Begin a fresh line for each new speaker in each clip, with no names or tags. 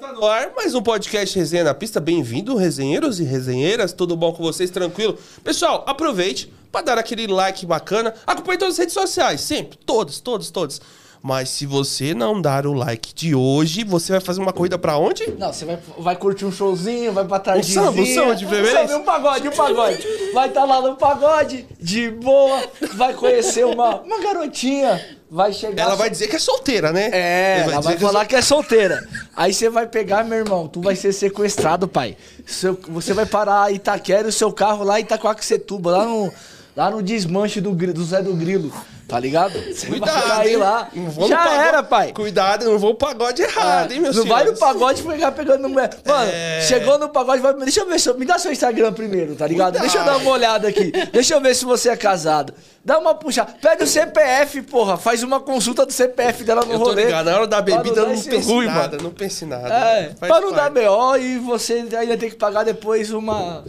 tá
ao ar, mais um podcast Resenha na Pista. Bem-vindo, resenheiros e resenheiras. Tudo bom com vocês? Tranquilo? Pessoal, aproveite para dar aquele like bacana. Acompanhe todas as redes sociais, sempre. Todas, todas, todas. Mas se você não dar o like de hoje, você vai fazer uma corrida para onde?
Não, você vai, vai curtir um showzinho, vai pra
Um
tardezinha.
samba, um samba de
Um
preferência.
samba, um pagode, um pagode. Vai estar lá no pagode, de boa, vai conhecer uma, uma garotinha, vai chegar...
Ela vai dizer que é solteira, né?
É,
Ele
ela vai
dizer que é
falar que é solteira. Aí você vai pegar, meu irmão, tu vai ser sequestrado, pai. Seu- você vai parar em Itaquera, o seu carro lá em Itaquaquecetuba, lá no, lá no desmanche do, gri- do Zé do Grilo, tá ligado? Você vai
Cuidado,
sair
hein?
lá.
Não vou no
Já
pagode-
era, pai. Ah,
Cuidado, não vou pro pagode errado, hein, meu
não vai no
senhores?
pagode pegar pegando mulher. Mano,
É.
chegou no pagode, vai. Deixa eu ver se. Me dá seu Instagram primeiro, tá ligado?
Cuidado.
Deixa eu dar uma olhada aqui. Deixa eu ver se você é casado. Dá uma puxada. Pega o CPF, porra. Faz uma consulta do CPF dela no
Eu tô
rolê.
ligado, na hora da
Pra
bebida
dar
eu não
esse-
penso
ruim,
nada,
mano.
não pense nada.
É,
Faz
pra não dar
parte.
BO e você ainda tem que pagar depois uma.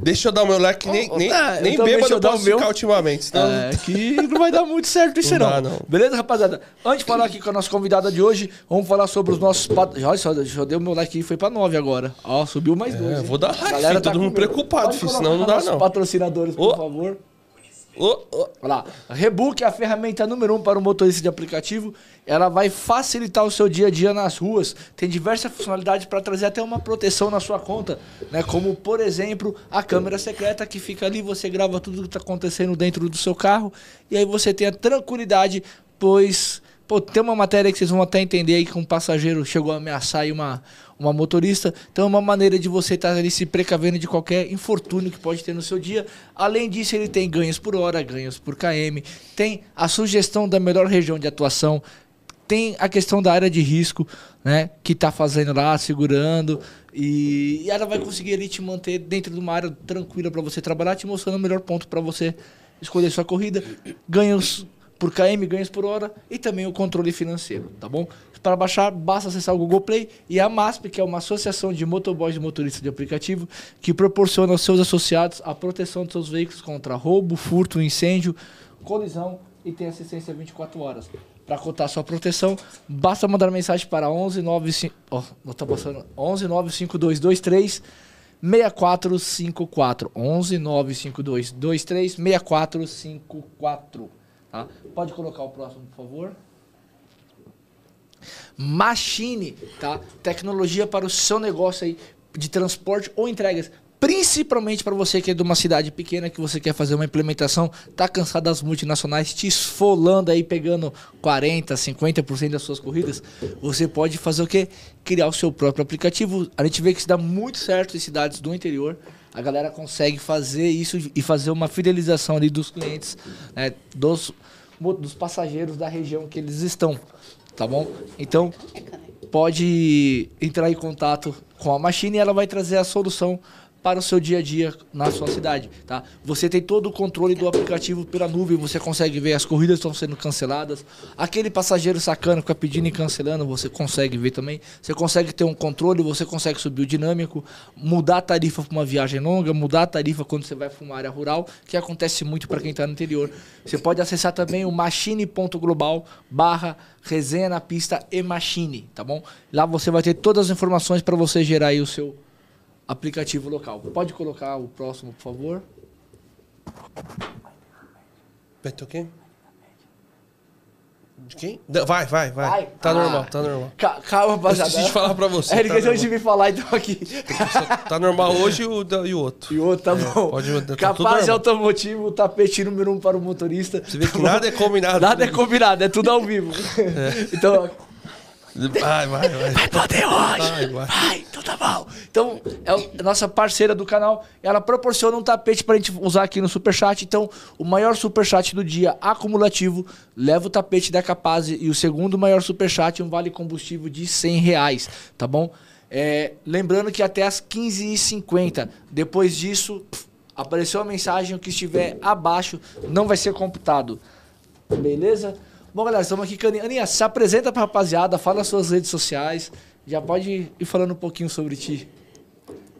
Deixa eu dar o meu like, nem,
Ô,
nem,
tá, eu
nem
também,
bêbado
deixa eu
eu
dar
posso
o meu.
ficar ultimamente, então, senão...
É, que não vai dar muito certo isso,
Não
não.
dá, não.
Beleza, rapaziada? Antes de falar aqui com a nossa convidada de hoje, vamos falar sobre os nossos pat... Olha só, já deu meu like aí, foi pra 9 agora. Ó, subiu mais dois.
É, eu
hein?
vou dar like,
A galera tá
filho, todo
com
mundo
medo.
preocupado,
Pode
filho,
colocar
senão não dá,
nossos
não.
patrocinadores, por
Ô.
favor.
Ô, ô,
Olha lá, a Rebook é a ferramenta número um para o motorista de aplicativo. Ela vai facilitar o seu dia a dia nas ruas. Tem diversas funcionalidades para trazer até uma proteção na sua conta, né? Como por exemplo a câmera secreta que fica ali, você grava tudo que está acontecendo dentro do seu carro e aí você tem a tranquilidade, pois Pô, tem uma matéria que vocês vão até entender aí que um passageiro chegou a ameaçar aí uma, uma motorista. Então é uma maneira de você estar ali se precavendo de qualquer infortúnio que pode ter no seu dia. Além disso, ele tem ganhos por hora, ganhos por KM, tem a sugestão da melhor região de atuação, tem a questão da área de risco, né? Que tá fazendo lá, segurando. E, e ela vai conseguir ali te manter dentro de uma área tranquila para você trabalhar, te mostrando o melhor ponto para você escolher sua corrida. Ganhos por KM, ganhos por hora e também o controle financeiro, tá bom? Para baixar, basta acessar o Google Play e a MASP, que é uma associação de motoboys e motoristas de aplicativo, que proporciona aos seus associados a proteção dos seus veículos contra roubo, furto, incêndio, colisão e tem assistência 24 horas. Para cotar sua proteção, basta mandar mensagem para 11 95, ó, eu tô passando 11 95223 6454 11 952 23 6454 tá? Pode colocar o próximo, por favor. Machine, tá? Tecnologia para o seu negócio aí de transporte ou entregas. Principalmente para você que é de uma cidade pequena, que você quer fazer uma implementação, tá cansado das multinacionais te esfolando aí, pegando 40%, 50% das suas corridas, você pode fazer o quê? Criar o seu próprio aplicativo. A gente vê que isso dá muito certo em cidades do interior. A galera consegue fazer isso e fazer uma fidelização ali dos clientes, né? dos, mo- dos passageiros da região que eles estão, tá bom? Então, pode entrar em contato com a Machine e ela vai trazer a solução para o seu dia a dia na sua cidade, tá? Você tem todo o controle do aplicativo pela nuvem, você consegue ver as corridas que estão sendo canceladas, aquele passageiro sacana que fica pedindo e cancelando, você consegue ver também, você consegue ter um controle, você consegue subir o dinâmico, mudar a tarifa para uma viagem longa, mudar a tarifa quando você vai para uma área rural, que acontece muito para quem está no interior. Você pode acessar também o machine.global barra resenha na pista e machine, tá bom? Lá você vai ter todas as informações para você gerar aí o seu aplicativo local. Pode colocar o próximo, por favor.
Beto o quê? De quem? Da- Vai, vai, vai.
Vai.
Tá
Ah.
normal, tá normal.
Ca- calma,
Eu
rapaziada.
esqueci de falar pra você.
É, ele
tá,
esqueceu
normal.
de me falar, então aqui.
tá normal hoje e o, da- e o outro.
E outro, tá bom.
É, pode mandar, tá tudo
Capaz de
normal.
automotivo, tapete número um para o motorista.
Você vê que nada é combinado.
Nada é combinado, é tudo ao vivo. Então,
Vai, vai, vai.
Poder
Vai,
hoje!
vai.
Vai, então tá bom. Então, é o- a nossa parceira do canal, ela proporciona um tapete pra gente usar aqui no Superchat. Então, o maior Superchat do dia acumulativo leva o tapete da Capaz e o segundo maior Superchat, um vale combustível de 100 reais, tá bom? É, lembrando que até as 15h50, depois disso, pf, apareceu a mensagem, o que estiver abaixo não vai ser computado. Beleza? Bom, galera, estamos aqui com a Aninha. Aninha, se apresenta pra rapaziada, fala as suas redes sociais. Já pode ir falando um pouquinho sobre ti.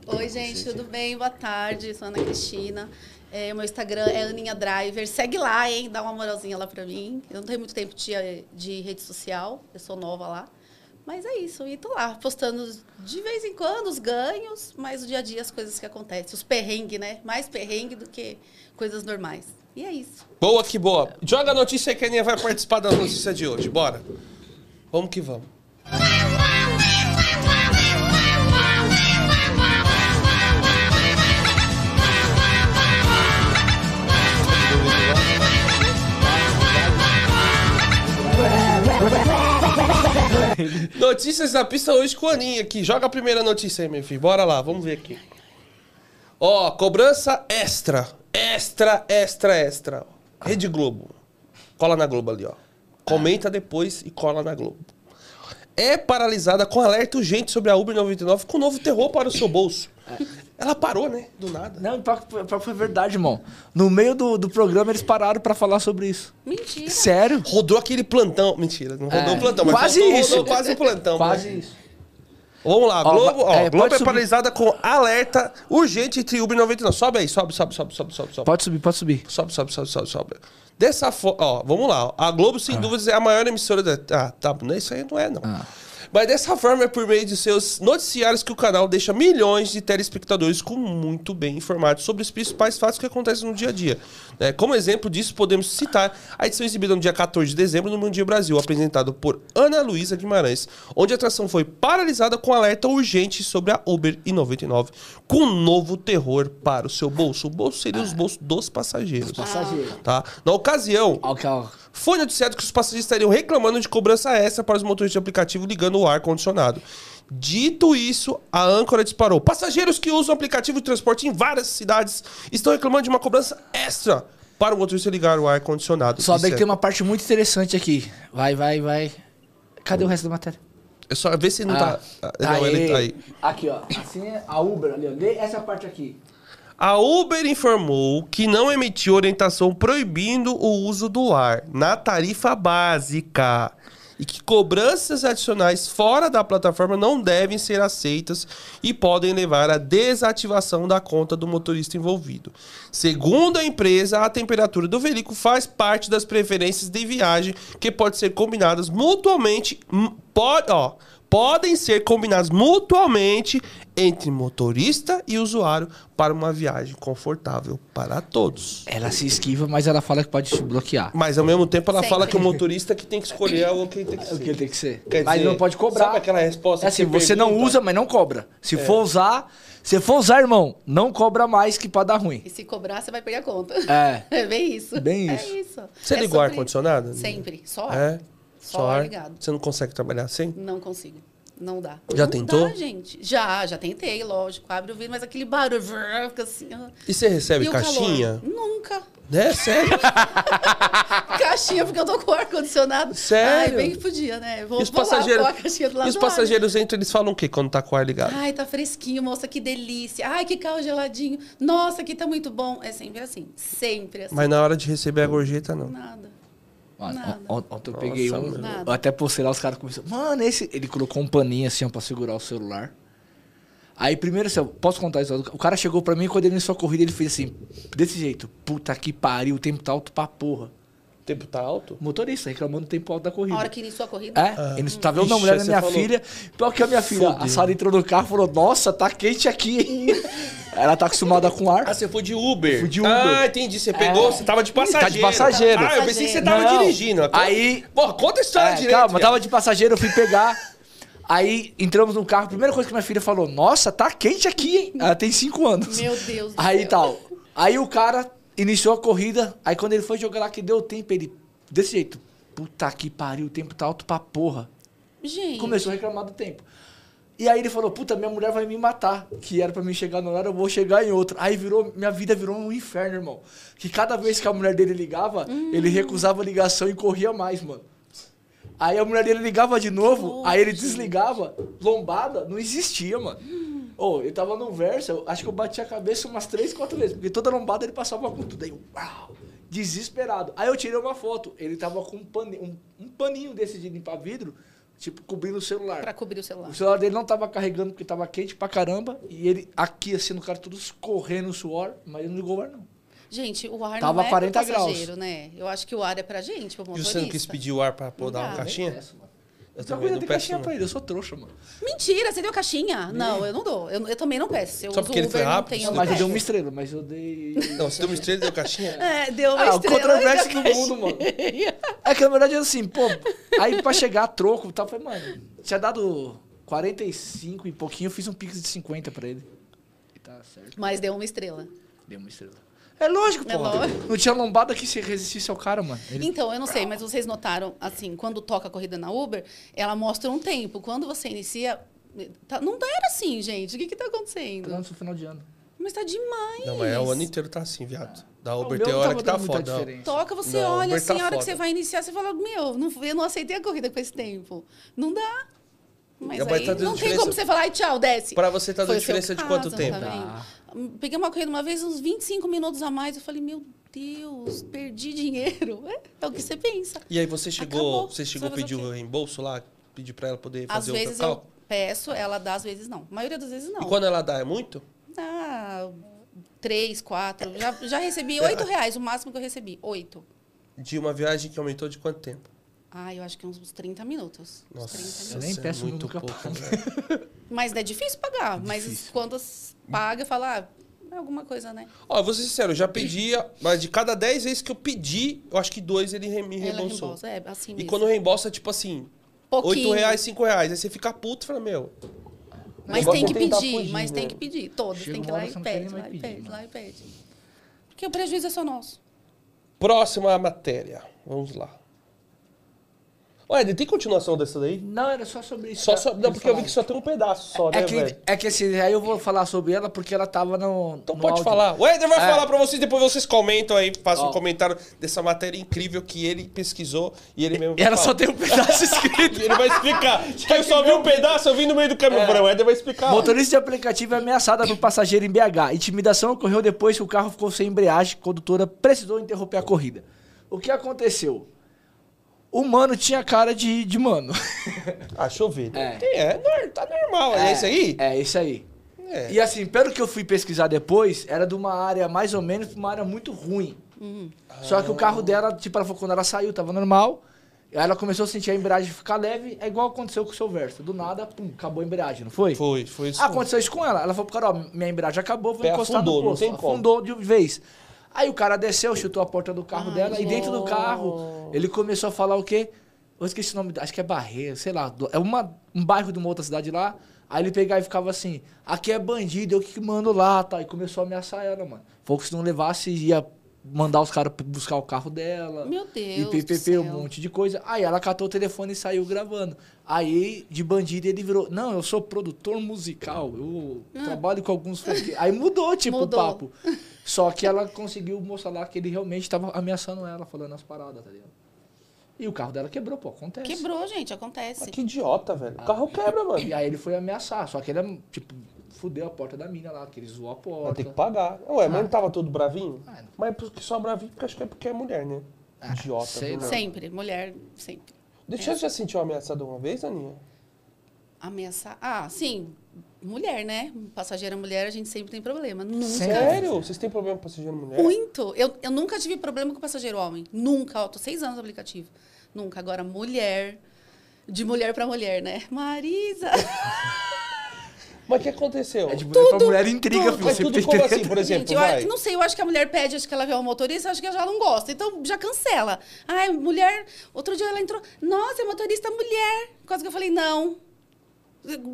Oi, gente, tudo bem? Boa tarde, sou Ana Cristina. É, meu Instagram é Aninha Driver. Segue lá, hein? eh, Dá uma moralzinha lá pra mim. Eu não tenho muito tempo de, de rede social, eu sou nova lá. Mas é isso, e tô lá, postando de vez em quando os ganhos, mas o dia a dia as coisas que acontecem, os perrengues, né? Mais perrengue do que coisas normais. E é isso.
Boa que boa. Joga a notícia aí que a Aninha vai participar da notícia de hoje. Bora. Vamos que vamos. Notícias da pista hoje com a Aninha aqui. Joga a primeira notícia aí, meu filho. Bora lá, vamos ver aqui. Ó, cobrança extra. Extra, extra, extra. Rede Globo. Cola na Globo ali, ó. Comenta depois e cola na Globo. É paralisada com alerta urgente sobre a Uber 99 com novo terror para o seu bolso. Ela parou, né? Do nada.
Não, pior que- pior que foi verdade, irmão. No meio do, do programa eles pararam pra falar sobre isso.
Mentira.
Sério?
Rodou aquele plantão. Mentira, não rodou
É,
o plantão, mas
quase
faltou-
isso.
rodou quase o plantão. né?
Quase isso.
Vamos lá,
Ó,
Globo, ó,
é, pode
Globo é
subir.
paralisada com alerta urgente entre Uber e 99. Sobe aí, sobe, sobe, sobe, sobe, sobe, sobe.
Pode subir, pode subir.
Sobe, sobe, sobe, sobe, sobe. Dessa forma, ó, vamos lá. ó. A Globo,
Ah.
sem dúvidas, é a maior emissora da. Ah, tá, não, isso aí não é, não. Mas dessa forma é por meio de seus noticiários que o canal deixa milhões de telespectadores com muito bem informados sobre os principais fatos que acontecem no dia a dia. né? como exemplo disso, podemos citar a edição exibida no dia 14 de dezembro no Mundinho Brasil, apresentado por Ana Luísa Guimarães, onde a atração foi paralisada com alerta urgente sobre a Uber e 99, com um novo terror para o seu bolso. O bolso seria os bolsos dos passageiros.
Passageiro.
Tá? Na ocasião,
Ó, que ó.
foi noticiado que os passageiros estariam reclamando de cobrança extra para os motores de aplicativo ligando o ar-condicionado. Dito isso, a âncora disparou. Passageiros que usam aplicativo de transporte em várias cidades estão reclamando de uma cobrança extra para o motorista ligar o ar-condicionado.
Só bem
Isso
que
é-
tem uma parte muito interessante aqui. Vai, vai, vai. Cadê o resto da matéria?
É só ver se não tá... Ah, não, ele tá aí.
Aqui, ó. Assim é a Uber ali, ó. Lê essa parte aqui.
A Uber informou que não emitiu orientação proibindo o uso do ar na tarifa básica e que cobranças adicionais fora da plataforma não devem ser aceitas e podem levar à desativação da conta do motorista envolvido. Segundo a empresa, a temperatura do veículo faz parte das preferências de viagem que podem ser combinadas mutuamente, hum, pode, ó, podem ser combinadas mutuamente entre motorista e usuário para uma viagem confortável para todos.
Ela se esquiva, mas ela fala que pode te bloquear.
Mas ao mesmo tempo ela
Sempre.
fala que o motorista que tem que escolher é o que ele tem que
É o que
ser.
ele tem que ser.
Quer
mas
dizer,
não pode cobrar.
sabe aquela resposta
É
que
assim,
você
você não
pergunta? É.
usa, mas não cobra. Se for usar, se for usar, irmão, não cobra mais que pra dar ruim.
E se cobrar, você vai perder a conta.
É.
É bem isso.
Bem
é
isso.
Você
É
ligou o
sobre-
ar-condicionado?
Sempre. Só ar.
É?
Só
Só
ar
ar?
ligado.
Você não consegue trabalhar assim?
Não consigo. Não dá.
Já
Não
tentou?
Dá, gente. Já, já tentei, lógico. Abre o vidro, mas aquele barulho vrr, fica assim. ó.
E você recebe
E o
caixinha?
calor? Nunca.
Né? Sério?
Caixinha, porque eu tô com ar-condicionado.
Sério?
Ai, bem que podia, né? Vou,
E os
vou
passageiros,
lá, pôr a caixinha do lado
e os
do ar.
passageiros entram, eles falam o quê quando tá com o ar ligado?
Ai, tá fresquinho, moça, que delícia. Ai, que carro geladinho. Nossa, aqui tá muito bom. É sempre assim. Sempre assim.
Mas na hora de receber a gorjeta, não.
Nada.
Mano,
Nada.
on- ontem eu peguei
Nossa,
um.
mano.
Eu até postei lá, os caras começaram. Mano, esse. Ele colocou um paninho assim, ó, pra segurar o celular. Aí, primeiro, assim, ó, posso contar isso? O cara chegou pra mim quando ele sua corrida, ele fez assim, desse jeito. Puta que pariu, o tempo tá alto pra porra.
O tempo tá alto?
Motorista reclamando do tempo alto da corrida.
A hora que iniciou a corrida.
É, ele tá vendo uma
Ah. Ixi,
mulher
aí
da
você
minha
falou-
filha. Pior que a minha filha, a Sara entrou no carro e falou: Nossa, tá quente aqui. hein?" Ela tá acostumada com ar.
Ah, você foi de Uber.
Fui de Uber.
Ah, entendi. Você
É.
pegou, você tava de passageiro.
Tá de passageiro.
Ah, eu pensei que você
Não.
tava dirigindo.
Aí-
Pô, conta a história
É,
direito.
Calma, eu
viado.
tava de passageiro, eu fui pegar. Aí entramos no carro, a primeira coisa que minha filha falou: Nossa, tá quente aqui, hein? Ela tem 5 anos.
Meu Deus do
Aí
céu.
tal. Aí o cara iniciou a corrida. Aí quando ele foi jogar lá, que deu tempo, ele. Desse jeito. Puta que pariu, o tempo tá alto pra porra.
Gente.
Começou a reclamar do tempo. E aí ele falou, puta, minha mulher vai me matar. Que era pra mim chegar no horário, eu vou chegar em outro. Aí virou, minha vida virou um inferno, irmão. Que cada vez que a mulher dele ligava, ele recusava a ligação e corria mais, mano. Aí a mulher dele ligava de novo,
louco,
aí ele
gente.
desligava, lombada, não existia, mano. Ô, eu tava no verso, eu acho que eu bati a cabeça umas três, quatro vezes, porque toda lombada ele passava com tudo. Aí eu, uau, desesperado. Aí eu tirei uma foto, ele tava com um, pane, um, um paninho desse de limpar vidro, tipo, cobrindo o celular.
Pra cobrir o celular.
O celular dele não tava carregando porque tava quente pra caramba, e ele aqui, assim, no cara, tudo correndo o suor, mas ele não ligou o ar, não.
Gente, o ar
Tava
não é
40
pro passageiro,
graus.
né? Eu acho que o ar é pra gente, pro
E
motorista.
você não quis pedir o ar pra pôr
Não
dar
É
dá.
uma caixinha? Eu
Já
também
cuida
não
de
peço.
caixinha pra
não.
ele, eu sou trouxa, mano.
Mentira, você deu caixinha? Não, eu não dou. Eu, eu também não peço. Eu
Só
uso
porque ele foi
Uber, não
rápido,
tenho
você
Uber.
Mas eu dei uma estrela, mas eu dei.
Não, se deu uma estrela, deu caixinha.
É, deu uma
Ah, o
estrela.
controvérsia do mundo, mano. É que na verdade é assim, pô, aí pra chegar a troco e tal, eu falei, mano, tinha dado 45 e pouquinho, eu fiz um pix de 50 pra ele. E tá certo,
Mas deu uma estrela.
dei uma estrela. É lógico, pô.
É lógico.
Não tinha lombada que se resistisse ao cara, mano. Ele-
Então, eu não sei, mas vocês notaram, assim, quando toca a corrida na Uber, ela mostra um tempo. Quando você inicia. tá- não tá- era assim, gente. O que que tá acontecendo?
Não, no final de ano.
Mas tá demais.
Não, mas é o ano inteiro tá assim, viado. Da
O
Uber
meu
tem
não
hora
tava
que tá
dando muita
foda. ó.
diferença.
Toca, você
Não,
olha
Uber
assim,
tá
a hora que
foda.
você vai iniciar, você fala, meu, não, eu não aceitei a corrida com esse tempo. Não dá. Mas
É, mas
aí,
tá dando
não tem
diferença-
como você falar, ai, tchau, desce.
Pra você tá dando
Foi o seu
diferença de
caso,
quanto tempo?
tá vendo? Peguei uma corrida uma vez, uns 25 minutos a mais, eu falei, meu Deus, perdi dinheiro. É, é o que você pensa.
E aí você chegou,
Acabou.
você
Você
chegou a
vai fazer
pedir
o
o reembolso lá? Pedir pra ela poder
Às
fazer o
vezes eu
total?
peço, ela dá, às vezes não. A maioria das vezes não.
E quando ela dá, é muito?
Dá três, quatro. Já, já recebi oito reais, o máximo que eu recebi. Oito.
De uma viagem que aumentou de quanto tempo?
Ah, eu acho que uns 30 minutos. Uns 30
Nossa,
minutos.
Nem
isso é
peço
muito
nunca
pouco.
pago.
né?
Mas é difícil pagar. Mas
Difícil.
quando s- paga, fala, ah, é alguma coisa, né?
Ó, eu vou ser sincero, eu já pedia, mas de cada 10 vezes que eu pedi, eu acho que dois ele re- me
Ela
reembolsou.
reembolsa. É, assim
E
mesmo.
quando reembolsa, tipo assim,
Pouquinho.
8 reais, 5 reais. Aí você fica puto e fala, meu.
Mas
Agora
tem
eu
que
vou tentar
pedir,
fugir,
mas
né?
tem que pedir. Todos.
Chega
Tem que ir
uma
lá
hora
e
que você não
pede,
quer nem
lá
mais
e
pedir,
pede,
mano.
lá e pede. Porque o prejuízo é só nosso.
Próxima matéria. Vamos lá. Ué, Ed, tem continuação dessa daí?
Não, era só sobre isso.
Só,
cara.
só, não, porque eu vi que só tem um pedaço só, né,
É que,
velho?
é que assim, aí eu vou falar sobre ela porque ela tava no.
Então
no
pode
áudio.
falar. O Eder vai
É.
falar pra vocês, depois vocês comentam aí, façam
Ó.
um comentário dessa matéria incrível que ele pesquisou e ele mesmo
E
vai
ela só
falar.
tem um pedaço
E
escrito.
ele vai explicar. eu só vi um pedaço, eu vim no meio do
É.
caminho. O Eder vai explicar.
Motorista de aplicativo é ameaçada por passageiro em BH. Intimidação ocorreu depois que o carro ficou sem embreagem. A condutora precisou interromper a corrida. O que aconteceu? O mano tinha cara de, de mano.
Ah, chover.
É.
É. é, nor- tá normal. É, isso aí?
É, isso aí.
É.
E assim, pelo que eu fui pesquisar depois, era de uma área mais ou menos, uma área muito ruim.
Uhum.
Só que o carro dela, tipo, ela falou, quando ela saiu, tava normal. Aí ela começou a sentir a embreagem ficar leve. É igual aconteceu com o seu Versa. Do nada, pum, acabou a embreagem, não foi?
É. Foi, foi isso.
Aconteceu isso com ela. Ela falou pro cara, ó, minha embreagem acabou, vou
Pé
encostar
afundou,
no
não
posto.
tem como.
afundou de vez. Aí o cara desceu, chutou a porta do carro
Ai,
dela e dentro do
gente.
carro ele começou a falar o quê? Eu esqueci o nome, acho que é Barreiro, sei lá. do- É uma, um bairro de uma outra cidade lá. Aí ele pegava e ficava assim, aqui é bandido, eu que mando lá, tá? E começou a ameaçar ela, mano. Falou que se não levasse, ia mandar os caras buscar o carro dela.
Meu
E
Deus. do
PPP,
céu.
um monte de coisa. Aí ela catou o telefone e saiu gravando. Aí, de bandido, ele virou: Não, eu sou produtor musical, eu trabalho com alguns funkeiros." Aí mudou, tipo,
Ah. Mudou.
o papo. Só que ela conseguiu mostrar lá que ele realmente tava ameaçando ela, falando as paradas, tá ligado? E o carro dela quebrou, pô, acontece.
Quebrou, gente, acontece.
Que idiota, velho. O
Ah.
carro quebra, mano.
E aí ele foi ameaçar, só que ele, tipo, fudeu a porta da mina lá, que ele zoou a
Vai ter que
porta.
pagar. Ué, mas não tava todo bravinho?
Ah, não. Ah,
Mas é porque só bravinho, porque acho que é porque é mulher, né? Idiota.
sei
viu,
lá.
mano?
Sempre, mulher, sempre.
Deixa eu já sentir uma ameaçada uma vez, Aninha?
Ameaçar. Ah, sim. Mulher, né? Passageira mulher, a gente sempre tem problema. Nunca.
Sério? Vocês têm problema com passageiro mulher?
Muito. Eu, eu nunca tive problema com passageiro homem. Nunca. Ó, tô seis anos no aplicativo. Nunca. Agora, mulher. De mulher pra mulher, né? Marisa!
Mas o que aconteceu?
É de mulher pra mulher intriga,
Mas
filho. Sempre
tudo
tem
como
treta.
assim, por exemplo,
Gente, eu
vai.
acho- não sei, eu acho que a mulher pede, acho que ela vê o motorista, acho que ela já não gosta. Então já cancela. Ai, mulher. Outro dia ela entrou. Nossa, é motorista mulher. Quase que eu falei, não.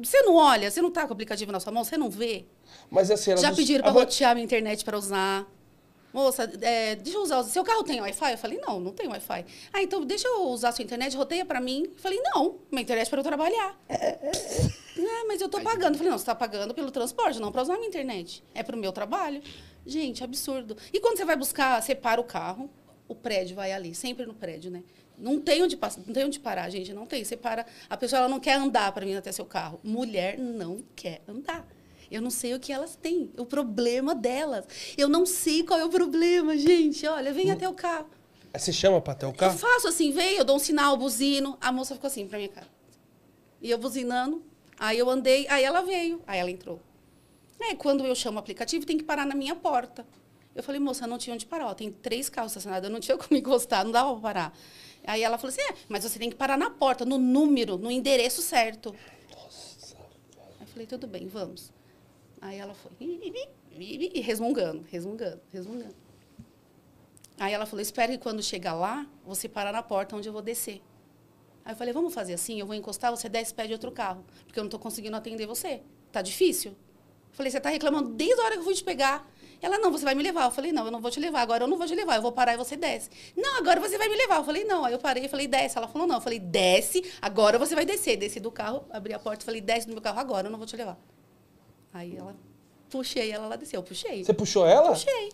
Você não olha, você não tá com o aplicativo na sua mão, você não vê.
Mas assim, ela
Já
não-
pediram pra
Agora-
rotear minha internet pra usar. Moça, é, deixa eu usar. o- Seu carro tem Wi-Fi? Eu falei, não, não tem Wi-Fi. Ah, então deixa eu usar sua internet, roteia pra mim. Eu falei, não, minha internet é pra eu trabalhar. ah, mas eu tô pagando. Eu falei, não, você tá pagando pelo transporte, não pra usar minha internet. É pro meu trabalho. Gente, absurdo. E quando você vai buscar, você para o carro, o prédio vai ali, sempre no prédio, né? Não tem onde passar, não tem onde parar, gente, não tem. Você para, a pessoa ela não quer andar pra vir até seu carro. Mulher não quer andar. Eu não sei o que elas têm, o problema delas. Eu não sei qual é o problema, gente. Olha, vem até o carro.
Aí é, Você chama pra até o
Eu
carro?
faço assim, vem, eu dou um sinal, buzino. A moça ficou assim pra minha cara. E eu buzinando. Aí eu andei, aí ela veio, aí ela entrou. É, quando eu chamo o aplicativo, tem que parar na minha porta. Eu falei, moça, não tinha onde parar. Ó, tem três carros estacionados, eu não tinha como encostar, não dava pra parar. Aí ela falou assim, é, mas você tem que parar na porta, no número, no endereço certo. Aí eu falei, tudo bem, vamos. Aí ela foi, e resmungando, resmungando, resmungando. Aí ela falou, espere que quando chegar lá, você parar na porta onde eu vou descer. Aí eu falei, vamos fazer assim, eu vou encostar, você desce e pede outro carro, porque eu não estou conseguindo atender você. Tá difícil? Eu falei, você está reclamando desde a hora que eu fui te pegar. Ela, não, você vai me levar. Eu falei, não, eu não vou te levar, agora eu não vou te levar, eu vou parar e você desce. Não, agora você vai me levar. Eu falei, não. Aí eu parei e falei, desce. Ela falou, não. Eu falei, desce, agora você vai descer. Desci do carro, abri a porta, falei, desce do meu carro agora, eu não vou te levar. Aí ela, puxei ela, ela desceu, eu puxei.
Você puxou ela?
Puxei.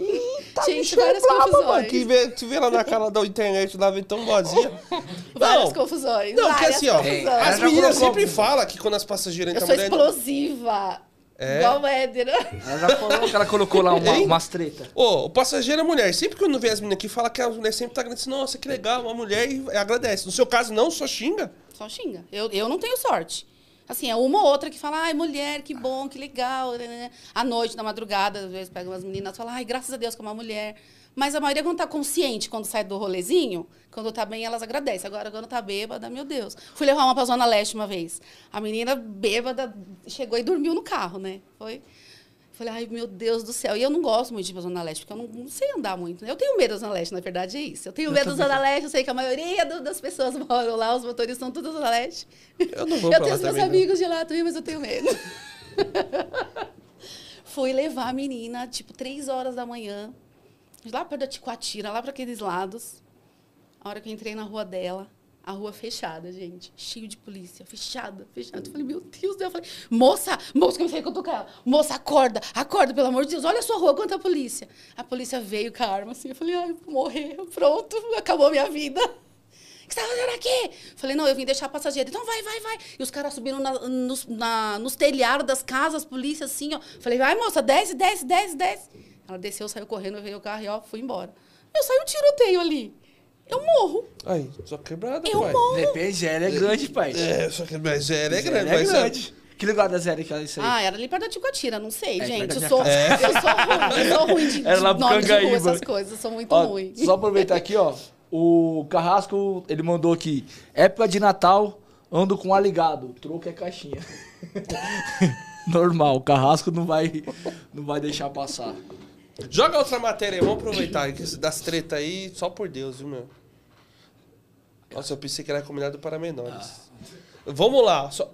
Eita,
Gente,
bicho, é
várias
braba,
confusões.
mano. Que vê, te vê lá na cara da internet, lá vem tão boazinha.
Várias
Não.
confusões.
Não, que
várias
assim, ó.
confusões.
Ela
As
já
meninas
colocou-
sempre falam que quando as passageiras
Eu
entram
sou
mulher. não-
explosiva.
É?
Igual o Éder.
Ela já falou que ela colocou lá uma,
Hein?
umas treta.
Ô, o passageiro é mulher. Sempre que eu não vejo as meninas aqui, fala que a mulher sempre tá agradecendo. Nossa, que legal, uma mulher e agradece. No seu caso, não, só xinga.
Só xinga. Eu, eu não tenho sorte. Assim, é uma ou outra que fala, ai, mulher, que bom, que legal. né? À noite, na madrugada, às vezes pega umas meninas e fala, ai, graças a Deus que é uma mulher. Mas a maioria, quando tá consciente, quando sai do rolezinho, quando tá bem, elas agradecem. Agora, quando tá bêbada, meu Deus. Fui levar uma pra Zona Leste uma vez. A menina bêbada chegou e dormiu no carro, né? Foi. Falei, ai, meu Deus do céu. E eu não gosto muito de ir pra Zona Leste, porque eu não, não sei andar muito. né? Eu tenho medo da Zona Leste, na verdade, é isso. Eu tenho medo da Zona Leste, eu sei que a maioria do- das pessoas moram lá, os motoristas são todos da Zona Leste.
Eu não vou
Eu
pra
tenho
lá
os meus
também, né? não.
amigos de lá também, mas eu tenho medo. Fui levar a menina, tipo, três horas da manhã, lá perto da Ticoatira, lá para aqueles lados. A hora que eu entrei na rua dela, a rua fechada, gente. Cheio de polícia. Fechada, fechada. Eu falei, meu Deus do céu. Eu falei, moça, moça, comecei a cutucar ela. Moça, acorda, acorda, pelo amor de Deus. Olha a sua rua, quanta polícia. A polícia veio com a arma assim. Eu falei, ai, vou morrer. Pronto, acabou a minha vida. O que você tá fazendo aqui? Falei, não, eu vim deixar a passageira. Então vai, vai, vai. E os caras subiram na- nos, na- nos telhados das casas, polícia, assim, ó. Falei, vai, moça, desce, desce, desce, desce. Ela desceu, saiu correndo, veio o carro e, ó, fui embora. Eu saí um tiroteio ali. Eu morro.
Aí, só quebrada,
Eu
pai.
morro.
Depende, Zélia é grande, pai.
É, só que mas é, ela é grande,
Zélia
mas é-
Que lugar da Zélia que ela é isso aí?
Ah, era ali perto da Ticoatira, não sei,
É, perto
gente.
da
Eu
minha
sou, eu sou ruim, eu sou ruim de, de
Era lá pro
nome de rua,
Cangaíba.
essas coisas. Eu sou muito
Ó,
ruim.
só aproveitar aqui, ó. O Carrasco, ele mandou aqui. Época de Natal, ando com ar ligado. Troco é caixinha. Normal, o Carrasco não vai, não vai deixar passar.
Joga outra matéria aí, vamos aproveitar que esse- das treta aí, só por Deus, viu, meu? Nossa, eu pensei que era combinado para menores. Vamos lá, só...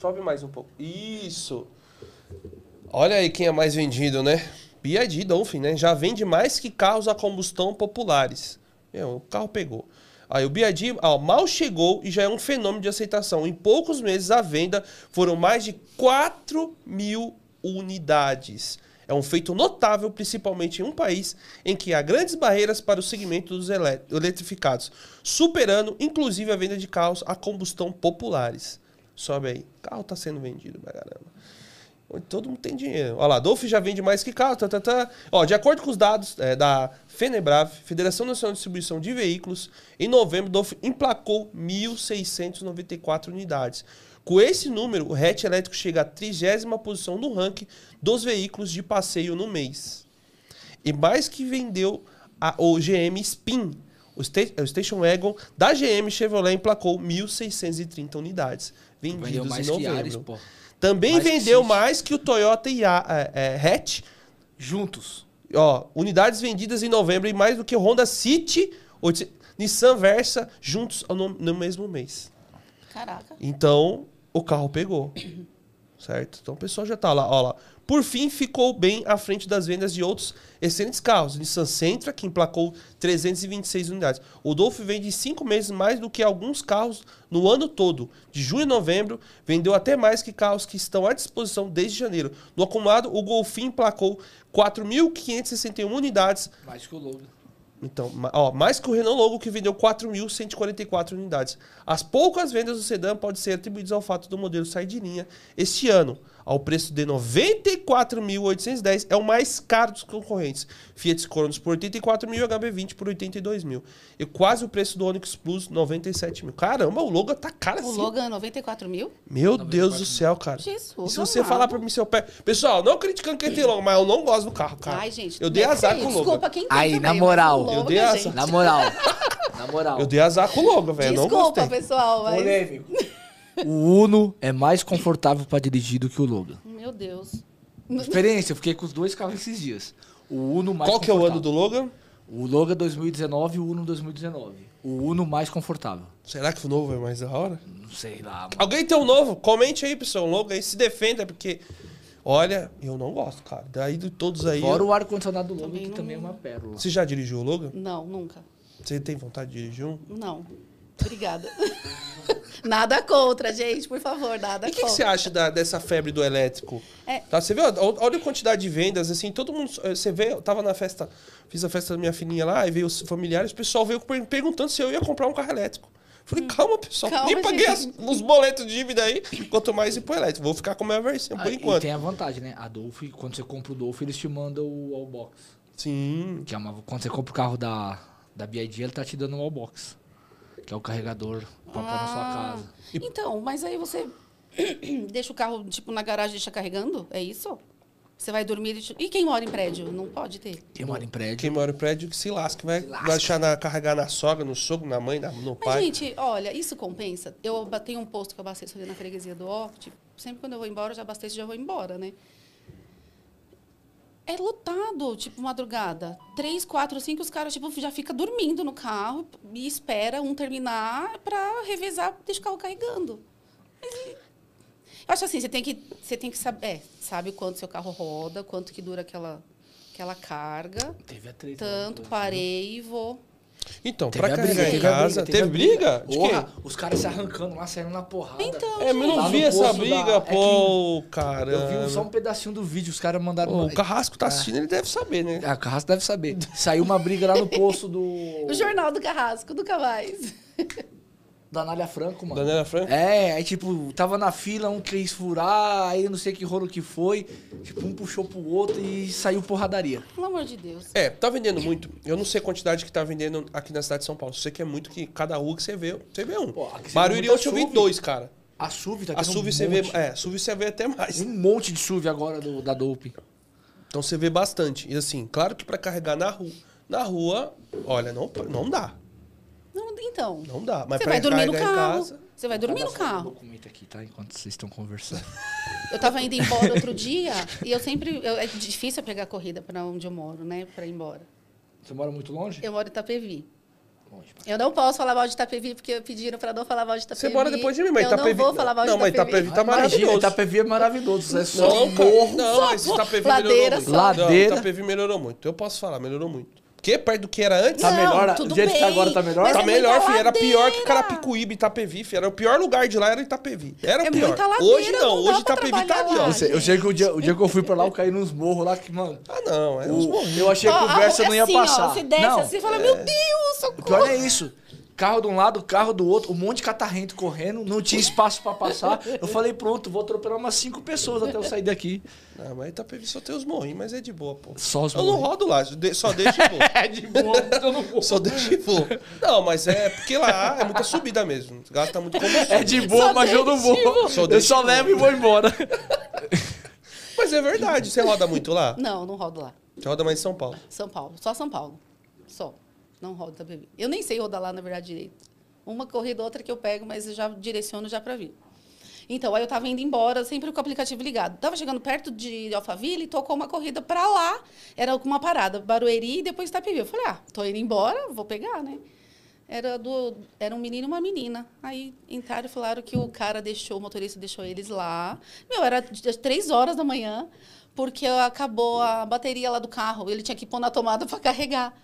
sobe mais um pouco. Isso. Olha aí quem é mais vendido, né? BID Dolphin, né? Já vende mais que carros a combustão populares. Meu, o carro pegou. Aí o BID ó, mal chegou e já é um fenômeno de aceitação. Em poucos meses, a venda foram mais de 4 mil unidades. É um feito notável, principalmente em um país em que há grandes barreiras para o segmento dos ele- eletrificados, superando inclusive a venda de carros a combustão populares. Sobe aí. Carro tá sendo vendido pra caramba. Onde todo mundo tem dinheiro. Olha lá, Dolph já vende mais que carro. Tá, tá, tá. Ó, de acordo com os dados é, da Fenebrav, Federação Nacional de Distribuição de Veículos, em novembro, Dolph emplacou 1.694 unidades. Com esse número, o hatch elétrico chega à trigésima posição no ranking dos veículos de passeio no mês. E mais que vendeu a, o GM Spin. O, Sta- é, o Station Wagon da GM Chevrolet emplacou 1.630 unidades. Vendidos
Vendeu mais
em
que
novembro.
Ares, pô.
Também
Mais que
vendeu
City.
mais que o Toyota IA, é, é, Hatch.
Juntos.
Ó, unidades vendidas em novembro e mais do que o Honda City, ou de- Nissan Versa, juntos no, no mesmo mês.
Caraca.
Então, o carro pegou. Certo? Então o pessoal já tá lá, ó lá. Por fim, ficou bem à frente das vendas de outros excelentes carros. Nissan Sentra, que emplacou 326 unidades. O Dolph vende em cinco meses mais do que alguns carros no ano todo. De junho a novembro, vendeu até mais que carros que estão à disposição desde janeiro. No acumulado, o Golfinho emplacou 4.561 unidades,
Mais que o Logan.
Então, ma- ó, mais que o Renault Logo, que vendeu 4.144 unidades. As poucas vendas do sedã podem ser atribuídas ao fato do modelo sair de linha este ano. Ao preço de 94.810, é o mais caro dos concorrentes. Fiat Cronos por 84 mil, HB20 por 82 mil. E quase o preço do Onix Plus, 97 mil. Caramba, o Logan tá caro
O
assim.
Logan é 94 mil?
Meu Deus do céu, cara.
Jesus
se você
amado.
falar pra mim seu pé. Pessoal, não criticando quem tem Logan, mas eu não gosto do carro, cara.
Ai, gente.
Eu dei
tudo
azar
bem.
com o Logan.
Desculpa, quem tem
Aí,
também,
na
mas
moral.
o Logan,
Eu dei azar.
gente.
Na moral. Na moral.
Eu dei azar com o Logan, velho. eu É, Não
Desculpa,
gostei.
pessoal. mas-
Polêmico. O Uno é mais confortável pra dirigir do que o Logan.
Meu Deus.
Experiência, eu fiquei com os dois carros esses dias. O Uno mais
Qual que é o ano do
confortável.
Logan?
O Logan 2019 e o Uno 2019. O Uno mais confortável.
Será que o novo é mais da hora?
Não sei lá, mano.
Alguém tem um novo? Comente aí, pessoal. Um Logan aí se defenda, porque. Olha, eu não gosto, cara. Daí de todos aí.
Fora o ar-condicionado do Logan,
Também
que
não-
também é uma pérola.
Você já dirigiu o Logan?
Não, nunca.
Você tem vontade de dirigir um?
Não. Obrigada. nada contra, gente. Por favor, nada
E o que, que você
contra.
acha da- dessa febre do elétrico?
É.
Tá, você vê, ó, olha a quantidade de vendas, assim, todo mundo. eh, Você vê, eu tava na festa, fiz a festa da minha filhinha lá, e veio os familiares, o pessoal veio per- perguntando se eu ia comprar um carro elétrico. Falei, calma, pessoal,
Calma,
nem paguei as,
gente.
os boletos de dívida aí, quanto mais ir pro elétrico. Vou ficar com a minha versão, por
Ah, E
enquanto.
tem a vantagem, né? A Dolph, quando você compra o Dolph, eles te mandam o all-box.
Sim.
Que é uma, quando você compra o carro da, da BID, ele tá te dando um all-box. Que é o carregador pra pôr na sua
Ah,
casa.
Então, mas aí você deixa o carro, tipo, na garagem e deixa carregando? É isso? Você vai dormir e... deixa- E quem mora em prédio? Não pode ter.
Quem mora em
Quem
prédio.
mora em prédio que se lasca, vai deixar na, carregar na sogra, no sogro, na mãe, na- no
Mas,
pai.
gente, olha, isso compensa. Eu aba- tenho um posto que eu abasteço ali na freguesia do Ó. tipo, sempre quando eu vou embora, eu já abasteço e já vou embora, né? É lotado, tipo, madrugada. Três, quatro, cinco, os caras, tipo, já fica dormindo no carro e espera um terminar pra revezar, deixa o carro carregando. Mas, e- eu acho assim, você tem que, você tem que saber, é, sabe quanto seu carro roda, quanto que dura aquela, aquela carga.
Teve a treta. né?
Tanto, parei e vou.
Então,
Teve
pra
a briga,
carregar em
teve a
casa.
briga, teve a
Teve briga? De quem?
Porra, os caras se arrancando lá, saindo na porrada.
Então,
É, mas eu
Lá
não
no
vi essa
poço da-
briga,
é que
pô, cara.
Eu vi só É. um pedacinho do vídeo, os caras mandaram...
Pô,
uma-
o Carrasco tá assistindo, ele deve saber, né?
Ah, o Carrasco deve saber. Saiu uma briga lá no poço do...
O jornal do Carrasco, nunca mais.
Da Anália Franco, mano.
Daniela Franco?
É, aí tipo, tava na fila, um quis furar, aí não sei que rolo que foi. Tipo, um puxou pro outro e saiu porradaria.
Pelo amor de Deus.
É, tá vendendo muito. Eu não sei a quantidade que tá vendendo aqui na cidade de São Paulo. Sei que é muito que cada rua que você vê, você vê um.
Pô, aqui você
Barulho
vê
e
muita
eu vi
SUV.
dois, cara.
A SUV tá
A
tendo
SUV
um
você vê.
monte.
É, SUV você vê até mais.
Um monte de SUV agora do, da Dope.
Então você vê bastante. E assim, claro que pra carregar na rua. Na rua, olha, não, não dá.
Não, então.
Não dá. Mas
Você
pra
vai dormir no
carregar em
carro.
casa.
Você vai dormir
Vou
no
passar um
carro.
documento aqui, tá? Enquanto vocês estão conversando.
Eu tava indo embora outro dia e eu sempre. eu- é difícil eu pegar corrida pra onde eu moro, né? Pra ir embora.
Você mora muito longe?
Eu moro em Itapevi.
Longe. pra-
Eu não posso falar mal de Itapevi porque pediram pra não falar mal de Itapevi.
Você mora depois de mim, mas
Eu
Itapevi.
não vou falar mal de
Não, mas
Itapevi.
Itapevi tá maravilhoso.
Imagina, Itapevi é maravilhoso. É só
Não,
um
cara,
morro.
Não,
Só
mas Itapevi
ladeira,
melhorou muito.
só. Ladeira.
Não, Itapevi melhorou muito. Eu posso falar, melhorou muito. Porque perto do que era antes,
Tá
Não,
melhor?
tudo
Do jeito que tá
bem,
agora, tá melhor?
mas
tá
é
melhor,
muita
filho. Era pior que
ladeira.
Carapicuíba, Itapevi, filho. Era o pior lugar de lá era Itapevi. Era o
É
pior.
muita ladeira,
Hoje não,
não dá
hoje
pra
Itapevi tá
trabalhar
ali, ó.
lá.
Eu sei, eu sei que o dia, o dia que eu fui pra lá, eu caí nos morros lá que, mano.
Ah, não. É uns
o-
morrinhos.
eu achei que a
Ó,
conversa
é
não ia
assim,
passar.
Ó, você desce
não,
assim e fala: Meu Deus,
O
socorro.
pior é isso. Carro de um lado, carro do outro, um monte de catarrento correndo, não tinha espaço pra passar. Eu falei, pronto, vou atropelar umas cinco pessoas até eu sair daqui.
Não, mas Itapevi só tem os morrinhos, mas é de boa, pô.
Só os
Eu não
morrinhos.
rodo lá, de- só deixo e vou.
É de boa, eu não vou.
Só deixo e vou. Não, mas é porque lá é muita subida mesmo. Gasta muito combustível.
É de boa,
Só
mas eu não vou.
Só
eu
deixa
só
eu-
levo e vou embora.
Mas é verdade, você roda muito lá?
Não, não rodo lá.
Você roda mais em São Paulo.
São Paulo, só São Paulo. Só. Não rodo Itapevi. Eu nem sei rodar lá, na verdade, direito. Uma corrida, outra que eu pego, mas eu já direciono já para vir. Então, aí eu tava indo embora, sempre com o aplicativo ligado. Tava chegando perto de Alphaville e tocou uma corrida para lá. Era com uma parada, Barueri e depois Itapevi. Eu falei, ah, tô indo embora, vou pegar, né? Era, do, era um menino e uma menina. Aí entraram e falaram que o cara deixou, o motorista deixou eles lá. Meu, era de- três horas da manhã, porque acabou a bateria lá do carro. Ele tinha que pôr na tomada para carregar.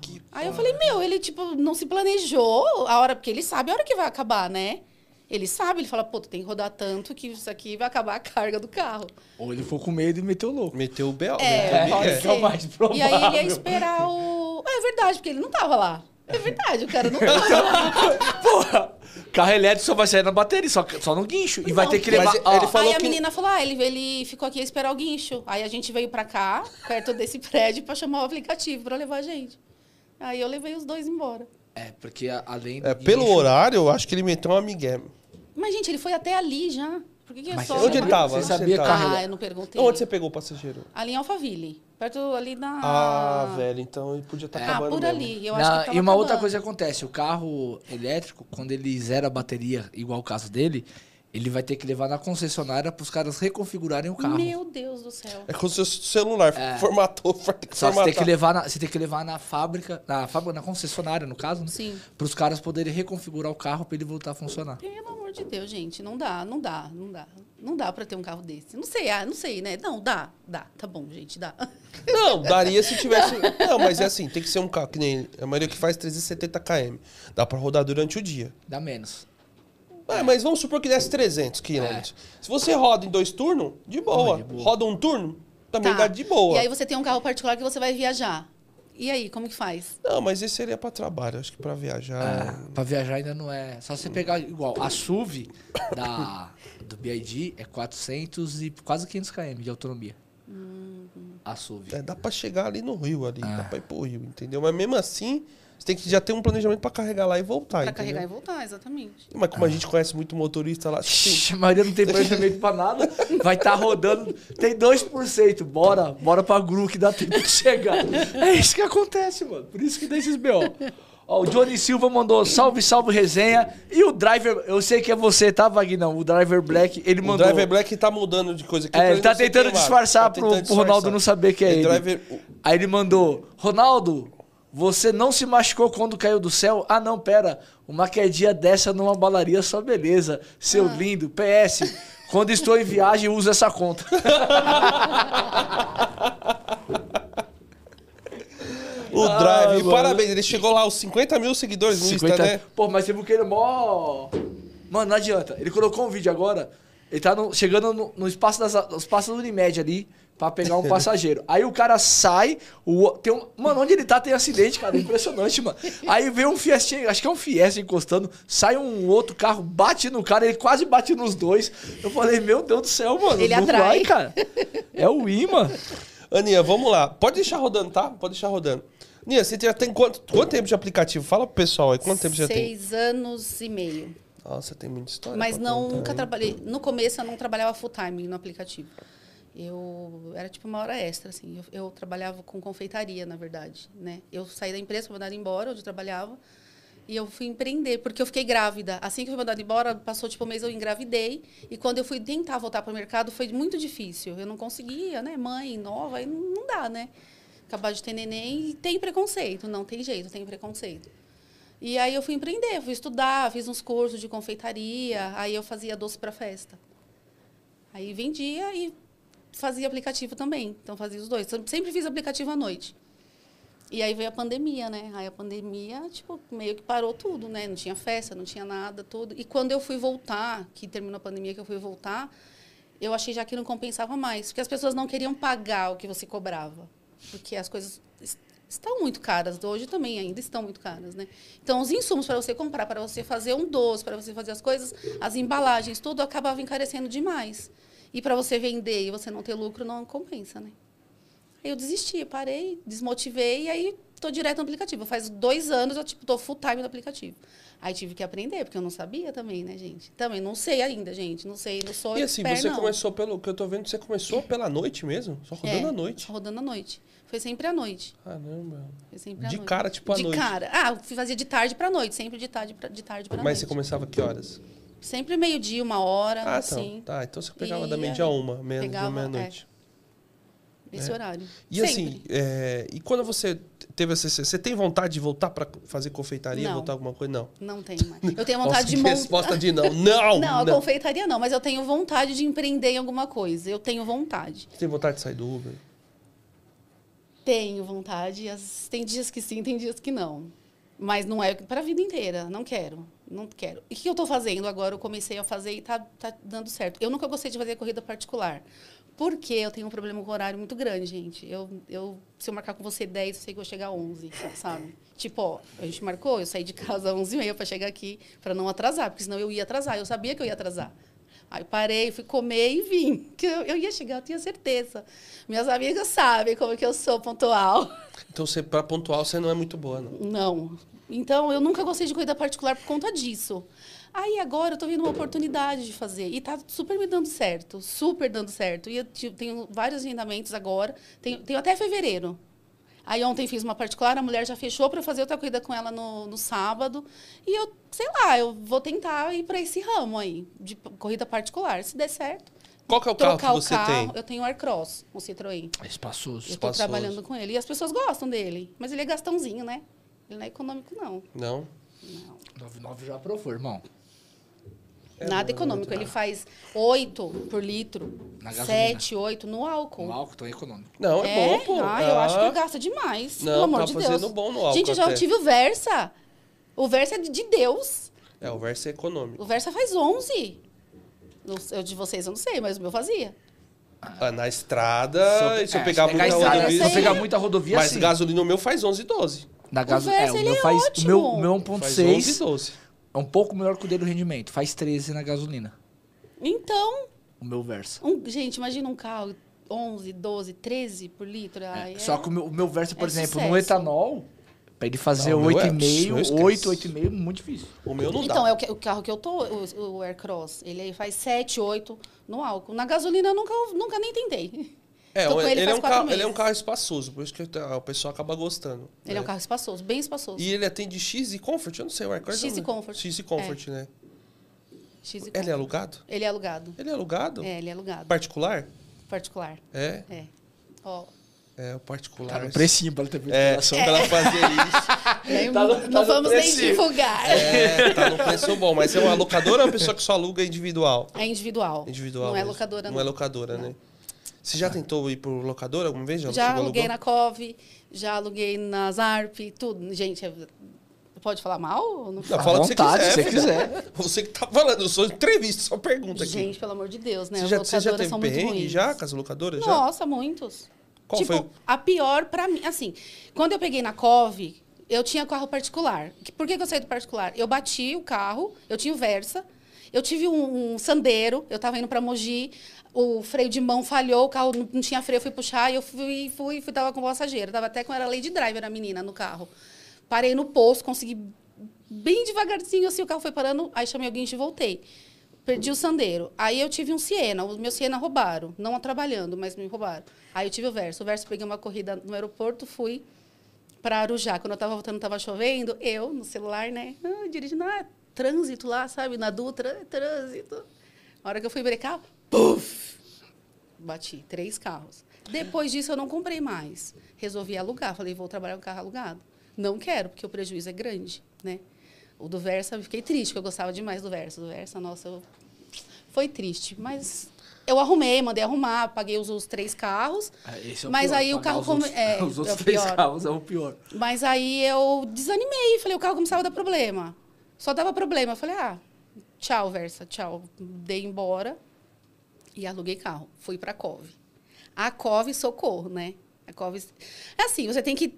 Que
Aí eu falei, meu, ele tipo, não se planejou a hora, porque ele sabe a hora que vai acabar, né? Ele sabe, ele fala, pô, tu tem que rodar tanto que isso aqui vai acabar a carga do carro.
Ou ele ficou com medo e meteu louco.
Meteu o Bel.
É,
meteu o Miguel.
olha
pode
é
ser.
o mais
E aí ele ia
provável.
esperar o. É verdade, porque ele não tava lá. É verdade, o cara não tava lá.
Porra! Carro elétrico só vai sair na bateria, só, só no guincho. E vai
Não.
ter que levar.
Mas
ó,
ele falou
aí a
que-
menina falou: ah, ele, ele ficou aqui a esperar o guincho. Aí a gente veio pra cá, perto desse prédio, pra chamar o aplicativo pra levar a gente. Aí eu levei os dois embora.
É, porque a- além do
É, pelo
guincho-
horário, eu acho que ele meteu uma migué.
Mas, gente, ele foi até ali já. Por que, que é
Mas
só.
você
Onde ele tava?
Você
Onde
sabia
ele
que
tava?
carro
Ah,
ele-
eu não perguntei.
Onde você pegou o passageiro?
Ali em Alphaville. Perto ali na.
Ah, velho, então ele podia estar
Ah,
acabando
por
mesmo.
ali. Eu
Na-
acho que tava
e uma outra
acabando.
coisa que acontece, o carro elétrico, quando ele zera a bateria, igual o caso dele, ele vai ter que levar na concessionária pros caras reconfigurarem é o carro.
Meu Deus do céu.
É como se o celular formatou, vai ter que
Só que você
formatar.
tem que levar na, você tem que levar na fábrica, na fábrica, na concessionária, no caso, né?
Sim.
Pros caras poderem reconfigurar o carro pra ele voltar a funcionar.
Pelo amor de Deus, gente, não dá, não dá, não dá. Não dá pra ter um carro desse. Não sei, ah, não sei, né? Não, dá, dá. Tá bom, gente, dá.
Não, daria se tivesse... Não, mas é assim, tem que ser um carro que nem... A maioria que faz 370 km. Dá pra rodar durante o dia.
Dá menos. É.
Ah, mas vamos supor que desse 300 km. Se você roda em dois turnos, de boa.
de boa.
Roda um turno, também
Tá.
dá de boa.
E aí você tem um carro particular que você vai viajar. E aí, como que faz?
Não, mas esse seria pra trabalho. Acho que pra viajar...
Ah, pra viajar ainda não é. Só você pegar igual. A SUV da, do BID é 400 e quase 500 km de autonomia.
Hum.
A SUV.
É, dá pra chegar ali no rio, ali.
É.
Dá pra ir pro rio, entendeu? Mas mesmo assim, você tem que já ter um planejamento pra carregar lá e voltar,
Pra
Ah, entendeu?
carregar e voltar, exatamente.
Mas como a gente conhece muito motorista lá... Sim,
Ixi, A maioria não tem planejamento pra nada. Vai estar rodando. Tem 2%. Bora, bora pra Gru que dá tempo de chegar. É isso que acontece, mano. Por isso que dá esses B.O. Ó, o Johnny Silva mandou salve, salve resenha. E o Driver, eu sei que é você, tá, Vagnão? O Driver Black, ele
O
mandou.
Driver Black tá mudando de coisa aqui.
É,
pra
ele tá
não ser
tentando
queimado.
disfarçar
Tá
pro,
tentando
pro
disfarçar.
Ronaldo não saber que é
The
ele.
Driver-
Aí ele mandou: Ronaldo, você não se machucou quando caiu do céu? Ah, não, pera. Uma quedinha dessa não abalaria sua beleza, seu lindo. PS, quando estou em viagem, uso essa conta.
O, o
Ai,
Driver,
Ah, mano.
parabéns, ele chegou lá aos 50 mil seguidores no Insta, né?
Pô, mas teve um que ele mó. Mano, não adianta. Ele colocou um vídeo agora. Ele tá no- chegando no, no espaço, das, no espaço da Unimed ali pra pegar um passageiro. Aí o cara sai. O, o- tem um, mano, onde ele tá tem acidente, cara. Impressionante, mano. Aí vem um Fiestinha, acho que é um Fiesta encostando. Sai um outro carro, bate no cara. Ele quase bate nos dois. Eu falei, meu Deus do céu, mano.
Ele
não
atrai.
vai, cara. É o imã.
Aninha, vamos lá. Pode deixar rodando, tá? Pode deixar rodando. Aninha, você já tem quanto, quanto tempo de aplicativo? Fala pro pessoal aí, quanto tempo você já tem?
Seis anos e meio.
Nossa, tem muita história.
Mas
pra
não,
contar,
nunca
hein?
trabalhei. No começo eu não trabalhava full time no aplicativo. Eu era tipo uma hora extra, assim. Eu, eu trabalhava com confeitaria, na verdade, né? Eu saí da empresa, fui mandada embora, onde eu trabalhava. E eu fui empreender, porque eu fiquei grávida. Assim que eu fui mandada embora, passou tipo um mês, eu engravidei. E quando eu fui tentar voltar para o mercado, foi muito difícil. Eu não conseguia, né? Mãe nova, aí não não dá, né? Acabar de ter neném e tem preconceito. Não tem jeito, tem preconceito. E aí eu fui empreender, fui estudar, fiz uns cursos de confeitaria, aí eu fazia doce para festa. Aí vendia e fazia aplicativo também. Então fazia os dois. Sempre- Sempre fiz aplicativo à noite. E aí veio a pandemia, né? Aí a pandemia, tipo, meio que parou tudo, né? Não tinha festa, não tinha nada, tudo. E quando eu fui voltar, que terminou a pandemia, que eu fui voltar, eu achei já que não compensava mais, porque as pessoas não queriam pagar o que você cobrava, porque as coisas es- estão muito caras hoje também ainda estão muito caras, né? Então os insumos para você comprar, para você fazer um doce, para você fazer as coisas, as embalagens, tudo acabava encarecendo demais. E para você vender e você não ter lucro não compensa, né? Aí eu desisti, parei, desmotivei e aí tô direto no aplicativo. Faz dois anos eu tipo tô full time no aplicativo. Aí tive que aprender, porque eu não sabia também, né, gente? Também não sei ainda, gente. Não sei, não sou
E assim,
expert,
você
não.
começou pelo. que eu tô vendo, você começou pela noite mesmo? Só rodando
É,
à noite.
só Rodando à noite. Foi sempre à noite.
Caramba.
Foi sempre à
De
noite.
cara, tipo, à
de
noite.
cara. Ah, eu fazia de tarde pra noite, sempre de tarde pra, de tarde pra
Mas você
noite.
começava que horas?
Sempre meio-dia, uma hora,
Ah, então.
assim.
Tá, então você pegava
E
da
aí,
meia-dia a uma, menos da
pegava,
meia-noite.
Esse horário.
então. É. E
Sempre.
assim, é, e quando você te- teve essa. Você tem vontade de voltar pra fazer confeitaria,
Não.
voltar alguma coisa? Não.
Não tenho mais. Eu tenho vontade
Nossa,
de
que
montar.
resposta de não. Não!
Não, a
não.
confeitaria não, mas eu tenho vontade de empreender em alguma coisa. Eu tenho vontade.
Você tem vontade de sair do Uber?
Tenho vontade. as- Tem dias que sim, tem dias que não. Mas não é pra vida inteira. Não quero. Não quero. E o que eu estou fazendo agora? Eu comecei a fazer e tá, tá dando certo. Eu nunca gostei de fazer corrida particular. Porque eu tenho um problema com horário muito grande, gente. Eu, eu, se eu marcar com você 10, eu sei que eu vou chegar a 11, sabe? Tipo, ó, a gente marcou, eu saí de casa às 11h30 para chegar aqui, para não atrasar, porque senão eu ia atrasar. Eu sabia que eu ia atrasar. Aí parei, fui comer e vim. Que eu, eu ia chegar, eu tinha certeza. Minhas amigas sabem como que eu sou pontual.
Então, você, pra pontual, você não é muito boa, não.
Não. Então, eu nunca gostei de corrida particular por conta disso. Aí agora eu tô vendo uma oportunidade de fazer. E tá super me dando certo. Super dando certo. E eu ti- tenho vários agendamentos agora. Tenho, tenho até fevereiro. Aí ontem fiz uma particular, a mulher já fechou para fazer outra corrida com ela no, no sábado. E eu, sei lá, eu vou tentar ir para esse ramo aí, de p- corrida particular. Se der certo,
Qual que é o carro que
trocar
você
o carro.
tem?
Eu tenho o Aircross, um Citroën.
É espaçoso.
Eu estou
Espaçoso.
trabalhando com ele. E as pessoas gostam dele. Mas ele é gastãozinho, né? Ele não é econômico, não.
Não?
99 já provou, irmão.
É
Nada econômico. Ele faz 8 por litro.
Na gasolina.
7, 8 no álcool. É?
Com Um álcool, tão econômico.
Não, é, bom, pô.
Ah, eu acho que
Ah.
gasta demais.
Não,
pelo amor
tá
de
fazendo
Deus.
bom no álcool
Gente, eu já
até.
tive o Versa. O Versa é de- de Deus.
É, o verso é econômico.
O Versa faz 11. Não sei- Eu de vocês eu não sei, mas o meu fazia.
Ah, na estrada, Ah, e se eu pegar assim? muita
estrada,
rodovia...
se eu
é, Se
sim.
eu pegar muita rodovia,
Mas
sim.
gasolina, o meu faz 11 12.
Na gaso...
Conversa,
É, o
ele
meu
é
faz. O meu,
ótimo.
o meu
Faz 11
1.6
12.
é um pouco melhor que o dele o rendimento. Faz 13 na gasolina.
Então,
O meu versa.
um- gente, imagina um carro 11, 12, 13 por litro. Ai, é-
Só que o meu, o meu versa, por
É
exemplo,
sucesso.
no etanol, pra ele fazer
Não, o meu é-
8,5,
eu
8,
esqueço.
8,5, muito difícil.
O meu não
então,
dá.
é o, que- o carro que eu tô, o, o Aircross. Ele aí faz 7, 8 no álcool. Na gasolina eu nunca, nunca nem tentei.
É,
tô com ele
ele, é
faz
um
quatro
carro, ele é um
meses.
carro espaçoso, por isso que o pessoal acaba gostando.
Ele é um
né?
carro espaçoso, bem espaçoso.
E ele atende X e Comfort? Eu não sei, o Aircross...
X e
eu não-
Comfort.
X e Comfort, né?
X e
Ele
ele,
é alugado?
ele é alugado.
Ele é alugado?
É, ele é alugado.
Particular?
Particular.
É,
É. Ó,
é o particular.
Tá no precinho pra ele ter
É,
ventilação.
pra ela fazer isso.
nem-
Tá no-
não
tá no
vamos nem
precinho.
divulgar. É.
É, tá no preço bom. Mas é uma locadora ou é uma pessoa que só aluga individual?
É individual.
Individual.
Não é
mesmo.
locadora,
não.
não.
é locadora, né? Você já tentou ir por locadora alguma vez? Já,
Já
chegou,
aluguei
alugou?
na Cove, já aluguei na Zarp, tudo. Gente, é- pode falar mal? ou Não
Não,
À
fala o que
vontade,
você
se
quiser. filha. Você que tá falando, eu sou entrevista, só pergunta aqui.
Gente, pelo amor de Deus, né?
você,
As
já, você já
locadoras
teve
são muito
perrengue
ruins.
já com as locadoras? Já?
Nossa, muitos.
Qual
tipo,
foi?
a pior pra mim, assim, quando eu peguei na Cove, eu tinha carro particular. Que- Por que, que eu saí do particular? Eu bati o carro, eu tinha o Versa, eu tive um, um sandeiro, eu tava indo pra Mogi, o freio de mão falhou, o carro não, não tinha freio, eu fui puxar, e eu fui, fui, fui, tava com o passageiro, tava até com era lady driver a menina no carro. Parei no posto, consegui bem devagarzinho, assim, o carro foi parando, aí chamei o guincho e voltei. Perdi o sandeiro. Aí eu tive um Siena. O meu Siena roubaram. Não trabalhando, mas me roubaram. Aí eu tive o Verso. O Verso peguei uma corrida no aeroporto, fui para Arujá. Quando eu tava voltando, tava chovendo. Eu, no celular, né? Ah, dirigindo. Ah, trânsito lá, sabe? Na Dutra, trânsito. A hora que eu fui brecar, puf! Bati três carros. Depois disso, eu não comprei mais. Resolvi alugar. Falei, vou trabalhar com carro alugado. Não quero, porque o prejuízo é grande, né? O do Versa, eu fiquei triste, porque eu gostava demais do Versa. Do Versa, nossa, eu- foi triste. Mas eu arrumei, mandei arrumar, paguei os, os três carros.
É, esse é
mas
pior,
aí o
pagar
carro...
os
come-
outros-
é,
os
é o
outros três
pior.
carros é o pior.
Mas aí eu desanimei, falei, o carro começava a dar problema. Só dava problema. Eu falei, ah, tchau, Versa, tchau. Dei embora e aluguei carro. Fui pra Cove. A Cove, socorro, né? A Cove. É assim, você tem que.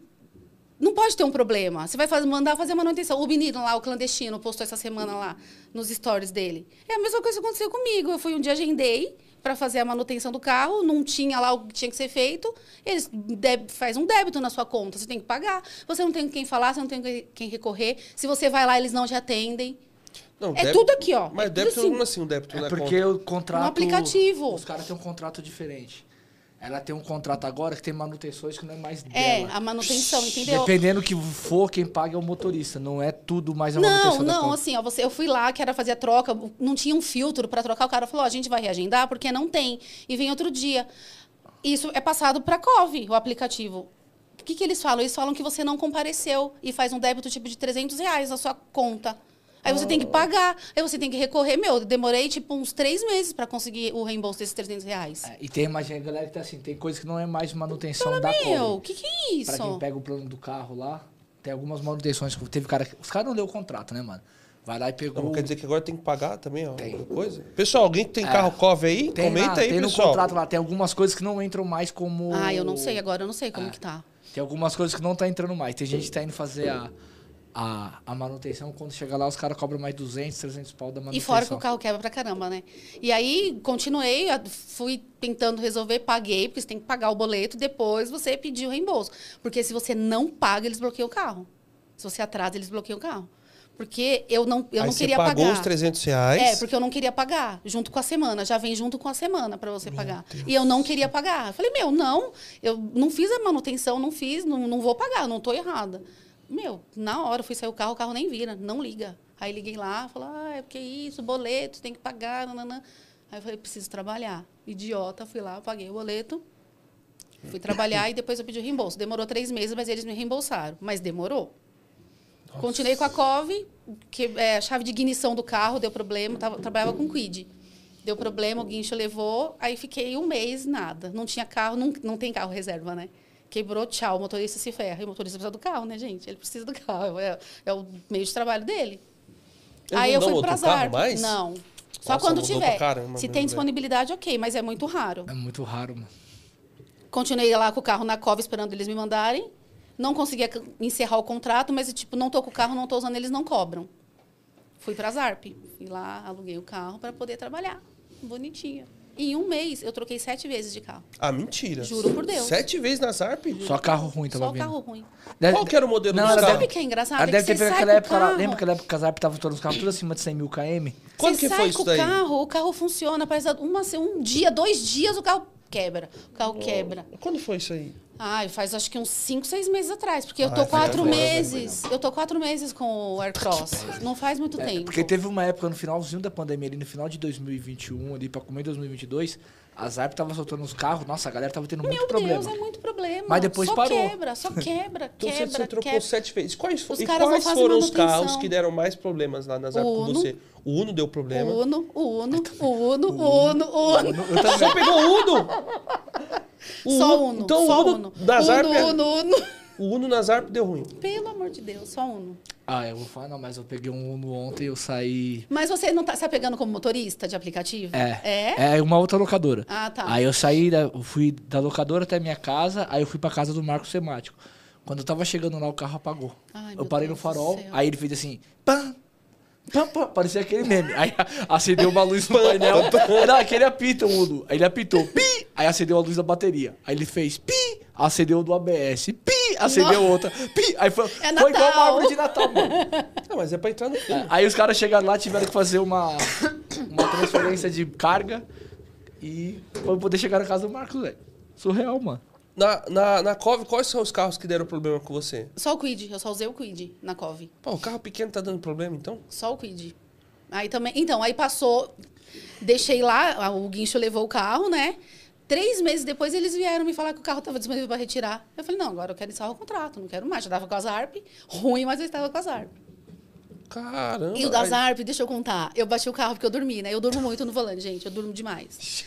Não pode ter um problema. Você vai fazer- mandar fazer manutenção. O menino lá, o clandestino, postou essa semana lá nos stories dele. É a mesma coisa que aconteceu comigo. Eu fui um dia, agendei para fazer a manutenção do carro, não tinha lá o que tinha que ser feito. Eles deb- faz um débito na sua conta, você tem que pagar. Você não tem com quem falar, você não tem com quem recorrer. Se você vai lá, eles não te atendem.
Não,
É tudo aqui, ó.
Mas
É
o
tudo
débito
assim.
não é assim, o débito
É
na
porque
conta.
o contrato.
No aplicativo.
Os caras têm um contrato diferente. Ela tem um contrato agora que tem manutenções que não é mais dela.
É, a manutenção, entendeu?
Dependendo que for, quem paga é o motorista. Não é tudo mais a
Não,
manutenção da
não,
conta.
assim, ó, você, eu fui lá, que era fazer a troca, não tinha um filtro para trocar, o cara falou, ó, a gente vai reagendar porque não tem, e vem outro dia. Isso é passado para a Cove, o aplicativo. O que, que eles falam? Eles falam que você não compareceu e faz um débito tipo de 300 reais na sua conta. Aí você tem que pagar, aí você tem que recorrer. Meu, eu demorei tipo uns três meses para conseguir o reembolso desses 300 reais.
É, e tem mais a galera que tá assim, tem coisa que não é mais manutenção da
Meu, o
conta.
que, que é isso?
Pra quem pega o plano do carro lá, tem algumas manutenções que teve cara. que- Os caras não leu o contrato, né, mano? Vai lá e pegou.
Não, quer dizer que agora tem que pagar também, ó.
Tem. É.
alguma Coisa. Pessoal, alguém que tem carro COV aí,
tem
comenta
lá,
aí,
tem no
pessoal.
contrato lá, tem algumas coisas que não entram mais como.
Ah, eu não sei agora, eu não sei
É.
como que tá.
Tem algumas coisas que não tá entrando mais. Tem gente que tá indo fazer a, a, a manutenção. Quando chega lá, os caras cobram mais 200, 300 pau da manutenção.
E fora que o carro quebra pra caramba, né? E aí, continuei, a- fui tentando resolver, paguei, porque você tem que pagar o boleto, depois você pediu reembolso. Porque se você não paga, eles bloqueiam o carro. Se você atrasa, eles bloqueiam o carro. Porque eu não, eu
aí
não queria
você pagou
pagar.
os 300 reais.
É, porque eu não queria pagar, junto com a semana. Já vem junto com a semana pra você pagar. E eu não queria pagar. Eu falei, meu, não, eu não fiz a manutenção, não fiz, não, não vou pagar, não tô errada. Meu, na hora eu fui sair o carro, o carro nem vira, não liga. Aí liguei lá, falei, ah, é porque isso, boleto, tem que pagar, nananã. Aí eu falei, preciso trabalhar. Idiota, fui lá, paguei o boleto, fui trabalhar e depois eu pedi o reembolso. Demorou três meses, mas eles me reembolsaram. Mas demorou. Continuei com a COV, que é a chave de ignição do carro, deu problema, tava, trabalhava com Quid. Deu problema, o guincho levou, aí fiquei um mês, nada. Não tinha carro, não, não tem carro reserva, né? Quebrou, tchau, o motorista se ferra. E o motorista precisa do carro, né, gente? Ele precisa do carro, é, é o meio de trabalho dele.
Eles
aí
não
eu
dão
fui
outro
pra
carro
Zarp.
mais?
Não. Só
Nossa,
quando
mudou
tiver.
pra caramba
Se
mesmo,
tem
né?
disponibilidade, ok, mas é muito raro.
É muito raro, mano.
Continuei lá com o carro na cova esperando eles me mandarem. Não conseguia c- encerrar o contrato, mas tipo, não tô com o carro, não tô usando, eles não cobram. Fui pra Zarp. Fui lá, aluguei o carro para poder trabalhar. Bonitinha. Em um mês, eu troquei sete vezes de carro.
Ah, mentira.
Juro por Deus.
Sete vezes na Zarp?
Só carro ruim tava
Só
vindo.
carro ruim.
Deve-
Qual que era o modelo
Não,
dos
ela
carros?
Sabe o que é engraçado?
Ah,
é
deve
que
ter
você
pegado aquela
sai com o
época lá.
carro.
Lembra aquela época que a Zarp tava todos os carros tudo acima de 100 mil km?
Quando
Você
que
sai
foi
com
isso
o
daí?
carro, o carro funciona, parece uma, se- um dia, dois dias o carro quebra. O carro quebra.
Quando foi isso aí?
Ai, faz acho que uns 5, 6 meses atrás, porque eu
Ah,
tô
faz
quatro
agora, né?
meses. Eu tô quatro meses com o Aircross. Não faz muito tempo.
É, Porque teve uma época no finalzinho da pandemia, ali no final de 2021, ali pra comer 2022, a Zarp tava soltando os carros. Nossa, a galera tava tendo muito
Meu
problema.
Deus, é muito problema.
Mas depois
só
parou.
quebra, só quebra,
Então você, você
quebra,
trocou
quebra.
sete vezes. Quais, fo-
Os
e
caras não
quais
fazem
foram os
manutenção.
carros que deram mais problemas lá na Zarp
O
com
Uno.
você? O Uno deu problema.
O Uno, o Uno, o Uno, o Uno, o Uno.
Só pegou o Uno? O
Só
Uno-
Uno,
então o
só
Uno
Uno.
da Zarp é-
Uno, Uno, Uno.
O Uno na Zarp deu ruim.
Pelo amor de Deus, só Uno.
Ah, eu vou falar, não, mas eu peguei um Uno ontem eu saí.
Mas você não tá se apegando como motorista de aplicativo?
É.
É?
É uma outra locadora.
Ah, tá.
Aí eu saí, da, eu fui da locadora até a minha casa, aí eu fui pra casa do Marco Semático. Quando eu tava chegando lá, o carro apagou.
Ai,
eu
meu
parei
Deus
no
do
farol,
céu.
aí ele fez assim, pam, pam, pam, parecia aquele meme. Aí acendeu uma luz no painel. Não, aquele apita o Uno. Aí ele apitou, pi, aí acendeu a luz da bateria. Aí ele fez, pi, acendeu do ABS, pi, acendeu outra, pi. Aí foi,
É
foi igual uma
Natal.
árvore de Natal, mano.
Ah, mas é pra entrar no filme.
Aí os caras chegaram lá, tiveram que fazer uma, uma transferência de carga e pra poder chegar na casa do Marcos, velho. Surreal, mano.
Na, na, na Cove, quais são os carros que deram problema com você?
Só o Quid, eu só usei o Quid na Cove.
Pô, o carro pequeno tá dando problema, então?
Só o Quid. Aí também. Então, aí passou. Deixei lá, o guincho levou o carro, né? Três meses depois eles vieram me falar que o carro estava disponível para retirar. Eu falei, não, agora eu quero encerrar o contrato, não quero mais. Já estava com a Zarp, ruim, mas eu estava com a Zarp.
Caramba.
E o da
Ai,
Zarp, deixa eu contar, eu bati o carro porque eu dormi, né? Eu durmo muito no volante, gente, eu durmo demais.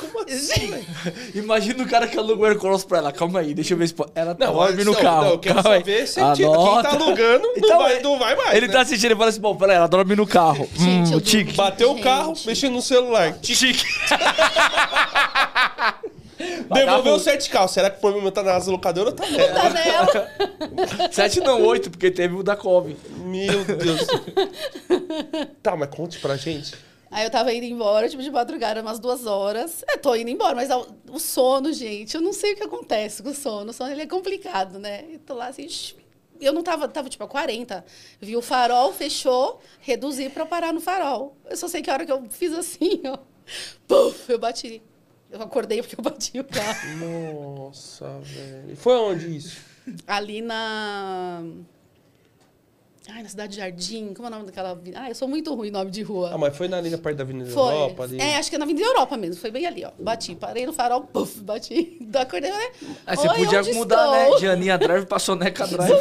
Como assim, velho?
Imagina o cara que alugou o Aircross pra ela. Calma aí, deixa eu ver se pode. Ela
Não,
dorme no
não,
carro.
não, eu quero
Calma aí.
saber se tira- quem tá
Anota.
alugando não vai-
ele-
não vai mais,
Ele
né?
tá assistindo e fala assim: bom, peraí, ela dorme no carro.
Gente,
hum,
eu
tique.
durmo.
Bateu o
Gente.
carro, mexendo no celular.
Tique.
Devolveu
Vagabundo.
os sete carros. Será que o problema tá nas locadoras ou tá nela?
Tá nela.
Sete não, oito, porque teve o da Kobe.
Meu Deus. tá, mas conte pra gente.
Aí eu tava indo embora, tipo, de madrugada, umas duas horas. É, tô indo embora, mas a- o sono, gente, eu não sei o que acontece com o sono. O sono, ele é complicado, né? Eu tô lá assim... shh. Eu não tava, tava tipo a 40. Vi o farol, fechou, reduzi pra parar no farol. Eu só sei que a hora que eu fiz assim, ó... Puf, eu bati. Eu acordei porque eu bati o carro.
Nossa, velho. E Foi onde isso?
Ali na... Ai, na Cidade Jardim. Como é o nome daquela... avenida? Ah, eu sou muito ruim em nome de rua.
Ah, mas foi na linha perto da Avenida
Foi.
Europa ali.
É, acho que na Avenida Europa mesmo. Foi bem ali, ó. Bati, parei no farol, puff, bati. Da acordei, né?
Aí Ah, você
Oi,
podia
onde
mudar, né?
estou?
De Aninha Drive pra Soneca Drive.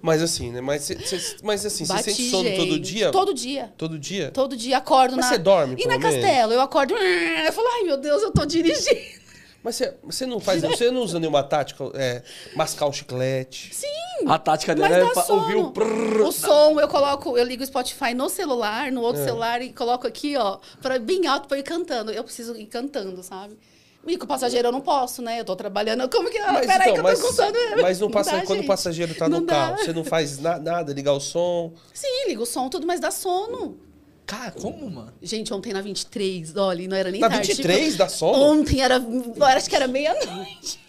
Mas assim, né? Mas, cê- cê- mas assim, você
Bati,
sente sono todo
gente.
dia?
Todo dia.
Todo dia?
Todo dia acordo
Mas
na.
você dorme,
E
pelo
na
menos?
Castelo, eu acordo. Eu falo, ai meu Deus, eu tô dirigindo.
Mas você- você não faz, você não usa nenhuma tática, é, mascar o chiclete.
Sim,
A tática
Mas
né?
dela
dá
é fa-
sono.
ouvir o prrr.
O som, eu coloco, eu ligo o Spotify no celular, no
É.
outro celular, e coloco aqui, ó, pra, bem alto pra eu ir cantando. Eu preciso ir cantando, sabe? E com o passageiro eu não posso, né? Eu tô trabalhando. Como que.
Mas,
Ah, Peraí,
então,
que eu
mas,
tô contando. né?
mas não passa,
dá,
quando
gente.
o passageiro tá no
Não dá.
carro, você não faz na- nada, ligar o som.
Sim, ligo o som, tudo, mas dá sono.
Cara, como, mano?
Gente, ontem na 23, olha, e não era nem
Na
tarde.
23
tipo,
dá sono?
Ontem era, eu acho que era meia-noite.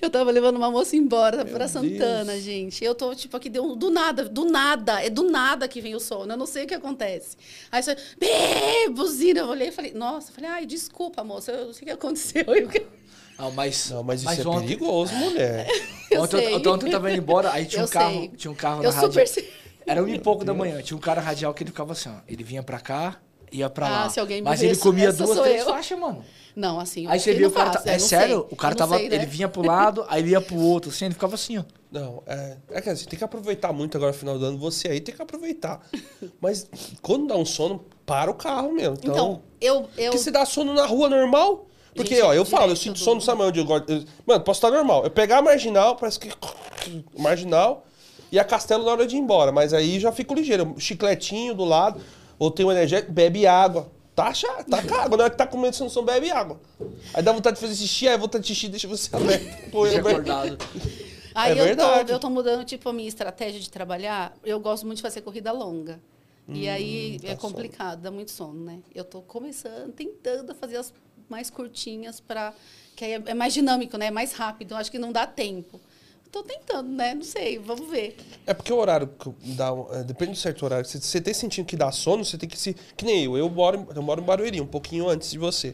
Eu tava levando uma moça embora pra Santana,
Deus.
gente. Eu tô, tipo, aqui deu, do nada, do nada, é do nada que vem o sono. Eu não sei o que acontece. Aí você, "Bê, buzina, eu olhei e falei, nossa, eu falei, ai, desculpa, moça, eu não sei o que aconteceu. Eu,
Ah, mas,
Não, mas isso é
ontem,
perigoso, mulher.
eu
ontem,
sei.
ontem eu tava indo embora, aí tinha
Eu
um carro,
sei.
tinha um carro
Eu
na rádio.
super sei.
Era um e pouco da manhã, tinha um cara radial que ele ficava assim, ó, ele vinha pra cá, ia pra
Ah,
lá.
se alguém me
mas
vê,
ele comia
essa
duas,
sou
três
eu.
faixas, mano.
Não, assim, eu
Aí você
não
viu o cara,
faço,
tá-
eu
é
não
sério?
sei,
O cara
eu não
tava,
sei, né?
ele vinha pro lado, aí ele ia pro outro, assim, ele ficava assim, ó.
Não, é, é que assim, tem que aproveitar muito agora no final do ano. Você aí tem que aproveitar. Mas quando dá um sono, para o carro mesmo. Então,
Então, eu... eu
Porque se dá sono na rua normal. Porque,
Gente,
ó, eu falo, eu
direto
sinto
do-
sono, sabe onde eu gosto? eu- Mano, posso estar normal. Eu pegar a marginal, parece que. Marginal. E a castelo na hora de ir embora. Mas aí já fico ligeiro. Chicletinho do lado, ou tem um energético, bebe água. Tá chato, tá caro. Na hora que tá comendo você não sono, bebe água. Aí dá vontade de fazer xixi, aí vontade de xixi, deixa você aberto. Pô, eu
Tinha
aberto.
acordado.
É
Aí eu,
verdade.
Tô, eu tô mudando, tipo, a minha estratégia de trabalhar. Eu gosto muito de fazer corrida longa. E
Hum,
aí
dá
é
sono.
complicado, dá muito sono, né? Eu tô começando, tentando fazer as mais curtinhas para que aí é, é mais dinâmico, né? É mais rápido. Eu acho que não dá tempo. Tô tentando, né? Não sei, vamos ver.
É porque o horário que dá. é, Depende do certo horário. Se você tem sentido que dá sono, você tem que se. Que nem eu, eu moro, em- eu moro em Barueri, um pouquinho antes de você.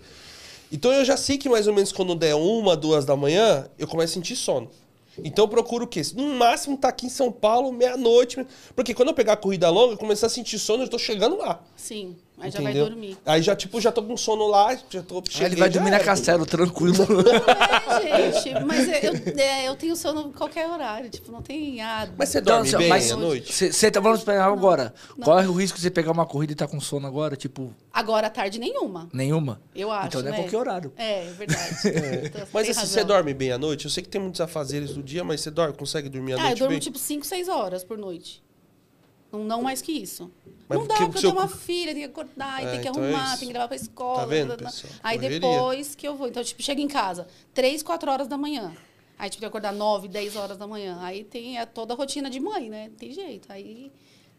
Então eu já sei que mais ou menos quando der uma, duas da manhã, eu começo a sentir sono. Então eu procuro o quê? No máximo tá aqui em São Paulo, meia-noite. Porque quando eu pegar a corrida longa, eu começar a sentir sono, eu tô chegando lá.
Sim, aí já vai
entendeu?
dormir.
Aí já, tipo, já tô com sono lá, já tô
Aí
cheguei,
ele vai
já
dormir na
era.
castelo, tranquilo.
É, gente, mas é, eu, é, eu tenho sono em qualquer horário, tipo, não tem nada.
Mas você dorme
Então,
bem
mas-
à noite?
Você tá falando pra agora. Qual é o risco de você pegar uma corrida e tá com sono agora? Tipo,
Agora à tarde nenhuma.
nenhuma?
Eu acho.
Então não é
né?
qualquer horário.
É, é verdade. Então, tem
Mas assim, você
razão.
dorme bem à noite? Eu sei que tem muitos afazeres do dia, mas você dorme, consegue dormir à
Ah,
noite
eu durmo
bem?
tipo 5, 6 horas por noite. Não, não mais que isso.
Mas
não
porque
dá,
o
porque eu
seu
tenho uma
cu-
filha, tem que acordar, e
É,
tem que
então é
arrumar,
isso.
tem que levar pra escola.
Tá vendo,
tá, tá, tá.
pessoal?
Aí
Correria.
depois que eu vou. Então, tipo, chego em casa, 3, 4 horas da manhã. Aí, tipo, tem que acordar 9, 10 horas da manhã. Aí tem é toda a rotina de mãe, né? Não tem jeito. Aí,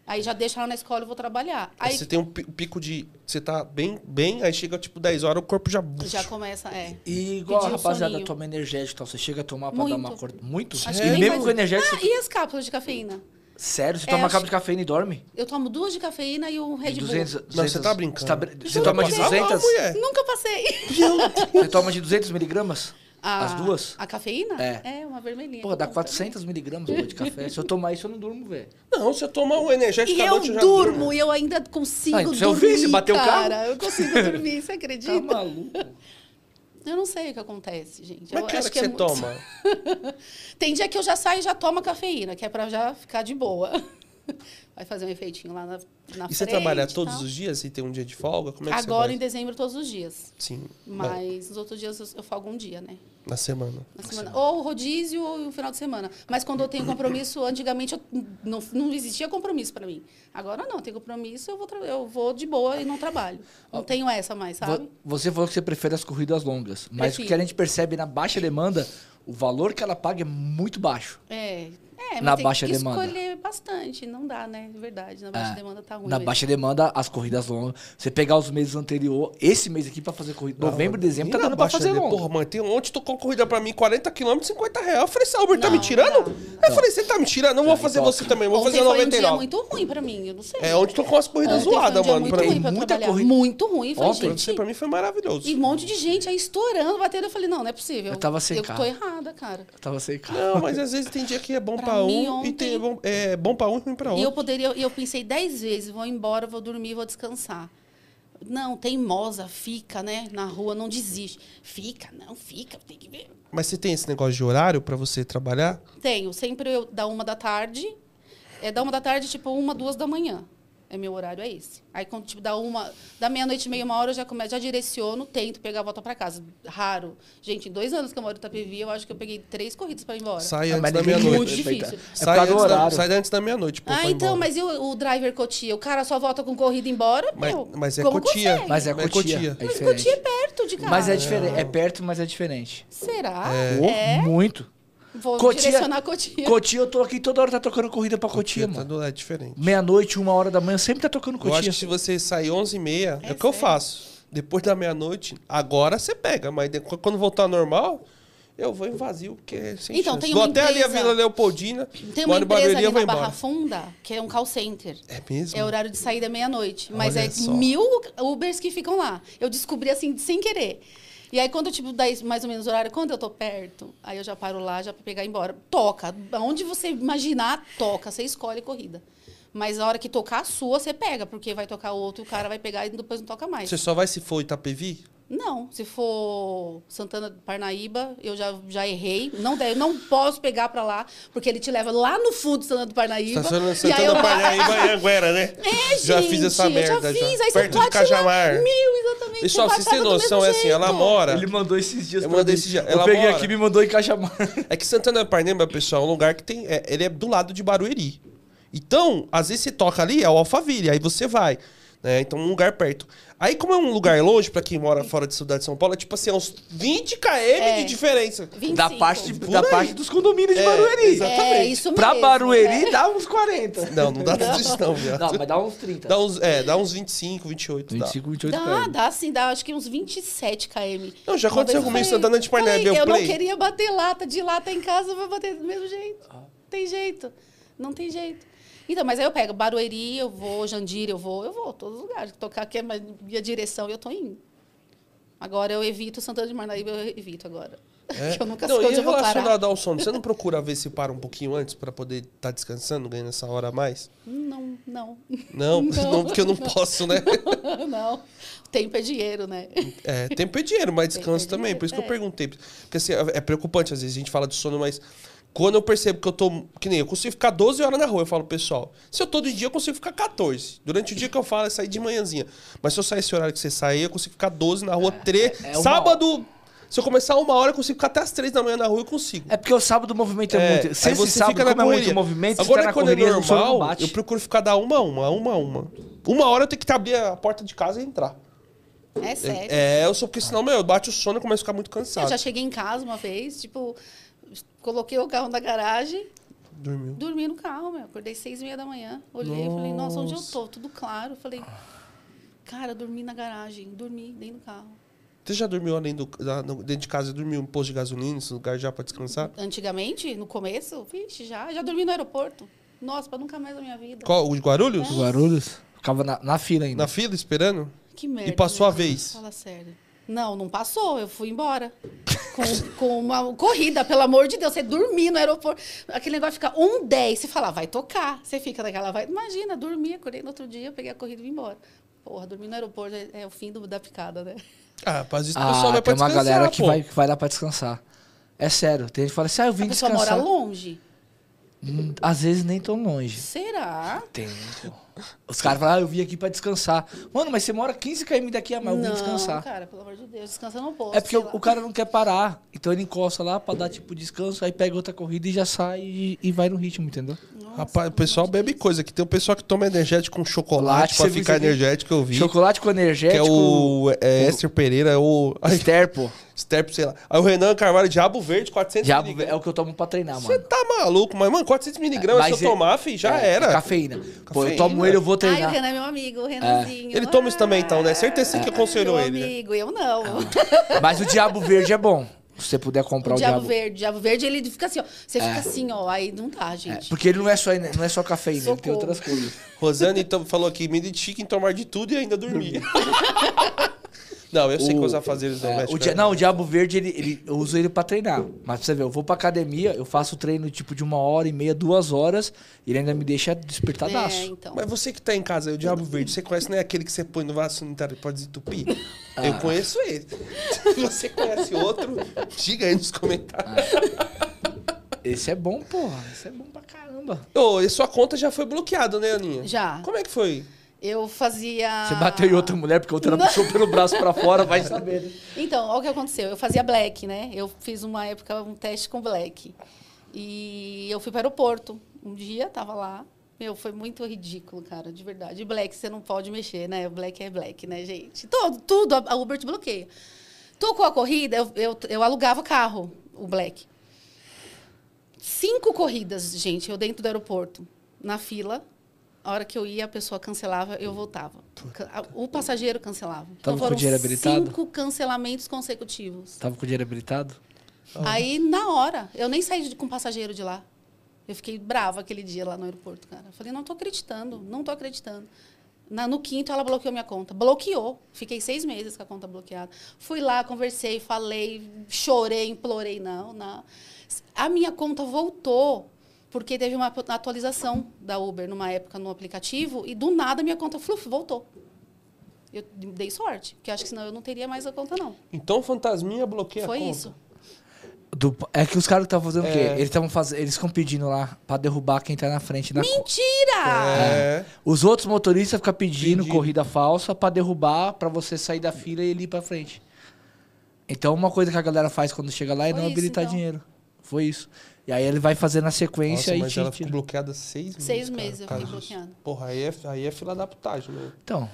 aí já deixo ela na escola e vou trabalhar.
Aí
Aí
você tem um pi- pico de. Você tá bem, bem, aí chega tipo 10 horas, o corpo já.
já começa, é.
E igual a
Pedir um
rapaziada
soninho.
toma energético, e tal, você chega a tomar pra
Muito.
dar uma corda. Muito?
Acho que
e
nem
mesmo
faz-
com energético,
Ah, e as cápsulas de cafeína?
você- sério, você
É,
toma uma
acho-
capa de cafeína e dorme?
Eu tomo duas de cafeína e um Red Bull.
200,
Não, você tá
200,
brincando.
br- Você toma de
Não, "Ah, não,
200?
mulher.
Nunca passei.
Você toma de 200 miligramas?
A-
As duas?
A cafeína?
É.
uma vermelhinha.
Porra,
que
dá
eu tomo
400 miligramas pô, de café. Se eu tomar isso, eu não durmo, velho.
Não, se eu tomar um energético
também. E
à
eu
noite, já né?
durmo, e eu ainda consigo
Ah, então
dormir,
você é o vice, bateu o carro?
cara. Eu consigo dormir, você
Tá
acredita?
maluco?
eu não sei o que acontece, gente.
Mas
eu
que hora
acho
que,
é
você
muito-
toma?
Tem dia que eu já saio e já tomo a cafeína, que é pra já ficar de boa. Vai fazer um efeitinho lá na, na frente.
E você trabalha todos
tal.
os dias e tem um dia de folga? Como é que
tá? Agora, em
você faz? É.
dezembro, todos os dias.
Sim. vai,
Mas nos outros dias eu, eu folgo um dia, né?
Na semana.
Na semana. Ou rodízio ou no final de semana. Mas quando eu tenho compromisso, antigamente eu não, não existia compromisso pra mim. Agora não, tem compromisso, eu vou, tra- eu vou de boa e não trabalho. Não tenho essa mais, sabe?
Vo- Você falou que você prefere as corridas longas, mas o
Tá. Prefiro.
que a gente percebe na baixa demanda, o valor que ela paga é muito baixo.
É. É, mas
Na
tem
baixa
que
demanda.
escolher bastante, não dá, né? De verdade, na baixa
É.
demanda tá ruim.
Na
mesmo.
baixa demanda, as corridas longas. Você pegar os meses anterior, esse mês aqui pra fazer corrida, novembro, dezembro, tá
E na
dando pra
baixa
fazer
ali,
longa.
Porra, mano, tem ontem tocou uma corrida pra mim, 40 km, 50 reais. Eu falei, Salber, tá
Não,
me tirando?
não dá, não
eu falei, você tá me tirando? Não vou fazer
toca.
você também, vou
Ontem
fazer
foi um
99.
dia muito ruim pra mim, eu não sei.
É, ontem tocou umas corridas
Ontem foi um
zoadas,
dia
mano.
Muito
Pra
ruim
mim,
pra
Muita
trabalhar.
corrida.
Muito ruim. Eu Falei,
Ontem,
pra
gente,
você, pra mim foi maravilhoso.
e um monte de gente aí estourando, batendo. Eu falei, não, não é possível.
Eu tava sem
Eu
carro.
tô errada, cara.
Eu tava sem carro.
Não, mas às vezes tem dia que é bom pra,
Pra
um
mim,
e tem é
ontem-
bom, é bom pra um e ruim pra
E eu
outro.
poderia, e eu pensei dez vezes, vou embora, vou dormir, vou descansar. Não, teimosa, fica, né? Na rua, não desiste. Fica, não, fica, tem que ver.
Mas você tem esse negócio de horário pra você trabalhar?
Tenho, sempre eu da uma da tarde. É da uma da tarde, tipo, uma, duas da manhã. É meu horário, é esse. Aí quando tipo, dá uma, da meia-noite e meia, uma hora, eu já, come, já direciono, tento pegar a volta pra casa. Raro. Gente, em dois anos que eu moro em Itapevi, eu acho que eu peguei três corridas pra ir embora.
Sai
Ah,
antes
mas
da
ninguém-
Muito
meia-noite.
difícil.
É por
Sai,
causa do
antes da-
horário.
sai antes da meia-noite, pô.
ah,
pra ir
então,
embora.
mas e o, o driver Cotia? O cara só volta com corrida embora,
Mas-
meu?
mas é
Como
Cotia.
consegue?
Mas é
Mas é
Cotia.
Cotia.
É
Mas
diferente.
Cotia é perto de casa.
Mas é diferente. É perto, mas é diferente.
Será?
Pô,
É.
Muito.
Vou
Cotia-
direcionar Cotia.
Cotia, eu tô aqui toda hora tá tocando corrida pra Cotia,
Tá
mano.
do- É diferente.
Meia-noite, uma hora da manhã, sempre tá tocando
Eu acho
Cotia.
que se você sair 11h30, é,
É
o que eu
sério?
faço. Depois da meia-noite, agora você pega, mas de- quando voltar ao normal, eu vou em vazio, porque é sem
Então,
chance.
tem
Vou
uma
até ali a
empresa-
Vila Leopoldina,
Tem uma
moro em
empresa
Barueri,
ali
eu vou
na
embora.
Barra Funda, que é um call center.
É mesmo?
É horário de saída é meia-noite. Mas
Olha
é
só.
mil Ubers que ficam lá. Eu descobri assim, de- sem querer. E aí, quando eu, tipo, dá esse mais ou menos o horário, quando eu tô perto, aí eu já paro lá, já pra pegar e ir embora. Toca. Onde você imaginar, toca. Você escolhe corrida. Mas a hora que tocar a sua, você pega, porque vai tocar outro, o cara vai pegar e depois não toca mais.
Você só vai se for Itapevi?
Não, se for Santana do Parnaíba, eu já, já errei. Não deve, não posso pegar pra lá, porque ele te leva lá no fundo de Santana do Parnaíba.
Estaciona
e aí eu...
Santana
assim,
Parnaíba e Anguera, né?
É,
Já
gente,
fiz essa merda
Eu já fiz,
já.
aí
Perto
você
de
pode
Cajamar.
Tirar mil, exatamente.
Pessoal,
você
vocês têm noção, é assim, ela mora...
mandou esses dias
Eu
pra
mandei
mim.
esses dias.
Eu
Ela
peguei
mora.
aqui e me mandou em Cajamar.
É que Santana do Parnaíba, pessoal, é um lugar que tem. é, ele é do lado de Barueri. Então, às vezes você toca ali, é o Alphaville, aí você vai. Né? Então, um lugar perto. Aí, como é um lugar longe, pra quem mora fora de cidade de São Paulo, é tipo assim, é uns 20 km
É.
de diferença.
Da parte,
Por
da
aí.
parte dos condomínios de
É,
Barueri.
exatamente.
É, isso mesmo.
Pra Barueri
é.
dá uns 40.
Não, não dá tudo isso, não, viado.
Não, mas dá uns 30.
Dá uns, é, dá uns 25, 28. 25.
25, 28
Dá, dá sim, dá acho que uns 27 km.
Não, já aconteceu
Uma vez eu
comigo em
falei-
Santana de Parnaíba,
falei,
eu
Eu não
play.
queria bater lata de lata em casa, eu vou bater do mesmo jeito. Tem jeito. Não tem jeito. Então, mas aí eu pego Barueri, eu vou, Jandira, eu vou, eu vou, todos os lugares. Tocar aqui é mais minha direção e eu tô indo. Agora eu evito Santana de Parnaíba, eu evito agora.
É.
Que eu nunca
não,
sei
e
onde eu vou parar.
relacionado ao sono, você não procura ver se para um pouquinho antes pra poder estar descansando, ganhando essa hora a mais?
Não, não.
Não, não,
Não.
porque eu não posso, né?
não. Tempo é dinheiro, né?
É, tempo é dinheiro, mas descanso
é
também.
dinheiro,
Por isso que eu
é.
perguntei. Porque assim, é preocupante, às vezes a gente fala de sono, mas quando eu percebo que eu tô. Que nem eu consigo ficar 12 horas na rua, eu falo, pessoal, se eu todo dia eu consigo ficar 14. Durante o dia que eu falo, é sair de manhãzinha. Mas se eu sair esse horário que você sair, eu consigo ficar 12 na rua, 3.
é uma
sábado, se eu começar uma hora, eu consigo ficar até as 3 da manhã na rua, eu consigo.
É porque o sábado o movimento é,
É,
muito. Se
aí
esse sábado, como é muito movimento,
Agora,
você tá na
quando
correria,
é
o sono não
normal,
bate.
eu procuro ficar da uma a uma, uma a uma. Uma hora eu tenho que abrir a porta de casa e entrar.
É sério.
É, eu sou porque senão, meu, bate o sono e começo a ficar muito
Eu
cansado.
já cheguei em casa uma vez, tipo, coloquei o carro na garagem,
Dormiu.
dormi no carro, meu. Acordei seis e meia da manhã, olhei e falei, nossa, onde eu tô? Tudo claro. Falei, cara, dormi na garagem, dormi, nem no carro.
Você já dormiu além do, da- no- dentro de casa? Dormiu em posto de gasolina, esse lugar já pra descansar?
Antigamente, no começo, vixe, já, já dormi no aeroporto. Nossa, pra nunca mais na minha vida.
Qual? O de Guarulhos?
É. Guarulhos? Ficava na, na fila ainda.
Na fila, esperando?
Que merda.
E passou
né?
a vez?
Fala sério. Não, não passou, eu fui embora. Com, com uma corrida, pelo amor de Deus. Você dormir no aeroporto. Aquele negócio fica um 10, você fala, vai tocar. Você fica naquela vai. Imagina, dormi, acordei no outro dia, peguei a corrida e vim embora. Porra, dormir no aeroporto é, é o fim do- da picada, né?
Ah, mas isso o pessoal
Ah,
vai pra
tem uma
descansar,
galera que
pô.
vai, que vai lá pra descansar. É sério. Tem gente que fala assim, ah, eu
A
vim
pessoa
descansar.
mora longe.
Hum, Às vezes nem tão longe.
Será?
Tem, pô. Os caras falam, ah, eu vim aqui pra descansar. Mano, mas você mora 15 km daqui a mais, eu vim
não,
descansar.
cara, pelo amor de Deus, descansa não posso.
É porque
sei
o,
lá.
o cara não quer parar. Então ele encosta lá pra dar tipo descanso, aí pega outra corrida e já sai e, e vai no ritmo, entendeu?
Nossa,
Rapaz, o pessoal bebe coisa aqui. Tem o pessoal que toma energético com
Chocolate,
chocolate pra
você viu
ficar
isso aqui?
energético, eu vi.
Chocolate com
que
energético.
é o é,
o-
Esther Pereira, é o... Ai,
Sterpo.
Esther, sei lá. Aí o Renan Carvalho, Diabo Verde, 400
Diabo
miligramas.
é o que eu tomo pra treinar,
Você
mano.
tá maluco, mas, mano, 400 miligramas, se eu
Mas é-
tomar, fi, já
É,
era.
Cafeína. Pô, eu
Cafeína.
tomo ele, eu vou
Ai, o
treinar.
Renan é meu amigo, o Renanzinho.
Ele toma isso
Ah,
também, então, né? Certeza que aconselhou
meu
ele, né?
amigo, eu não.
Mas o Diabo Verde é bom. Se você puder
O
comprar o,
diabo, verde, o diabo verde, ele fica assim, ó. Você fica assim, ó. Aí não dá,
É,
gente.
porque ele não é só, não é só cafeína, ele tem
Socorro.
outras coisas.
Rosane então, falou aqui, me identifique em tomar de tudo e ainda dormir. não, eu sei que os afazeres
É, o
domésticos...
dia- não, o Diabo Verde, ele, ele- eu uso ele pra treinar. Mas pra você ver, eu vou pra academia, eu faço treino tipo de uma hora e meia, duas horas, e ele ainda me deixa
É,
despertadaço.
então.
Mas você que tá em casa, aí, o Diabo Verde, você conhece, não é aquele que você põe no vaso sanitário pra desentupir?
Ah.
Eu conheço ele. Se você conhece outro, diga aí nos comentários.
Esse é bom, porra. Esse é bom pra caramba.
Ô, e sua conta já foi bloqueada, né, Aninha?
Já.
Como é que foi?
Eu fazia.
Você bateu em outra mulher porque a outra
Não.
puxou pelo braço pra fora, vai saber. né?
Então, olha o que aconteceu. Eu fazia black, né? Eu fiz uma época um teste com black. E eu fui para o aeroporto. Um dia, tava lá. Meu, foi muito ridículo, cara, de verdade. E Black, você não pode mexer, né? Black é black, né, gente? Todo, tudo, a Uber te bloqueia. Tocou a corrida, eu, eu, eu alugava carro, o Black. Cinco corridas, gente, eu dentro do aeroporto, na fila. A hora que eu ia, a pessoa cancelava, eu voltava. Ca- O passageiro cancelava. Então
com o dinheiro habilitado?
cinco cancelamentos consecutivos.
Tava com o dinheiro habilitado?
Aí, na hora, eu nem saí de- com passageiro de lá. Eu fiquei brava aquele dia lá no aeroporto, cara. Eu falei, não tô acreditando, não tô acreditando. Na- no quinto, ela bloqueou minha conta. Bloqueou. Fiquei seis meses com a conta bloqueada. Fui lá, conversei, falei, chorei, implorei. Não, não. A minha conta voltou porque teve uma atu- atualização da Uber numa época no aplicativo e do nada minha conta fluf, voltou. Eu dei sorte, porque acho que senão eu não teria mais a conta, não.
Então, fantasminha
é
bloqueia a
Foi
conta.
isso.
Do- é que os caras estavam fazendo o quê?
É.
Eles estavam fazendo. Eles ficam pedindo lá pra derrubar quem tá na frente da co-
Mentira!
É.
Os outros motoristas ficam pedindo
Pedindo.
corrida falsa pra derrubar, pra você sair da fila e ele ir pra frente. Então, uma coisa que a galera faz quando chega lá é
Foi
não
isso,
habilitar
então.
dinheiro. Foi isso. E aí ele vai fazer na sequência
Nossa,
e
mas
te
ela
tira.
ficou bloqueada seis meses.
Seis
cara,
meses eu
por causa
fiquei
disso.
bloqueada.
Porra, aí é, aí é fila da putagem, né?
Então,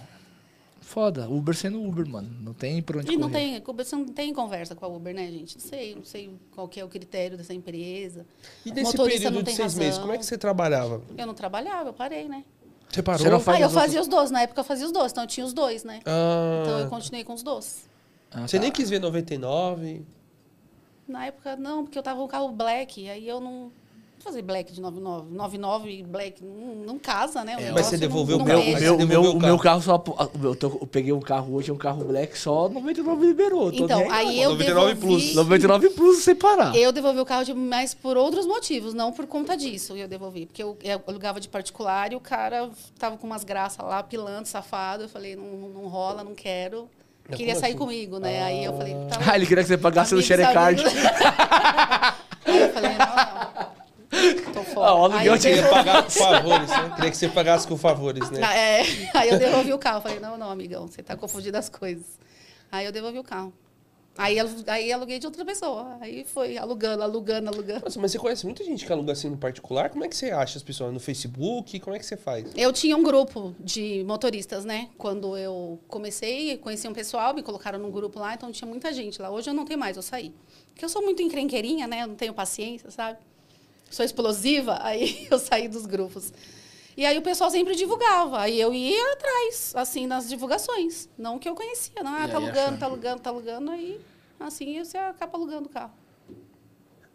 foda. Uber sendo Uber, mano. Não tem pra onde
E não
correr.
tem, você não tem conversa com a Uber, né, gente? Não sei, não sei qual que é o critério dessa empresa.
E nesse
Motorista não
período de
tem
seis meses,
razão.
como é que você trabalhava?
Eu não trabalhava, eu parei, né?
Você parou?
Você não faz
Ah, eu
os
fazia os dois, na época eu fazia os dois, então eu tinha os dois, né?
Ah,
Então eu continuei com os dois.
Ah,
Você
tá.
nem quis ver 99.
Na época, não, porque eu tava com o carro black, aí eu não. Fazer black de 99, 99 e black não, não casa, né?
É,
O
mas
negócio
você
não-
devolveu
não
O meu,
Aí
o
mexe.
né? você
meu, o meu,
devolveu o
o meu carro só. o meu- Eu, tô- eu peguei um carro hoje, é um carro black, só 99 liberou. tô nem
Então,
não,
aí eu
99
devolvi.
plus.
99 plus sem parar.
Eu devolvi o carro, de, mas por outros motivos, não por conta disso eu devolvi. Porque eu, eu alugava de particular e o cara tava com umas graças lá, pilando, safado. Eu falei, não, não rola, não quero.
Mas
Queria
como
sair
assim?
comigo, né? Aí eu falei, tá
Ah, ele queria que você pagasse no
amigos,
Sharecard.
amigos. Aí eu falei, não, não. Tô fora.
Ah, o aluguel
Aí eu
tinha
Queria
devolvi-
pagar com favores, né? Queria que você pagasse com favores, né?
Ah, é. Aí eu devolvi o carro. Falei, não, não, amigão, você tá confundindo as coisas. Aí eu devolvi o carro. Aí, alu- aí aluguei de outra pessoa. Aí foi alugando, alugando, alugando.
Nossa, mas você conhece muita gente que aluga assim no particular? Como é que você acha as pessoas? No Facebook? Como é que você faz?
Eu tinha um grupo de motoristas, né? Quando eu comecei, conheci um pessoal, me colocaram num grupo lá, então tinha muita gente lá. Hoje eu não tenho mais, eu saí. Porque eu sou muito encrenqueirinha, né? Eu não tenho paciência, sabe? Sou explosiva, aí eu saí dos grupos. E aí o pessoal sempre divulgava, aí eu ia atrás, assim, nas divulgações. Não que eu conhecia, não, ah,
E
tá
aí
alugando,
achando.
tá alugando, tá alugando, aí assim você acaba alugando o carro.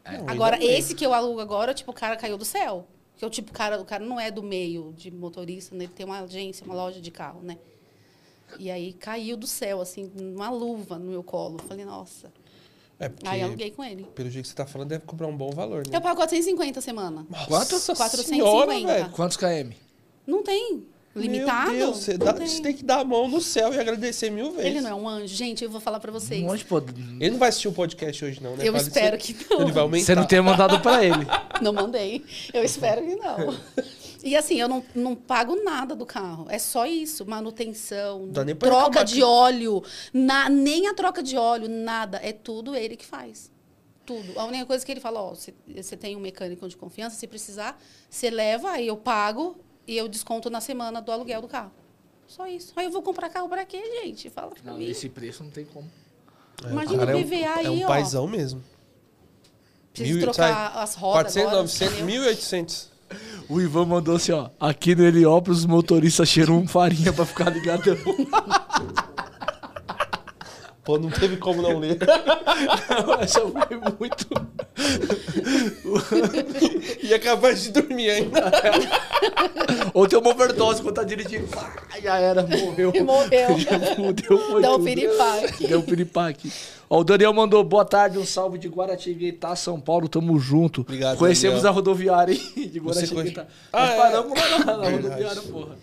Não,
Agora,
ainda bem.
esse que eu alugo agora, tipo, o cara caiu do céu. Porque o tipo, cara, o cara não é do meio de motorista, né? ele tem uma agência, uma loja de carro, né? E aí caiu do céu, assim, uma luva no meu colo. Falei, nossa.
É, porque,
Aí aluguei com ele.
pelo jeito que você tá falando, deve cobrar um bom valor, né?
Eu pago 450 a semana.
Quanto?
Nossa
450.
senhora, velho.
Quantos KM?
Não tem. Limitado?
Meu Deus, você,
não
dá-
tem.
você tem que dar a mão no céu e agradecer mil vezes.
Ele não é um anjo. Gente, eu vou falar pra vocês.
Um monte, pô.
Ele não vai assistir o podcast hoje, não, né?
eu
Fala isso.
espero que não.
Ele vai aumentar.
Você não tenha mandado pra ele.
Não mandei. Eu espero que não. E assim, eu não, não pago nada do carro. É só isso. Manutenção,
Dá nem pra
troca
reclamar
de
que-
óleo. na- nem a troca de óleo, nada. É tudo ele que faz. Tudo. A única coisa que ele fala, ó, você- você tem um mecânico de confiança, se precisar, você leva, aí eu pago e eu desconto na semana do aluguel do carro. Só isso. Aí eu vou comprar carro pra quê, gente? Fala pra mim.
preço não tem como.
Imagina
Cara, é
o
um-
PVA aí,
É um
ó.
paizão mesmo.
Preciso
Mil e-
trocar
sai
as rodas
400,
agora,
900,
pneu.
1.800.
O Ivan mandou assim, ó. Aqui no Heliópolis, os motoristas cheiram um farinha pra ficar ligadão.
Pô, não teve como não ler.
Essa foi muito...
e é capaz de dormir ainda.
Ou tem uma overdose quando tá dirigindo. Pá, já era, morreu.
E morreu.
Fudeu, foi
Dá um
tudo.
piripaque.
Deu um piripaque. Ó, o Daniel mandou boa tarde, um salve de Guaratinguetá, São Paulo, tamo junto.
Obrigado,
Conhecemos
Daniel.
a rodoviária hein, de
Você
Guaratinguetá.
conhe-
Nós
Ah, é.
paramos lá na, na
Verdade.
rodoviária, porra.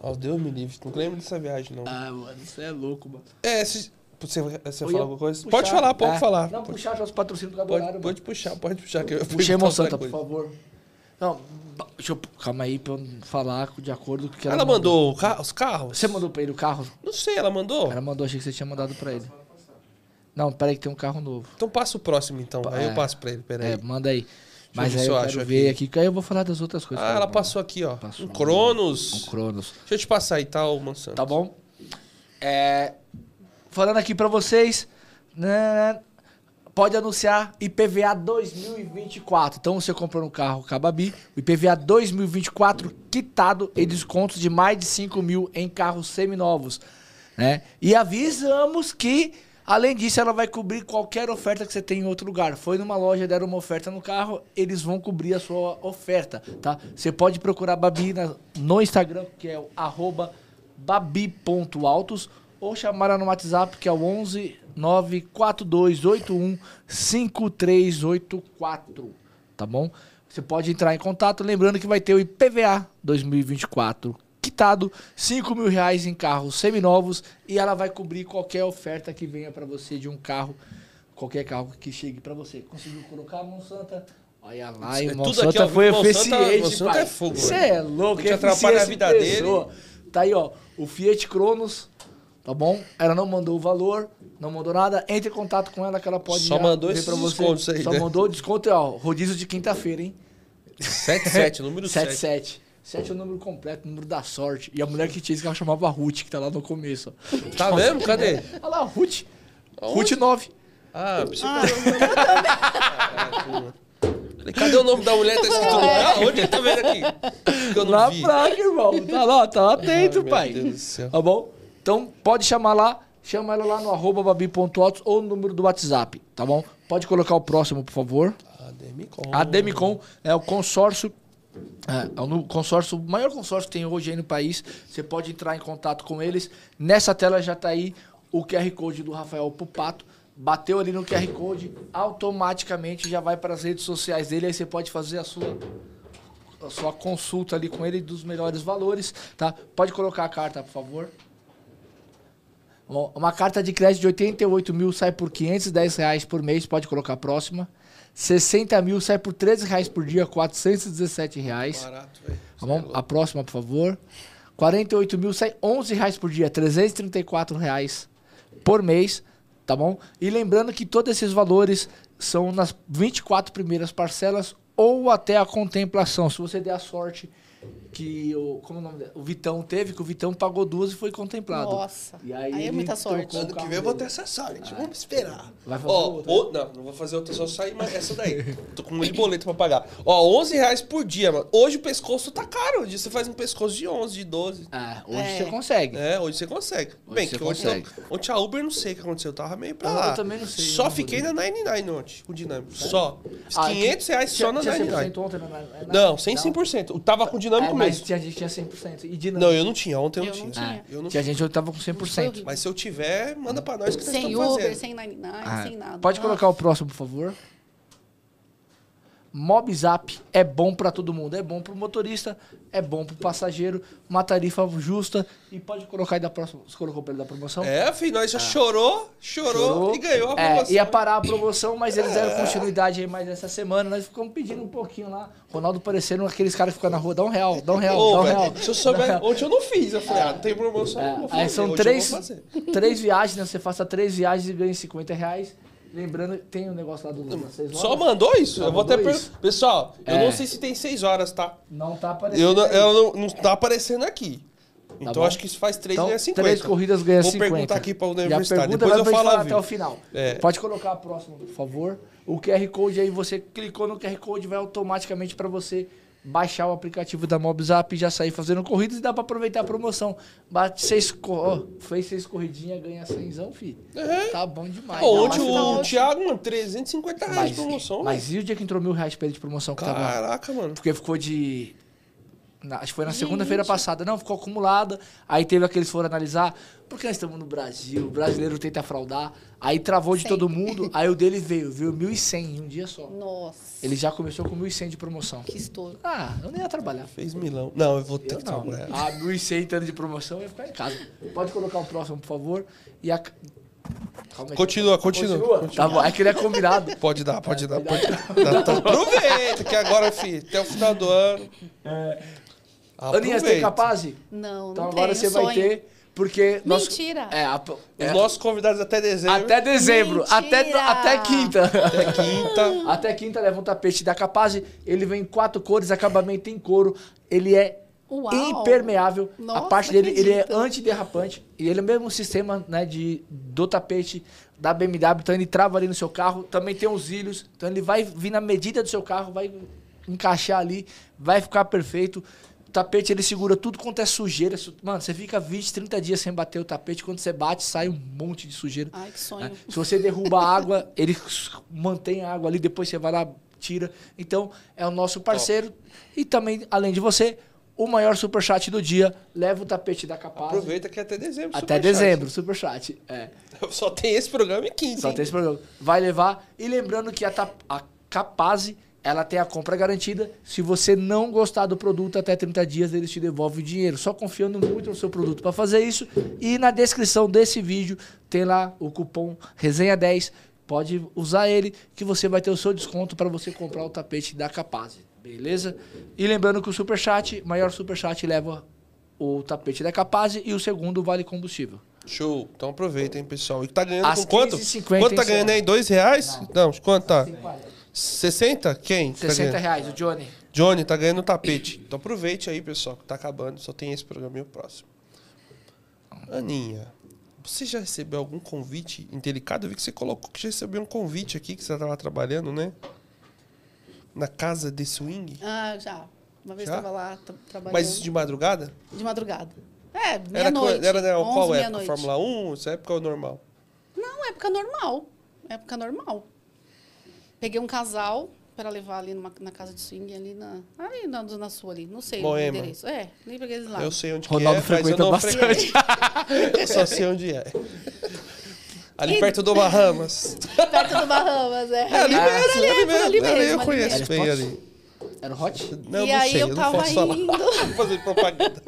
Ó, Deus me livre. Não lembro dessa viagem, não.
Ah, mano, você é louco, mano.
É, se... Você, você
Eu
fala
ia
alguma coisa?
puxar-
Pode falar, pode
Ah,
falar.
Não,
pode,
puxar já os patrocínios do
pode,
Gabonário, mano.
pode puxar, pode puxar. Que eu ia
Puxa a
perguntar
emoção, tá
outra
por
coisa.
favor. Não, ba- deixa eu. Calma aí pra eu não falar de acordo com o que ela.
Ela mandou o ca- os carros?
Você mandou pra ele o carro?
Não sei, ela mandou?
Ela mandou, achei que você tinha mandado pra ele. Não, peraí que tem um carro novo.
Então passa o próximo, então. Aí eu
É.
passo pra ele, peraí.
É, manda aí.
eu
Mas
ver
aí
se
eu
eu
quero
acho aqui.
ver aqui. que aí eu vou falar das outras coisas.
ah,
que
ela
mandou.
passou aqui, ó.
Passou.
Um Cronos.
Um Cronos.
Deixa eu te passar aí, tá, ô, mano Santos?
Tá bom? É, falando aqui pra vocês, né, pode anunciar IPVA 2024. Então você comprou um carro Cababi, o IPVA 2024 quitado e descontos de mais de 5 mil em carros seminovos. Né? E avisamos que, além disso, ela vai cobrir qualquer oferta que você tem em outro lugar. Foi numa loja, deram uma oferta no carro, eles vão cobrir a sua oferta. tá? Você pode procurar a Babi na- no Instagram, que é o arroba babi.autos ou chamar ela no WhatsApp que é o 11 94281 5384, tá bom? Você pode entrar em contato, lembrando que vai ter o IPVA 2024 quitado, 5 mil reais em carros seminovos e ela vai cobrir qualquer oferta que venha para você de um carro, qualquer carro que chegue para você. Conseguiu colocar a Monsanta? Olha lá,
É
e
tudo
Monsanta
aqui, ó.
foi
Monsanta-
eficiente,
Monsanta
pai.
é fogo,
Você
velho.
é
Não
louco,
te
é
atrapalha a
eficiência
vida
de
dele.
pessoa. Tá aí, ó. O Fiat Cronos, tá bom? Ela não mandou o valor, não mandou nada. Entre em contato com ela que ela pode
Só
já
mandou
ver
esses
pra você.
descontos aí,
Só
né?
mandou o desconto, ó. Rodízio de quinta-feira, hein?
77, número 7.
77. 7 é o número completo, o número da sorte. E a mulher que tinha esse carro chamava Ruth, que tá lá no começo, ó.
Tá mesmo? Cadê?
Olha lá, Ruth. Ruth 9.
Ah, precisa. Falei, Cadê o nome da mulher que tá escrito no carro? Onde ele tá vendo aqui? Que eu não
Lá
vi.
fraca, irmão. Tá lá, tá atento,
Ai, meu
pai.
Deus do céu.
Tá bom? Então, pode chamar lá. Chama ela lá no arroba babi.autos ou no número do WhatsApp, tá bom? Pode colocar o próximo, por favor.
Ademicon.
A Demicon é o consórcio. É, é o nu- consórcio, o maior consórcio que tem hoje aí no país. Você pode entrar em contato com eles. Nessa tela já tá aí o QR Code do Rafael Pupato. Bateu ali no QR Code, automaticamente já vai para as redes sociais dele. Aí você pode fazer a sua a sua consulta ali com ele dos melhores valores, tá? Pode colocar a carta, por favor. Bom, Uma carta de crédito de 88 mil sai por 510 reais por mês, pode colocar a próxima. 60 mil sai por 13 reais por dia, 417 reais.
Barato, velho.
Tá bom? A próxima, por favor. 48 mil sai 11 reais por dia, 334 reais por mês, tá bom? E lembrando que todos esses valores são nas 24 primeiras parcelas ou até a contemplação. Se você der a sorte que o, como é o, nome dele? o Vitão teve, que o Vitão pagou duas e foi contemplado.
Nossa.
E aí,
Aí é
ele
muita sorte.
trocou o
Ano que
carro
vem eu vou
dele.
ter essa Summit. Vamos esperar.
Ah, Vai fazer
Ó,
outra.
o- não, não vou fazer outra, só sair mas essa daí. Tô com um monte de boleto pra pagar. Ó, 11 reais por dia, mano. Hoje o pescoço tá caro. Hoje você faz um pescoço de 11, de 12.
Ah, hoje
É.
você consegue.
É, hoje você consegue.
Hoje
Bem,
você
que hoje,
consegue.
não- ontem a Uber não sei o que aconteceu, eu tava meio pra
Eu-
lá.
eu também não sei, eu
Só
não
fiquei na 99 ontem, com dinâmico. Só. Fiz
Ah,
500 reais
tinha-
só na
tinha
99.
100% ontem, né? Na- na-
Não, sem 100%. Eu tava com dinâmico
É, mas
mesmo.
tinha gente que tinha 100%. E dinâmico.
Não, eu não tinha, ontem eu não
Eu não
tinha.
tinha.
Eu não
Que a
tinha.
gente tava com 100%.
horrível.
Mas se eu tiver, manda pra nós que nós
Sem
estamos
Uber,
fazendo.
sem 99,
Ah,
sem nada.
Pode
Ah,
colocar o próximo, por favor. Mobzap é bom para todo mundo. É bom pro motorista, é bom pro passageiro, uma tarifa justa. E pode colocar aí da próxima. Você colocou pra ele da promoção?
É, filho, nós já chorou, chorou,
Ah. Chorou.
e ganhou a
É,
promoção.
ia parar a promoção, mas eles deram continuidade aí mais essa semana. Nós ficamos pedindo um pouquinho lá. Ronaldo parecendo aqueles caras que ficam na rua, dá um real, dá um real,
Ô,
dá um
velho,
real.
se eu souber, ontem eu não fiz. Eu falei, ah, não tem promoção.
É,
não vou
aí
fazer.
são
Hoje eu
três,
vou fazer.
três viagens, né? Você faça três viagens e ganha 50 reais. Lembrando, tem um negócio lá do Lula. vocês
Só
olham?
mandou isso?
Só
eu vou até
mandou
perguntar.
isso.
Pessoal, eu
É.
não sei se tem seis horas, tá?
Não tá aparecendo.
Eu não,
aí. Tá
eu não, não tá aparecendo aqui. Então
bom.
acho que isso faz três
Então,
ganha 50.
três corridas ganha
Vou
50.
perguntar aqui pra
E a
universidade.
pergunta
Depois eu
vai pra gente
falo.
falar até o
Até
final.
É.
Pode colocar a próxima, por favor. O QR Code aí, você clicou no QR Code, vai automaticamente para você baixar o aplicativo da Mobzap e já sair fazendo corridas e dá para aproveitar a promoção. Bate seis, co- ó, fez seis corridinhas, ganha cenzão, filho.
É.
Tá bom demais. Dá
Ontem
uma
o, o Thiago, mano, 350 reais de
Mas,
promoção. né?
mas tá e o dia que entrou mil reais pra ele de promoção que tava?
Caraca, mano.
Porque ficou de. na- acho que foi na segunda-feira passada. Não, ficou acumulada. Aí teve aqueles que foram analisar. Porque nós estamos no Brasil, o brasileiro tenta fraudar. Aí travou de todo mundo. Aí o dele veio, veio 1.100 em um dia só.
Nossa,
Ele já começou com 1.100 de promoção.
que estouro.
Ah, eu nem ia trabalhar.
Fez milão. Não, eu vou ter
Eu
que né?
não.
trabalhar.
um Ah, 1.100 tanto de promoção, eu ia ficar em casa. Pode colocar o próximo, por favor. E a. Calma aí.
Continua, continua. Tá
Tá bom, é que ele é combinado.
Pode dar, pode dar, pode dar. Então aproveita que agora, filho, até o final do ano.
Aninha, você tem
Aproveita.
capaz?
Não,
Então
não
agora
tenho
você vai
sonho.
ter, porque... nós-
Mentira.
É, a- é,
Os nossos convidados até dezembro.
até dezembro, até,
Mentira.
até quinta.
até quinta.
Até quinta leva um tapete da Capaz, ele vem em quatro cores, acabamento em couro, ele é
Uau.
impermeável, a
Nossa,
parte dele ele é
acredito.
antiderrapante e ele é o mesmo sistema né, de, do tapete da BMW, então ele trava ali no seu carro, também tem os ilhos, então ele vai vir na medida do seu carro, vai encaixar ali, vai ficar perfeito. O tapete ele segura tudo quanto é sujeira. su- Mano, você fica 20, 30 dias sem bater o tapete, quando você bate sai um monte de sujeira.
Ai, que sonho.
Né? Se você derruba a água, ele s- mantém a água ali, depois você vai lá, tira. Então, é o nosso parceiro. E também, além de você, o maior superchat do dia. Leva o tapete da Capaz.
Aproveita que é até dezembro.
Até
superchat.
dezembro, superchat. É,
Só tem esse programa e 15.
só tem esse problema. Vai levar. E lembrando que a, Ta- a Capaz, ela tem a compra garantida. Se você não gostar do produto, até 30 dias eles te devolvem o dinheiro. Só confiando muito no seu produto para fazer isso. E na descrição desse vídeo tem lá o cupom Resenha10. Pode usar ele que você vai ter o seu desconto para você comprar o tapete da Capaz. Beleza? E lembrando que o superchat, maior superchat leva o tapete da Capaz e o segundo vale combustível.
Show. Então aproveita, hein, pessoal. E tá ganhando
Às
com quanto?
15,50,
quanto tá
hein,
ganhando
senhor?
aí? Dois reais? Não, quanto tá? 60? Quem? que tá
60
ganhando?
reais, o Johnny.
Johnny tá ganhando tapete. Então aproveite aí, pessoal, que tá acabando. Só tem esse programa e o próximo. Aninha, você já recebeu algum convite indelicado? Eu vi que você colocou que já recebeu um convite aqui, que você tava trabalhando, né? Na casa de swing?
Ah, já. Uma vez
Já?
estava lá tra- trabalhando.
Mas isso de madrugada?
De madrugada. É,
Era, co-
meia-noite.
era né,
11,
qual época?
meia-noite.
Fórmula 1? Essa época ou normal?
Não, época normal. Época normal. Peguei um casal para levar ali numa- na casa de swing, ali na, ali na, na sua ali. Não sei
Moema.
o endereço. É, nem peguei eles lá.
Eu sei onde
Ronaldo
que é, mas eu
frequenta
não
bastante.
frequento. Eu só sei onde é. Ali perto do Bahamas.
Perto do Bahamas, é.
É, ali
É,
mesmo, ali, mesmo.
ali
ali
mesmo,
eu
ali
conheço
mesmo.
bem
Era
ali.
Era o Hot?
Não,
E
não
aí
sei,
eu
não
tava
posso falar.
indo.
Fazer propaganda.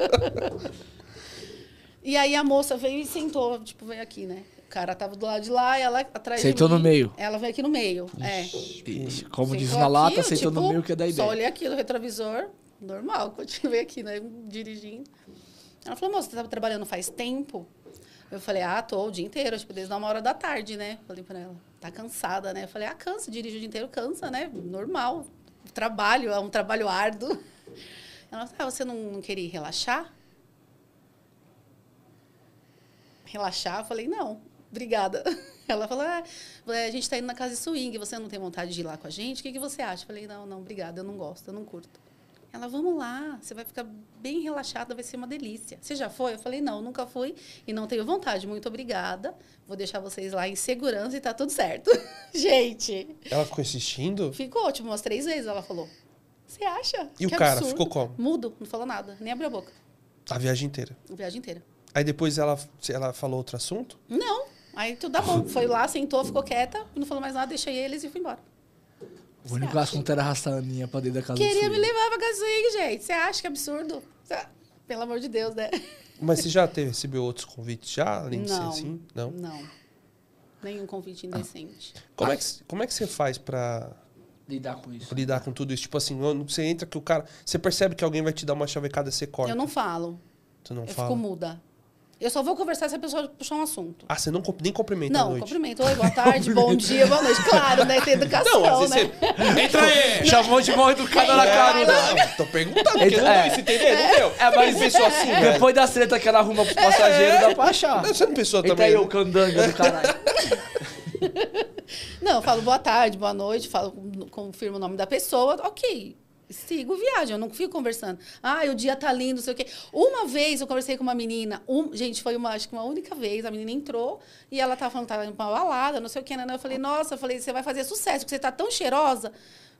E aí a moça veio e sentou, tipo, veio aqui, né? O cara tava do lado de lá e ela atrás
Sentou
de mim.
no meio.
Ela veio aqui no meio, é.
Ixi, como
um Sentou
diz na
aqui,
lata,
eu,
sentou no
tipo,
meio que é da
Só
ideia.
olhei aqui no retrovisor, normal, continuei aqui, né? Dirigindo. Ela falou, moça, você tava trabalhando faz tempo? Eu falei, ah, tô o dia inteiro, tipo, desde uma hora da tarde, né? Falei pra ela, tá cansada, né? Eu falei, ah, cansa, dirijo o dia inteiro, cansa, né? Normal. Trabalho, é um trabalho árduo. Ela falou, ah, você não, não queria relaxar? relaxar? Eu falei, não, obrigada. Ela falou, ah, a gente está indo na casa de swing, você não tem vontade de ir lá com a gente? O que, que você acha? Eu falei, não, não, obrigada, eu não gosto, eu não curto. Ela, vamos lá, você vai ficar bem relaxada, vai ser uma delícia. Você já foi? Eu falei, não, nunca fui e não tenho vontade, muito obrigada. Vou deixar vocês lá em segurança e tá tudo certo. gente,
Ela ficou insistindo?
ficou, tipo, umas três vezes, ela falou. Você acha?
E o
Que
cara,
absurdo."
ficou como?
Mudo, não falou nada, nem abriu a boca.
A viagem inteira.
A viagem inteira.
Aí depois ela, ela falou outro assunto?
Não. Aí tudo dá bom. Foi lá, sentou, ficou quieta, não falou mais nada, deixei eles e fui embora.
O único assunto era arrastar a Aninha pra dentro da casa
Queria
assim
do
me
filho.
levar pra Gazuig, gente. Você acha que é absurdo? Cê- Pelo amor de Deus, né?
Mas você já teve, recebeu outros convites já, além de ser
Não.
assim? Não. Ah.
Não. Nenhum convite indecente.
Como, é que, como é que você faz pra
Lidar com isso.
lidar com tudo isso? Tipo assim, quando você entra que o cara. Você percebe que alguém vai te dar uma chavecada e você corta.
Eu não falo.
Tu não
eu
fala.
fico muda. Eu só vou conversar se a pessoa puxar um assunto.
Ah, você não comp- nem cumprimenta à
Não,
noite.
cumprimento. Oi, boa tarde, bom dia, boa noite. Claro, né? Tem educação,
Não, às
né?
vezes você. Entra aí!
Chamou de mal educada na
É,
cara. né?
não, tô perguntando, porque
Entra-
não
é.
deu, você entendeu? Não deu.
É, mas
pensou assim, velho.
Depois das tretas que ela arruma
É.
pros passageiros, dá pra achar.
Não, Você não pensou
Eita
também.
aí,
né?
o candanga do caralho.
Não, eu falo boa tarde, boa noite, falo, confirmo o nome da pessoa, ok. Sigo viagem, eu não fico conversando. Ai, o dia tá lindo, não sei o quê. Uma vez eu conversei com uma menina, um- gente, foi uma, acho que uma única vez, a menina entrou e ela tava falando que tava indo pra uma balada, não sei o quê, né? Eu falei, nossa, eu falei, você vai fazer sucesso, porque você tá tão cheirosa.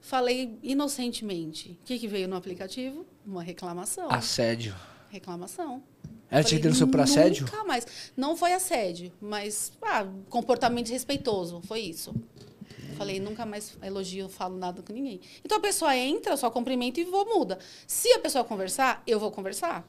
Falei inocentemente. O que, que veio no aplicativo? Uma reclamação.
Assédio.
Reclamação.
Ela te
Falei,
interessou por assédio?
Nunca mais. Não foi assédio, mas ah, comportamento desrespeitoso. Foi isso. Falei, nunca mais elogio, falo nada com ninguém. Então a pessoa entra, eu só cumprimento e vou, muda. Se a pessoa conversar, eu vou conversar.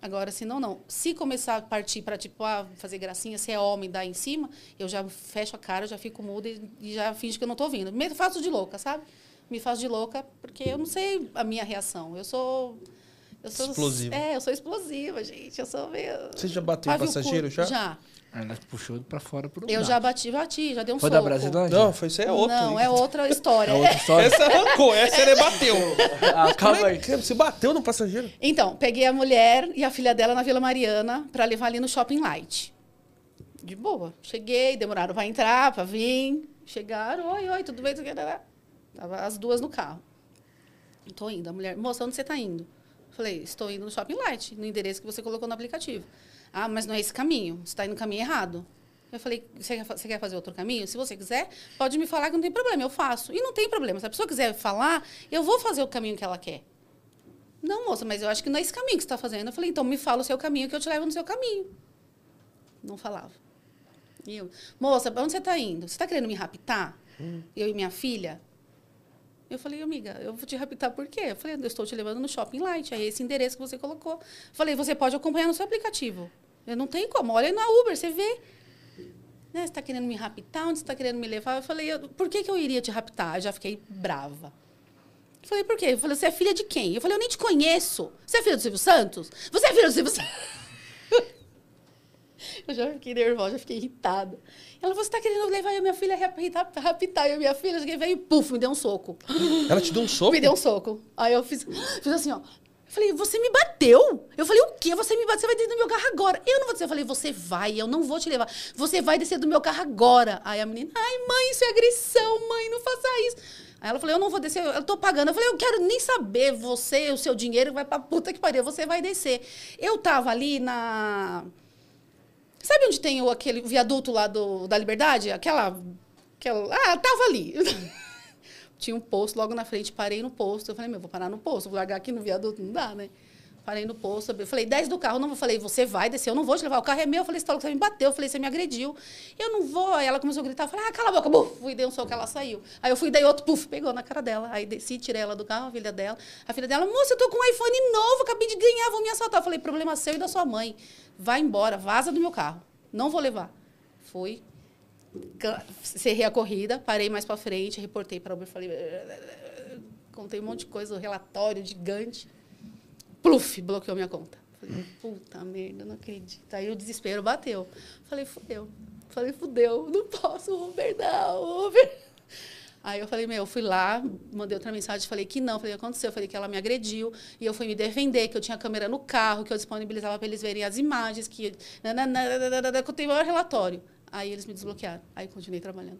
Agora, se não, não. Se começar a partir para, tipo, ah, fazer gracinha, se é homem, dá em cima, eu já fecho a cara, eu já fico muda e, e já finge que eu não tô ouvindo. Me faço de louca, sabe? Me faço de louca, porque eu não sei a minha reação. Eu sou. Eu sou
Explosiva.
É, eu sou explosiva, gente. Eu sou meio.
Você já bateu em
pavio
passageiro
curto.
já?
Já.
Ela puxou pra fora pro
Eu já bati, bati, já dei um
Foi da
soco.
Brasilândia?
Não, foi isso é outro.
Não, é outra história.
É outra história.
Essa arrancou, essa ele bateu. é
Ah, calma aí.
Você bateu no passageiro?
Então, peguei a mulher e a filha dela na Vila Mariana para levar ali no Shopping Light. De boa. Cheguei, demoraram para entrar, para vir. Chegaram, oi, oi, tudo bem? Tudo bem? Tava as duas no carro. Estou indo. A mulher, moça, onde você está indo? Falei, estou indo no Shopping Light, no endereço que você colocou no aplicativo. Ah, mas não é esse caminho. Você está indo no caminho errado. Eu falei, você quer, fa- você quer fazer outro caminho? Se você quiser, pode me falar que não tem problema, eu faço. E não tem problema. Se a pessoa quiser falar, eu vou fazer o caminho que ela quer. Não, moça, mas eu acho que não é esse caminho que você está fazendo. Eu falei, então me fala o seu caminho que eu te levo no seu caminho. Não falava. E eu, moça, pra onde você está indo? Você está querendo me raptar? Eu e minha filha? Eu falei, amiga, eu vou te raptar por quê? Eu falei, eu estou te levando no Shopping Light, é esse endereço que você colocou. Eu falei, você pode acompanhar no seu aplicativo. Eu não tenho como, olha na Uber, você vê. Né, você está querendo me raptar, onde você está querendo me levar? Eu falei, eu- por que, que eu iria te raptar? Eu já fiquei brava. Eu Falei, por quê? Eu falei, você é filha de quem? Eu falei, eu nem te conheço. Você é filha do Silvio Santos? Você é filha do Silvio Santos? Eu já fiquei nervosa, já fiquei irritada. Ela falou, você tá querendo levar eu e minha filha raptar, raptar eu e minha filha? Cheguei, veio e puf, me deu um soco.
Ela te deu um soco?
Me deu um soco. Aí eu fiz, fiz assim, ó. Eu falei, você me bateu? Eu falei, o quê? Você me bateu? Você vai descer do meu carro agora. Eu não vou descer. Eu falei, você vai, eu não vou te levar. Você vai descer do meu carro agora. Aí a menina, ai, mãe, isso é agressão, mãe, não faça isso. Aí ela falou, eu não vou descer, eu tô pagando. Eu falei, eu quero nem saber, você, o seu dinheiro vai pra puta que pariu, você vai descer. Eu tava ali na. Sabe onde tem o, aquele viaduto lá do, da Liberdade? Aquela, aquela. Ah, tava ali. Tinha um posto logo na frente, parei no posto. Eu falei, meu, vou parar no posto, vou largar aqui no viaduto, não dá, né? Parei no posto, eu falei, 10 do carro, não vou. Falei, você vai descer, eu não vou te levar, o carro é meu. Eu falei, você tá louco, você me bateu, eu falei, você me agrediu. Eu não vou. Aí ela começou a gritar, eu falei, ah, cala a boca, buf, fui, dei um soco, ela saiu. Aí eu fui, dei outro, puf, pegou na cara dela. Aí desci, tirei ela do carro, a filha dela. A filha dela, moça, eu tô com um iPhone novo, acabei de ganhar, vou me assaltar. Eu falei, problema seu e da sua mãe. Vai embora, vaza do meu carro, não vou levar. Fui, Can- Cerrei a corrida, parei mais pra frente, reportei para Uber, falei. Contei um monte de coisa, o relatório gigante. Pluf, bloqueou minha conta. Falei, puta merda, não acredito. Aí o desespero bateu. Falei, fudeu. Falei, fudeu, não posso, Uber, não, Uber. Aí eu falei, meu, eu fui lá, mandei outra mensagem, falei que não, falei, o que aconteceu? Falei que ela me agrediu, e eu fui me defender, que eu tinha câmera no carro, que eu disponibilizava para eles verem as imagens, que... nananã, nananã, Contei o maior relatório. Aí eles me desbloquearam, aí continuei trabalhando.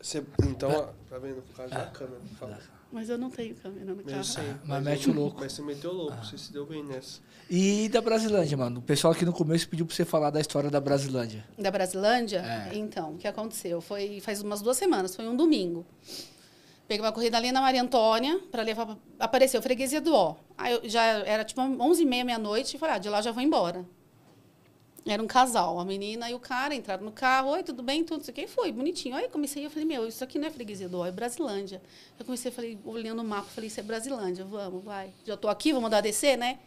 Você- então, ó, tá vendo? Por causa da câmera. Fala.
Mas eu não tenho câmera no carro.
Eu sei.
Ah. Tá. Mas mete o louco. Ah.
Mas você meteu o louco, você se deu bem nessa.
E da Brasilândia, mano? O pessoal aqui no começo pediu pra você falar da história da Brasilândia.
Da Brasilândia?
É.
Então, o que aconteceu? Foi faz umas duas semanas, foi um domingo. Peguei uma corrida ali na Maria Antônia para levar. pra- Apareceu a freguesia do Ó. Aí eu já era tipo 11h30, meia-noite, e falei, ah, de lá já vou embora. Era um casal, a menina e o cara entraram no carro, oi, tudo bem, tudo, não sei o que, e foi, bonitinho. Aí comecei, eu falei, meu, isso aqui não é freguesia do Ó, é Brasilândia. Eu comecei, falei, olhando o mapa, falei, isso é Brasilândia, vamos, vai. Já tô aqui, vou mandar descer, né?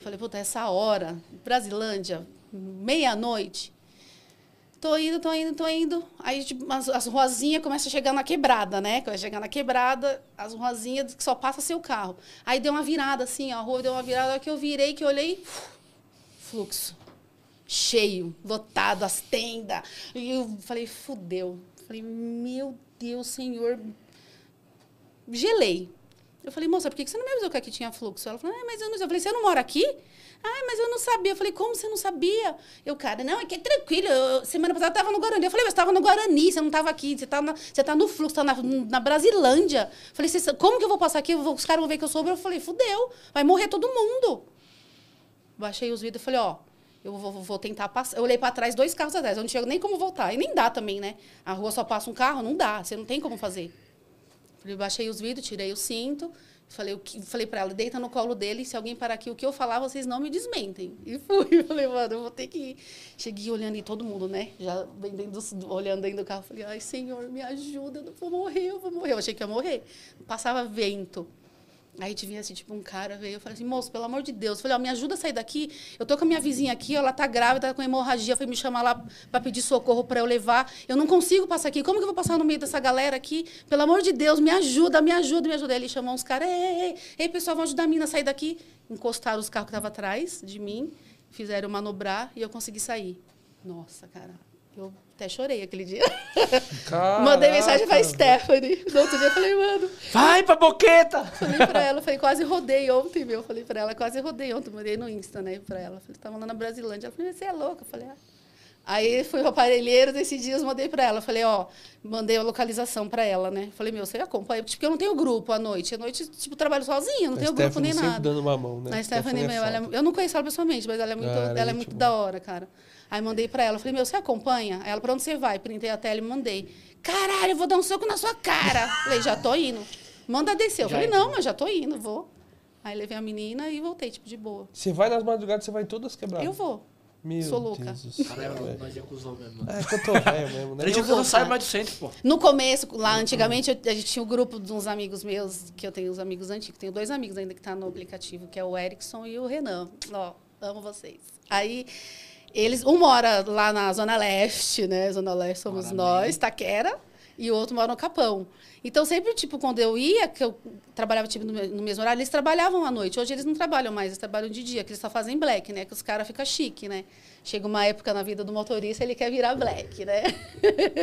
Falei, puta, essa hora, Brasilândia, meia-noite. Tô indo, tô indo, tô indo. Aí tipo, as, as ruazinhas começam a chegar na quebrada, né? Começa a chegar na quebrada, as ruazinhas que só passa seu carro. Aí deu uma virada assim, ó, a rua deu uma virada, a hora que eu virei, que eu olhei, fluxo. Cheio, lotado, as tendas. E eu falei, fudeu. Falei, meu Deus, Senhor. Gelei. Eu falei, moça, por que que você não me avisou que aqui tinha fluxo? Ela falou, ah, mas eu não sei. Eu falei, você não mora aqui? Ah, mas eu não sabia. Eu falei, como você não sabia? Eu, cara, não, é que é tranquilo. eu- semana passada eu tava no Guarani. Eu falei, mas você tava no Guarani, você não tava aqui. Você tá, na- você tá no fluxo, tá na, na Brasilândia. Eu falei, "Você sa- como que eu vou passar aqui? Eu vou- Os caras vão ver que eu soube. Eu falei, fudeu, vai morrer todo mundo. Baixei os vidros e falei, ó, eu vou, vou- vou tentar passar. Eu olhei pra trás, dois carros atrás. Eu não tinha nem como voltar. E nem dá também, né? A rua só passa um carro, não dá. Você não tem como fazer. Falei, baixei os vidros, tirei o cinto. Falei, o que- falei pra ela, deita no colo dele. Se alguém parar aqui, o que eu falar, vocês não me desmentem. E fui. Falei, mano, eu vou ter que ir. Cheguei olhando e todo mundo, né? Já bem dentro do- olhando dentro do carro. Falei, ai, senhor, me ajuda. Eu não vou morrer, eu vou morrer. Eu achei que ia morrer. Passava vento. Aí devia assim, tipo, um cara veio, eu falei assim, moço, pelo amor de Deus. Eu falei, ó, me ajuda a sair daqui. Eu tô com a minha vizinha aqui, ó, ela tá grávida, tá com hemorragia, foi me chamar lá pra pedir socorro pra eu levar. Eu não consigo passar aqui. Como que eu vou passar no meio dessa galera aqui? Pelo amor de Deus, me ajuda, me ajuda, me ajuda. Aí ele chamou uns caras, ei, ei, ei, ei, pessoal, vão ajudar a mina a sair daqui. Encostaram os carros que estavam atrás de mim, fizeram manobrar e eu consegui sair. Nossa, cara, eu até chorei aquele dia. Mandei mensagem pra Stephanie. No outro dia eu falei, mano,
Vai pra boqueta!
Falei pra ela, falei, quase rodei ontem, meu. Falei pra ela, quase rodei ontem. Mandei no Insta, né, pra ela. Falei, tava lá na Brasilândia. Ela falou, você é louca? Eu falei, ah. Aí fui pro Aparelheiros, esses dias mandei pra ela. Falei, ó, mandei a localização pra ela, né? Falei, meu, você acompanha? Porque eu não tenho grupo à noite. À noite, tipo, trabalho sozinha, não tenho grupo nem
sempre
nada.
dando uma mão, né?
A Stephanie, meu,
é
ela é-
foda.
eu não conheço ela pessoalmente, mas ela é muito,
Cara,
ela é
Ah, gente
muito
boa.
da hora, cara. Aí mandei pra ela, falei, meu, você acompanha? Aí ela, pra onde você vai? Printei a tela e mandei. Caralho, eu vou dar um soco na sua cara. falei, já tô indo. Manda descer. Eu
Já
falei,
entrou.
não, mas já tô indo, vou. Aí levei a menina e voltei, tipo, de boa.
Você vai nas madrugadas, você vai em todas quebradas.
Eu vou.
Meu
Sou louca.
Deus do céu, velho.
nós é cuzão mesmo.
É que eu tô velho mesmo, né?
Tem dia
Eu
que eu não
vou,
saio
cara.
mais do centro, pô.
No começo, lá antigamente, eu- a gente tinha um grupo de uns amigos meus, que eu tenho uns amigos antigos, tenho dois amigos ainda que tá no aplicativo, que é o Erickson e o Renan. Ó, amo vocês. Aí, eles, um mora lá na Zona Leste, né? Zona Leste somos
Mora
nós, Taquera, e o outro mora no Capão. Então, sempre, tipo, quando eu ia, que eu trabalhava, tipo, no, me- no mesmo horário, eles trabalhavam à noite. Hoje eles não trabalham mais, eles trabalham de dia, que eles só fazem black, né? Que os caras ficam chique, né? Chega uma época na vida do motorista, ele quer virar black, né?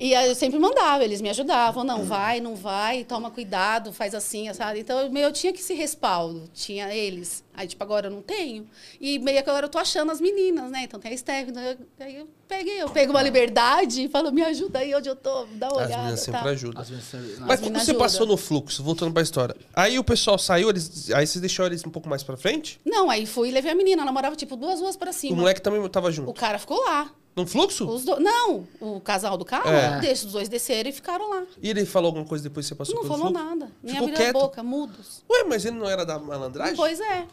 E aí eu sempre mandava, eles me ajudavam, não vai, não vai, toma cuidado, faz assim, sabe? Então eu, meio- eu tinha que esse respaldo, tinha eles. Aí, tipo, agora eu não tenho. E meio que agora eu tô achando as meninas, né? Então tem a Stephanie, eu- aí eu peguei, eu pego uma liberdade e falo, me ajuda aí onde eu tô,
Ah.
dá uma
As
olhada.
meninas sempre
tá?
ajudam. Mas
As
como
meninas
você
ajudam.
passou no fluxo, voltando pra história? Aí o pessoal saiu, eles, aí vocês deixaram eles um pouco mais pra frente?
Não, aí fui e levei a menina, ela morava tipo duas ruas pra
O
cima.
moleque também tava junto.
O cara ficou lá.
No fluxo?
Os do... Não, o casal do carro,
É.
deixa os dois desceram e ficaram lá.
E ele falou alguma coisa depois que você passou
não
pelo
falou
fluxo?
nada. Nem
Ficou
abriu
quieto?
a boca, mudos.
Ué, mas ele não era da malandragem?
Pois é.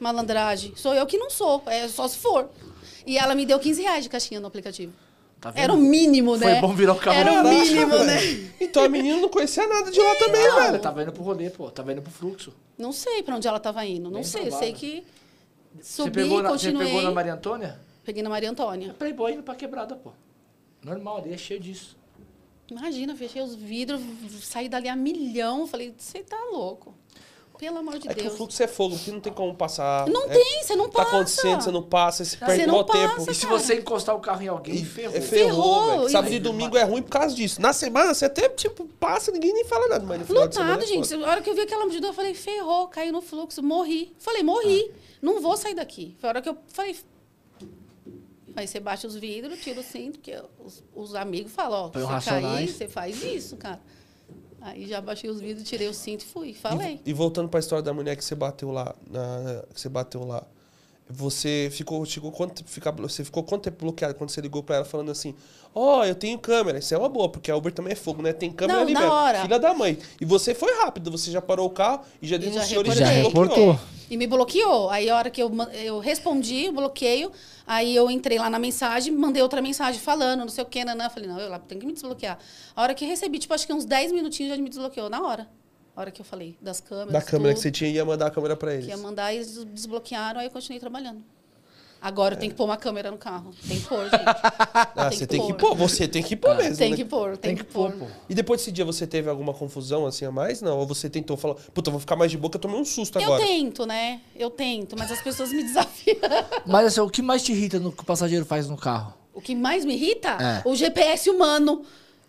Malandragem. Sou eu que não sou. É só se for. E ela me deu 15 reais de caixinha no aplicativo.
Tá vendo?
Era o mínimo,
Foi
né?
bom virar o carro
Era o
atrás,
mínimo, né?
Tá
É, tá
Então a menina não conhecia nada de lá também,
Não,
velho.
tava indo tá pro rolê, pô. Tava indo pro fluxo.
Não sei pra onde ela tava indo. Não
Nem
sei.
pra lá,
Sei
né?
que
Você
subi,
pegou, na, você
continuei.
pegou na Maria Antônia?
Peguei na Maria
É
Antônia.
playboy indo pra quebrada, pô. Normal, ali é cheio disso.
Imagina, fechei os vidros, saí dali a milhão. Falei, você tá louco. Pelo amor de
É que o
Deus.
fluxo é fogo, que não tem como passar.
Não
É,
tem, você não
Tá
passa.
acontecendo, você não passa, você
Você
perde
não
mó
passa,
tempo.
E se
cara.
você encostar o carro em alguém, ferrou.
É ferrou,
Ferrou,
velho.
e-
Sábado e domingo é ruim por causa disso. Na semana você até, tipo, passa, ninguém nem fala nada. Mas no final de semana
Lotado,
é
gente.
foda.
A hora que eu vi aquela multidão, eu falei, ferrou, caiu no fluxo, morri. Falei,
É.
morri, não vou sair daqui. Foi a hora que eu falei. Aí você baixa os vidros, tira o cinto, porque os, os amigos falam, ó,
Põe um
você cair,
Racionais.
você faz isso, cara. Aí já baixei os vidros, tirei o cinto e fui. Falei.
E, e voltando pra história da mulher que você bateu lá, na- que você bateu lá. Você ficou, chegou quanto, tempo fica, você ficou quanto tempo bloqueado quando você ligou pra ela falando assim: "Ó, eu tenho câmera". Isso é uma boa, porque a Uber também é fogo, né? Tem câmera
Não,
ali
na
mesmo.
hora.
Filha da mãe. E você foi rápido, você já parou o carro e já
já
denunciou
reportei. Já
desbloqueou.
reportou.
E me bloqueou. Aí a hora que eu, ma- eu respondi o bloqueio, aí eu entrei lá na mensagem, mandei outra mensagem falando, não sei o quê, nanã. Falei, não, eu lá tenho que me desbloquear. A hora que eu recebi, tipo, acho que uns 10 minutinhos já me desbloqueou, na hora. A hora que eu falei, das câmeras.
Da câmera que
tudo,
você tinha ia mandar a câmera pra eles.
que ia mandar, eles des- desbloquearam, aí eu continuei trabalhando. Agora eu tenho que pôr uma câmera no carro. Tem que pôr, gente.
Ah,
Tem
você
que
tem que
pôr. Ah,
pôr, você tem que pôr mesmo.
tem
né?
que pôr, tem, que, pôr.
E depois desse dia você teve alguma confusão assim a mais? Não? Ou você tentou falar, puta, eu vou ficar mais de boca, eu tomei um susto
Eu
agora.
tento, né? Eu tento, mas as pessoas me desafiam.
Mas assim, o que mais te irrita no que o passageiro faz no carro?
O que mais me irrita?
É.
O GPS humano.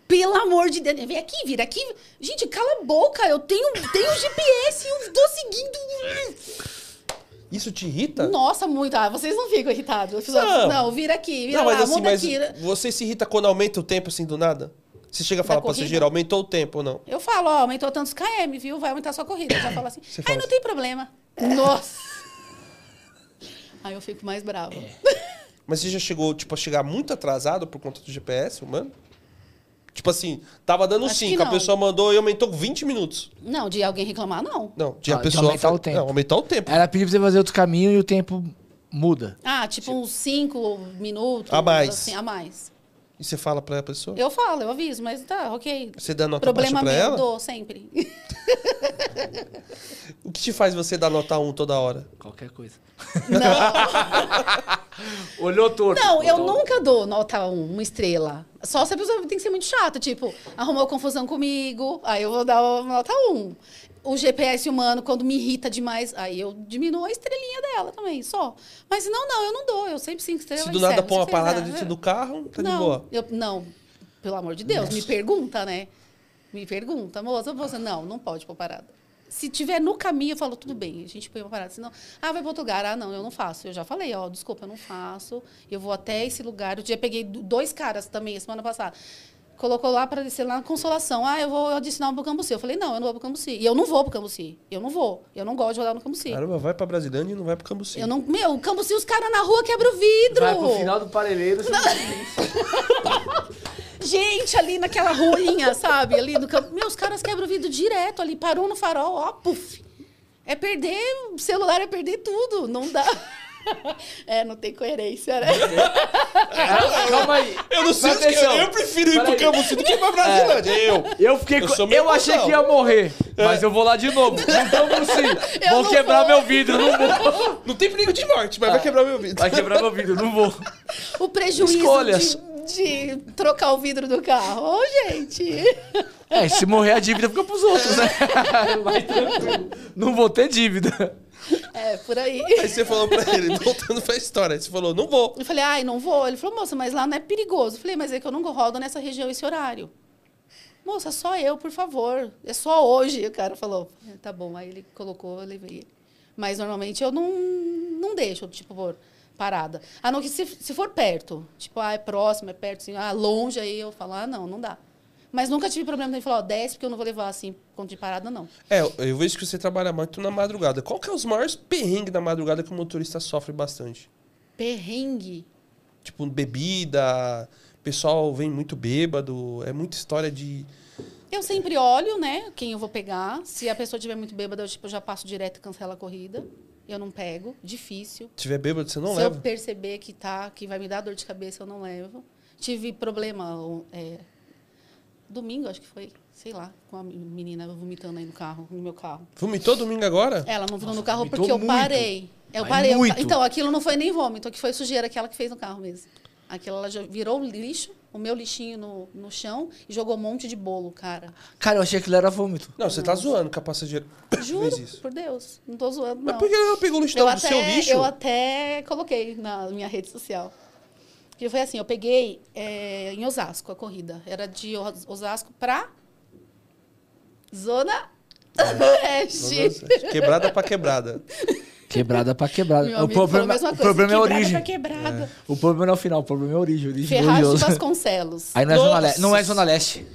Pelo amor de Deus. Vem aqui, vira aqui. Gente, cala a boca. Eu tenho, tenho GPS e eu tô seguindo.
Isso te irrita?
Nossa, muito. Ah, vocês não ficam irritados. Eu fiz,
Não.
não. vira aqui, vira
Não, mas
lá,
assim,
muda
mas
aqui. né?
você se irrita quando aumenta o tempo assim do nada? Você chega a falar,
corrida?
passageiro, aumentou o tempo ou não?
Eu falo, ó, aumentou tantos KM, viu? Vai aumentar a sua corrida. Eu já falo assim.
Você
Aí
fala
não
assim.
tem problema. Nossa. Aí eu fico mais brava.
É. Mas você já chegou, tipo, a chegar muito atrasado por conta do GPS, mano? Tipo assim, tava dando
Acho que
5, a
não.
pessoa mandou e aumentou 20 minutos.
Não, de alguém reclamar, não.
Não, de
Ah,
a
de
pessoa.
aumentar
fa-
o tempo.
Não, aumentar o tempo.
Ela pediu pra você fazer outro caminho e o tempo muda.
Ah, tipo uns cinco minutos.
A mais.
Assim, a mais.
E você fala pra pessoa?
Eu falo, eu aviso, mas tá, ok.
Você dá nota
Problema
baixa pra
meu,
ela?
dou sempre.
O que te faz você dar nota 1 toda hora?
Qualquer coisa.
Olhou torto.
Não, eu nunca dou nota 1, uma estrela. Só se a pessoa tem que ser muito chata, tipo, arrumou confusão comigo, aí eu vou dar uma nota 1. O GPS humano, quando me irrita demais, aí eu diminuo a estrelinha dela também, só. Mas não, não, eu não dou. Eu sempre cinco estrelas.
Se do
e
nada
zero,
pôr uma
sempre zero,
parada
é.
dentro do carro, tá de
não,
boa.
eu, não, pelo amor de Deus, me pergunta, né? Me pergunta, moça, você não, não pode pôr parada. Se tiver no caminho, eu falo, tudo bem, a gente põe uma parada. Senão, ah, vai para outro lugar. Ah, não, eu não faço. Eu já falei, ó, desculpa, eu não faço. Eu vou até esse lugar. Eu já peguei do- dois caras também, a semana passada. Colocou lá para descer lá na Consolação. Ah, eu vou adicionar um pro Cambuci. Eu falei, não, eu não vou pro Cambuci. E eu não vou pro Cambuci. Eu não vou. Eu não gosto de rodar no Cambuci.
Caramba, vai pra Brasilândia e não vai pro Cambuci.
Eu não, meu, o Cambuci, os caras na rua quebram o vidro.
Vai pro final do parelheiro. você-
Gente, ali naquela ruinha, sabe? Ali do campo. Meus caras quebram o vidro direto ali, parou no farol, ó, puf. É perder o celular, é perder tudo. Não dá. É, não tem coerência, né?
Ah, Calma aí.
Eu não sei, é,
Presta atenção.
eu, eu prefiro ir pro
Peraí.
Cambuci do que ir pra Brasilândia.
É.
Eu.
Eu fiquei.
Eu
Eu,
sou meio
eu achei
cuzão.
que ia morrer, mas eu vou lá de novo. Então, sim.
Eu
Vou
não
quebrar
vou.
meu vidro, não vou.
Não tem perigo de morte, mas Ah. vai quebrar meu vidro.
Vai quebrar meu vidro, não vou.
O prejuízo
Escolhas.
de, de trocar o vidro do carro. Ô, gente.
É, se morrer a dívida fica pros outros, né? Vai tranquilo. Não vou ter dívida.
É, por aí.
Aí você falou pra ele, voltando pra história, aí você falou, não vou.
Eu falei, ai, não vou. Ele falou, moça, mas lá não é perigoso. Eu falei, mas é que eu não rodo nessa região esse horário. Moça, só eu, por favor. É só hoje. O cara falou, "É, tá bom. Aí ele colocou, eu levei ele. Mas normalmente eu não, não deixo, tipo, por parada. A não que se, se for perto. Tipo, ah, é próximo, é perto, assim, ah, longe, aí eu falo, ah, não, não dá. Mas nunca tive problema de falar, ó, desce, porque eu não vou levar assim, por conta de parada, não.
É, eu vejo que você trabalha muito na madrugada. Qual que é os maiores perrengues da madrugada que o motorista sofre bastante?
Perrengue.
Tipo, bebida, pessoal vem muito bêbado, é muita história de...
Eu sempre olho, né, quem eu vou pegar. Se a pessoa tiver muito bêbada, eu tipo, já passo direto e cancelo a corrida. Eu não pego, difícil.
Se tiver bêbado, você não
Se eu
leva.
perceber que tá, que vai me dar dor de cabeça, eu não levo. Tive problema o- é, domingo, acho que foi, sei lá, com a menina vomitando aí no carro, no meu carro.
Vomitou domingo agora?
Ela não vomitou no carro
vomitou
porque eu
muito.
parei. Eu
Mas
parei. eu-
muito.
então, aquilo não foi nem vômito, que foi sujeira aquela que fez no carro mesmo. Aquilo ela jo- virou um lixo, o meu lixinho no, no chão e jogou um monte de bolo, cara.
Cara, eu achei que aquilo era vômito.
Não, você tá zoando com a passageira.
Juro,
Fez isso.
por Deus. Não tô zoando, não.
Mas por que ela pegou o lixo
eu,
do
até,
seu lixo?
eu até coloquei na minha rede social. Que foi assim, eu peguei eh, em Osasco a corrida. Era de Os- Osasco pra Zona Oeste.
Nossa, é. Quebrada pra quebrada.
Quebrada pra quebrada.
Meu
o
amigo falou a
problema,
mesma
o
coisa.
problema é a
quebrada
origem.
pra quebrada.
O problema não é o final, o problema é a origem. a origem é
Ferraz de
horrorosa.
Vasconcelos.
Aí não é, zona
Nossa.
leste, não é Zona Leste.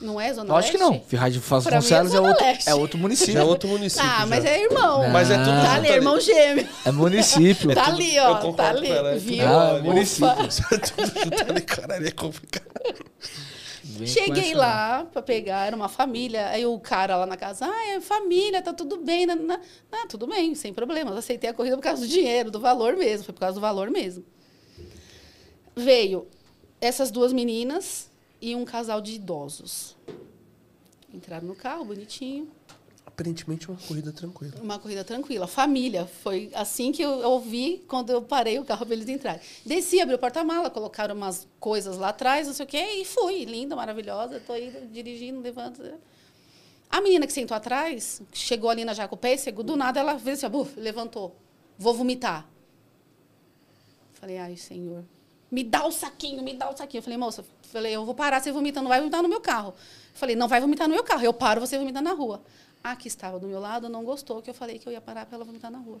Não é Zona
Eu acho que
Leste?
não. Ferraz de
é
Vasconcelos é,
Zona
outro,
Leste.
é outro município.
Já é outro município.
Ah,
já.
mas é irmão.
Mas é tudo
Tá ali,
junto ali.
irmão gêmeo.
É município.
Tá ali,
Eu
ó.
concordo
Tá
com
ali.
ela, é
Viu?
tudo
Ah,
igual, né?
município.
Tudo junto ali, caralho, é complicado.
Vem com
Cheguei
essa,
lá pra pegar, era uma família. Aí o cara lá na casa, ah, é família, tá tudo bem. né, né?" Ah, tudo bem, sem problemas. Aceitei a corrida por causa do dinheiro, do valor mesmo. Foi por causa do valor mesmo. Veio essas duas meninas e um casal de idosos. Entraram no carro, bonitinho.
Aparentemente é uma corrida tranquila.
Uma corrida tranquila, família. Foi assim que eu ouvi quando eu parei o carro para eles entrarem. Desci, abri o porta-mala, colocaram umas coisas lá atrás, não sei o quê, e fui. Linda, maravilhosa. Tô aí dirigindo, levanto. A menina que sentou atrás, chegou ali na Jaco Pêssego, do nada ela fez assim, ó, buf, levantou. Vou vomitar. Falei, ai, senhor. Me dá o saquinho, me dá o saquinho. Eu falei, moça, falei, eu vou parar, você vomitando, não vai vomitar no meu carro. Eu falei, não vai vomitar no meu carro, eu paro, você vomita na rua. A que estava do meu lado não gostou que eu falei que eu ia parar para ela vomitar na rua.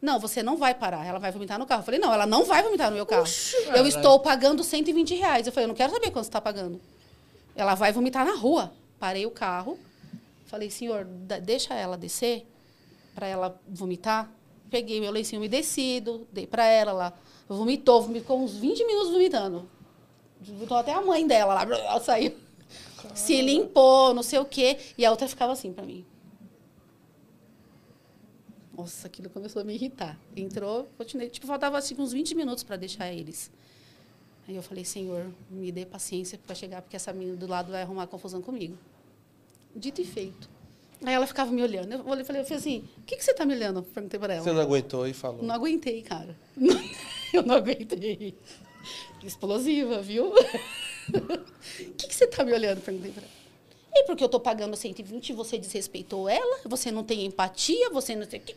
Não, você não vai parar, ela vai vomitar no carro. Eu falei, não, ela não vai vomitar no meu carro. eu estou pagando 120 reais. Eu falei, eu não quero saber quanto você está pagando. Ela vai vomitar na rua. Parei o carro, falei, senhor, da- deixa ela descer para ela vomitar. Peguei meu lencinho umedecido, dei para ela lá. Vomitou, vomi- ficou uns 20 minutos vomitando. Vomitou até a mãe dela lá, ela saiu. Se limpou, não sei o quê. E a outra ficava assim para mim. Nossa, aquilo começou a me irritar. Entrou, continuei. Tipo, faltava assim, uns 20 minutos para deixar eles. Aí eu falei, senhor, me dê paciência para chegar, porque essa menina do lado vai arrumar confusão comigo. Dito e feito. Aí ela ficava me olhando. Eu olhei e falei, eu falei assim, o que, que você tá me olhando? Perguntei pra ela.
Você não aguentou e falou.
Não aguentei, cara. Eu não aguentei. Explosiva, viu? O que, que você tá me olhando? Perguntei pra ela. E porque eu tô pagando 120, você desrespeitou ela, você não tem empatia, você não tem. o quê?"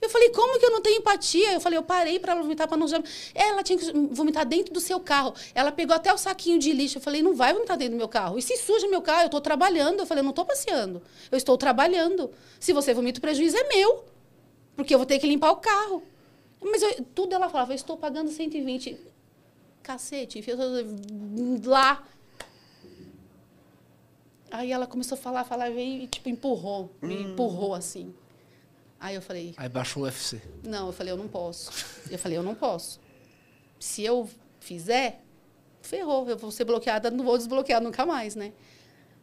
Eu falei, como que eu não tenho empatia? Eu falei, eu parei pra ela vomitar pra não. já- Ela tinha que vomitar dentro do seu carro. Ela pegou até o saquinho de lixo. Eu falei, não vai vomitar dentro do meu carro. E se suja meu carro, eu tô trabalhando. Eu falei, eu não tô passeando. Eu estou trabalhando. Se você vomita, o prejuízo é meu. Porque eu vou ter que limpar o carro. Mas eu- tudo ela falava, eu estou pagando 120. Cacete, enfia tudo lá. Aí ela começou a falar, falar, e veio e tipo, empurrou. Me empurrou assim. Aí eu falei,
Aí baixou o UFC.
não, eu falei, eu não posso. Eu falei, eu não posso. Se eu fizer, ferrou. Eu vou ser bloqueada, não vou desbloquear nunca mais, né?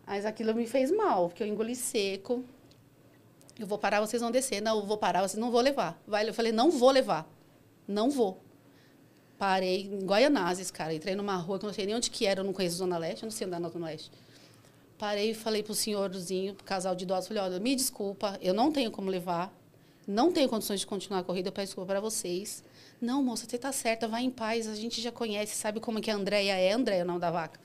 Mas aquilo me fez mal, porque eu engoli seco. Eu vou parar, vocês vão descer. Não, eu vou parar, vocês não vão levar. Vai, eu falei, não vou levar. Não vou. Parei em Guaianazes, cara. Entrei numa rua que eu não sei nem onde que era, eu não conheço Zona Leste, eu não sei andar na Zona Leste. Parei e falei pro senhorzinho, pro casal de idosos, falei, olha, me desculpa, eu não tenho como levar, não tenho condições de continuar a corrida, eu peço desculpa para vocês. Não, moça, você tá certa, vai em paz, a gente já conhece, sabe como é que a Andréia é, Andréia, o nome da vaca.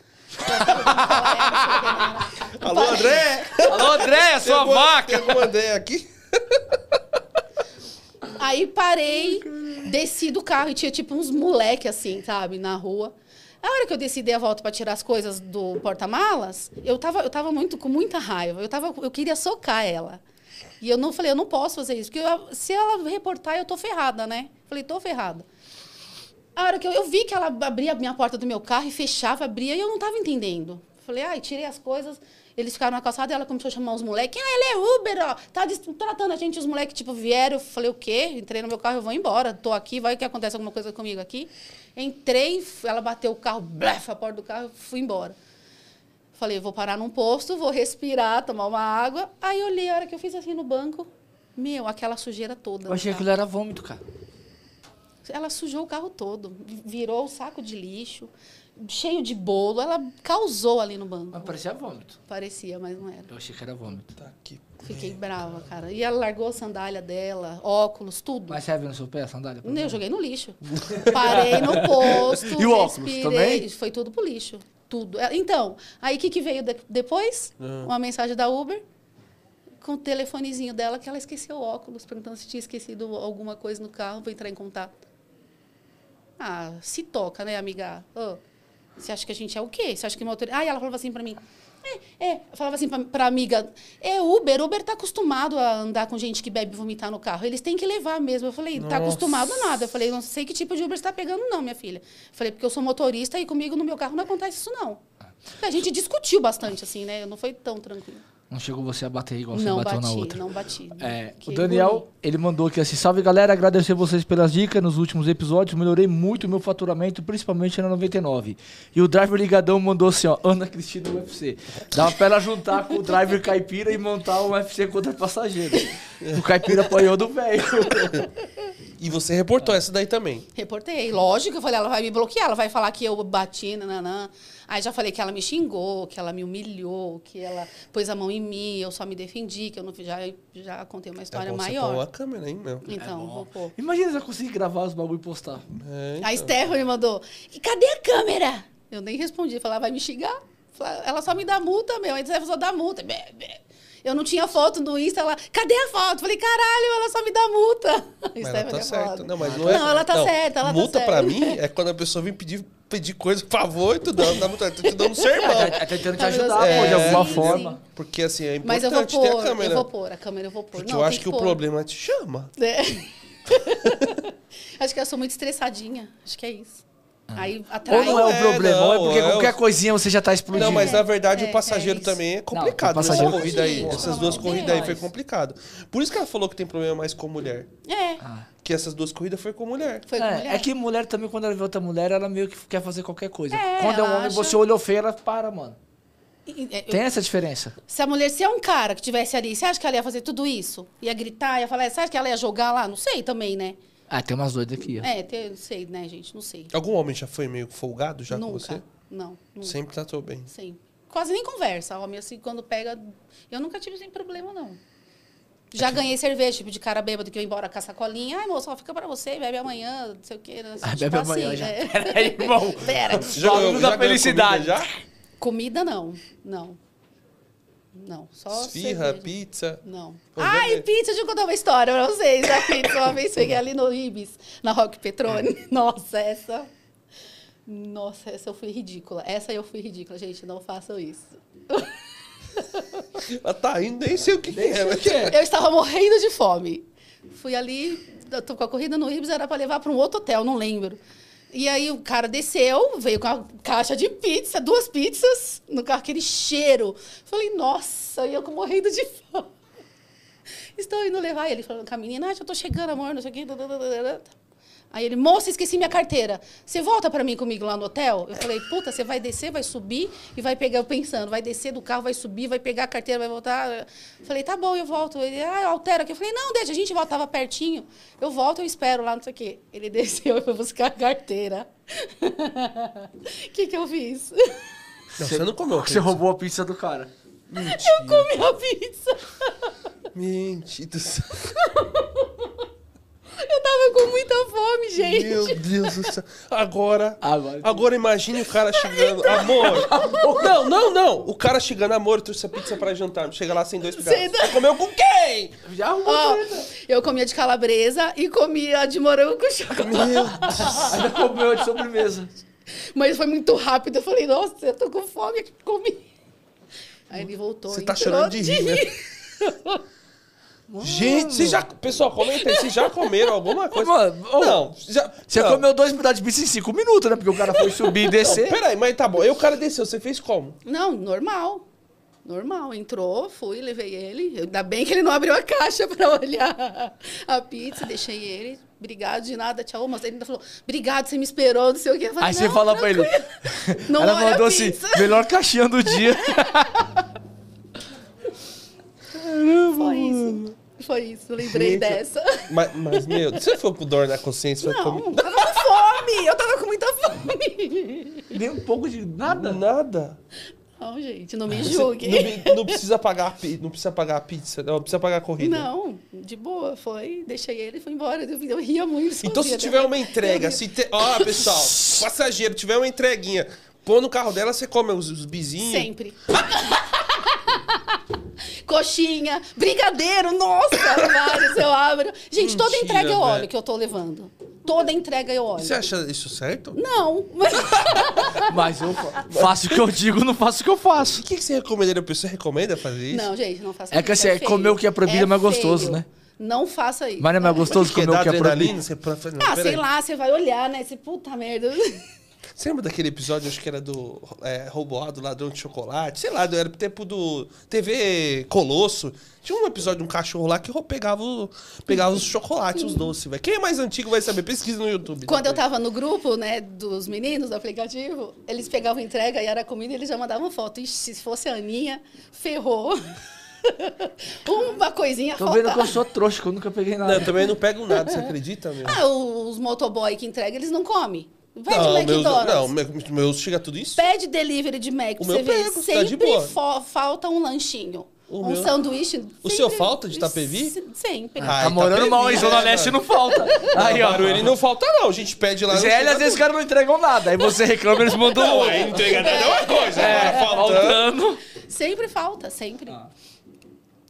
Alô, André!
Alô, Andréia, sua
Pegou-
vaca!
Pegou o André aqui.
Aí parei, desci do carro e tinha tipo uns moleque assim, sabe, na rua. A hora que eu desci dei a volta para tirar as coisas do porta-malas, eu tava, eu tava muito com muita raiva. Eu tava, eu queria socar ela. E eu não falei, eu não posso fazer isso, porque eu- se ela reportar, eu tô ferrada, né? Falei, tô ferrada. A hora que eu, eu vi que ela abria a minha porta do meu carro e fechava, abria, e eu não estava entendendo. Falei, ai, tirei as coisas. Eles ficaram na calçada e ela começou a chamar os moleques. Ah, ela é Uber, ó. Tá des- tratando a gente. Os moleques, tipo, vieram. Eu falei, o quê? Entrei no meu carro, eu vou embora. Tô aqui, vai que acontece alguma coisa comigo aqui. Entrei, f- ela bateu o carro, blef, a porta do carro, eu fui embora. Falei, vou parar num posto, vou respirar, tomar uma água. Aí eu olhei a hora que eu fiz assim no banco. Meu, aquela sujeira toda.
Eu
no
achei que aquilo
carro.
era vômito, cara.
Ela sujou o carro todo, vi- virou o saco de lixo, cheio de bolo. Ela causou ali no banco.
Mas parecia vômito.
Parecia, mas não era.
Eu achei que era vômito.
Tá aqui.
Fiquei brava, cara. E ela largou a sandália dela, óculos, tudo.
Mas serve no seu pé a sandália?
Eu joguei no lixo. Parei no posto,
E o óculos também?
Foi tudo pro lixo. Tudo. É, Então, aí o que, que veio de- depois?
Ah.
Uma mensagem da Uber com o telefonezinho dela que ela esqueceu o óculos, perguntando se tinha esquecido alguma coisa no carro, vou entrar em contato. Ah, se toca, né, amiga? Ô, você acha que a gente é o quê? Você acha que uma autoridade... Ah, e ela falava assim pra mim... É, é. Eu Falava assim pra, pra amiga... É Uber. Uber tá acostumado a andar com gente que bebe e vomitar no carro. Eles têm que levar mesmo. Eu falei, tá acostumado nada. Eu falei, não sei que tipo de Uber você tá pegando não, minha filha. Eu falei, porque eu sou motorista e comigo no meu carro não acontece isso não. A gente discutiu bastante, assim, né? Não foi tão tranquilo.
Não chegou você a bater igual você
Não
bateu na
bati,
outra.
não bati.
É,
O
Fiquei
Daniel,
engolindo.
ele mandou aqui assim: salve galera, agradecer vocês pelas dicas nos últimos episódios, melhorei muito o meu faturamento, principalmente na 99. E o Driver Ligadão mandou assim: ó, Ana Cristina UFC. Dava pra ela juntar com o Driver Caipira e montar um UFC contra passageiro. O Caipira apanhou do velho.
E você reportou essa daí também.
Reportei, lógico. Eu falei, ela vai me bloquear, ela vai falar que eu bati, nananã. Aí já falei que ela me xingou, que ela me humilhou, que ela pôs a mão em mim, eu só me defendi, que eu não já, já contei uma história
Tá É bom você pôr
maior.
a câmera, hein, meu?
Então, vou pôr.
Imagina se eu conseguir gravar os bagulho e postar.
É,
A Stephanie mandou, e cadê a câmera? Eu nem respondi, falei, ela vai me xingar? Falei, Ela só me dá multa, meu, aí você só dá multa. Bé, bé. Eu não tinha foto no Insta, ela, cadê a foto? Falei, caralho, ela só me dá multa. A
mas ela
Stephanie
tá
é
certa.
foda.
Não, mas não é.
Não, ela tá certa, ela tá
multa pra
certa.
mim é quando a pessoa vem pedir, pedir coisa, por favor, e tu dá, dá multa, tu te dando um sermão.
Tá tentando te
Tá, mas
É,
ajudar,
assim,
pô, de alguma
sim,
forma.
sim.
Porque assim, é
Mas
importante
eu vou
ter
pôr,
a câmera.
eu vou pôr, a câmera eu vou pôr.
Porque
Não,
eu
tem
acho que, o
pôr.
problema te chama.
É. acho que eu sou muito estressadinha, acho que é isso. Aí
Ou
atrai...
não é o
É,
problema,
não,
ou é porque
é o-
qualquer coisinha você já tá explodindo.
Não, mas na verdade
É,
o passageiro
é isso.
também é complicado.
Não, o passageiro-
Essa corrida aí,
Pô,
essas duas
não,
corridas aí foi
demais.
complicado. Por isso que ela falou que tem problema mais com mulher.
É,
Que essas duas corridas foi com mulher.
foi com mulher.
É, é que mulher também, quando ela vê outra mulher, ela meio que quer fazer qualquer coisa.
É,
quando é um
ela
homem,
acha-
você olhou feio, ela para, mano.
E- e-
Tem essa diferença.
Se a mulher, se é um cara que tivesse ali, você acha que ela ia fazer tudo isso? Ia gritar, ia falar, você acha que ela ia jogar lá? Não sei também, né?
Ah, tem umas doidas aqui, ó.
É, tem- não sei, né, gente? Não sei.
Algum homem já foi meio folgado já com
nunca.
você?
Não, nunca. Sempre.
Sempre tratou bem.
Quase nem conversa. O homem, assim, quando pega. Eu nunca tive sem problema, não. Já ganhei cerveja, tipo, de cara bêbado que eu ia embora com a sacolinha. Ai, moço, ó, fica pra você, bebe amanhã, não sei o quê. né?
Ai,
Tipo
Ah, bebe amanhã já.
né?
Peraí, irmão.
Pera.
Falando da
ganhou comida
felicidade.
Já?
Comida, não. Não. Não. Só
Esfirra,
cerveja.
pizza.
Não.
Pô,
Ai,
deve-
pizza, deixa eu contar uma história pra vocês. A pizza, uma vez peguei ali no Ibis, na Rock
É.
Petrone. Nossa, essa. Nossa, essa eu fui ridícula. Essa eu fui ridícula, gente. Não façam isso.
Ela tá indo, nem sei o que, que é. mas-
Eu estava morrendo de fome. Fui ali, eu tô com a corrida no Ibis, era para levar para um outro hotel, não lembro. E aí o cara desceu, veio com a caixa de pizza, duas pizzas, no carro, aquele cheiro. Falei, nossa, e eu com- morrendo de fome. Estou indo levar ele, falando com a menina, ah, já tô chegando, amor, não sei o quê. Aí ele, moça, esqueci minha carteira. Você volta para mim comigo lá no hotel? Eu falei, puta, você vai descer, vai subir e vai pegar, eu pensando, vai descer do carro, vai subir, vai pegar a carteira, vai voltar. Eu falei, tá bom, eu volto. Ele, ah, altera aqui. Eu falei, não, deixa, a gente volta, tava pertinho. Eu volto, eu espero lá, não sei o quê. Ele desceu e foi buscar a carteira. O que que eu fiz?
Não, você não comeu.
Você roubou a pizza do cara.
Eu comi a pizza.
Mentira.
Eu tava com muita fome, gente.
Meu Deus do céu. Agora.
Ah,
Agora-
Agora imagine o cara chegando. Amor. Não, não, não. O cara chegando, amor, trouxe a pizza pra jantar. Chega lá sem dois
Sem
pedaços.
dois-
Você comeu com quem?
Já arrumou
Ó,
treta.
eu comia de calabresa e comia de morango com chocolate.
Meu
Ainda comeu de sobremesa.
Mas foi muito rápido. Eu falei, nossa, eu tô com fome, eu comi. Aí ele voltou.
Você tá
entrou
chorando de rir, né? Gente, vocês já. Pessoal, comenta aí, vocês já comeram alguma coisa?
Mano, ô,
não, já.
Você
não.
comeu dois pedaços de pizza em cinco minutos, né? Porque o cara foi subir e descer.
Peraí, mas tá bom. Aí o cara desceu, você fez como?
Não, normal. Normal. Entrou, fui, levei ele. Ainda bem que ele não abriu a caixa pra olhar a pizza. Deixei ele. Obrigado de nada, tchau. Mas ele ainda falou, obrigado, você me esperou, não sei o quê. Eu falei,
Aí você
"Não,
fala pra ele.
tranquilo." Não
Ela
olha a
mandou assim,
pizza.
melhor caixinha do dia.
Foi isso. Foi isso, lembrei
Gente,
dessa.
Mas, mas, meu, você foi com dor na consciência? Foi
Não,
com...
eu tava com fome. Eu tava com muita fome.
Nem um pouco de nada.
Nada.
Não, gente, não
Ah,
me
Você
julgue.
Não, não precisa pagar, a pi- não precisa pagar a pizza, não precisa pagar a corrida.
Não, de boa, foi. Deixei ele e foi embora. Eu, eu ria muito.
Então, se
sozinha,
tiver
né?
uma entrega, se
assim,
te... ó, pessoal, passageiro, tiver uma entreguinha, pô no carro dela, você come os, os bizinhos.
Sempre. Coxinha, brigadeiro, nossa, vários eu abro. Gente, toda
Mentira,
entrega eu olho
velho.
que eu tô levando. Toda entrega eu olho.
é
Você acha isso certo? O
Não, mas
Mas eu fa- faço o que eu digo, não faço o que eu faço.
que, que você recomendaria? A pessoa recomenda fazer isso?
não, gente, não faça
É que assim, é
feio.
comer o que é proibido, mas é gostoso,
feio.
né?
Não faça isso.
Mas não é mais gostoso
Que
comer
dá
o que é
adrenalina?
proibido.
Você... Não, peraí.
Ah,
Então,
sei lá, você vai olhar, né? Você, puta merda.
Você lembra daquele episódio, acho que era do é, Roboado, Ladrão de Chocolate? Sei lá, era do tempo do TV Colosso. Tinha um episódio de um cachorro lá que ro- pegava, o- pegava os chocolates, os doces. velho. Quem é mais antigo vai saber. Pesquisa no YouTube.
Quando eu
depois.
tava no grupo, né, dos meninos do aplicativo, eles pegavam entrega e era comida e eles já mandavam foto. Ixi, se fosse a Aninha, ferrou. Uma coisinha
Tô vendo que
faltava.
eu sou trouxa, que eu nunca peguei
Não, eu
nada. Tá
também não pego nada, você acredita, meu?
Ah, os motoboy que entrega, eles não comem. Vai de
meus,
McDonald's.
não, me- meus chega tudo isso.
Pede delivery de Mac,
meu
pra você ver.
pego, tá de
sempre
boa.
fo- falta um lanchinho.
O
um
meu-
sanduíche.
O
sempre-
seu falta de Itapevi?
Se- Sempre.
Ah,
Tá morando
Itapevi,
mal em Zona
né,
Leste
mano?
não falta. Aí, ó.
Ele não é, falta, não. A gente pede lá. não
ZL,
chega
às vezes os
tudo.
caras não entregam nada. Aí você reclama, eles mandam
Não,
outro.
aí entrega nada é uma coisa. agora faltando.
Faltando.
Sempre falta, sempre.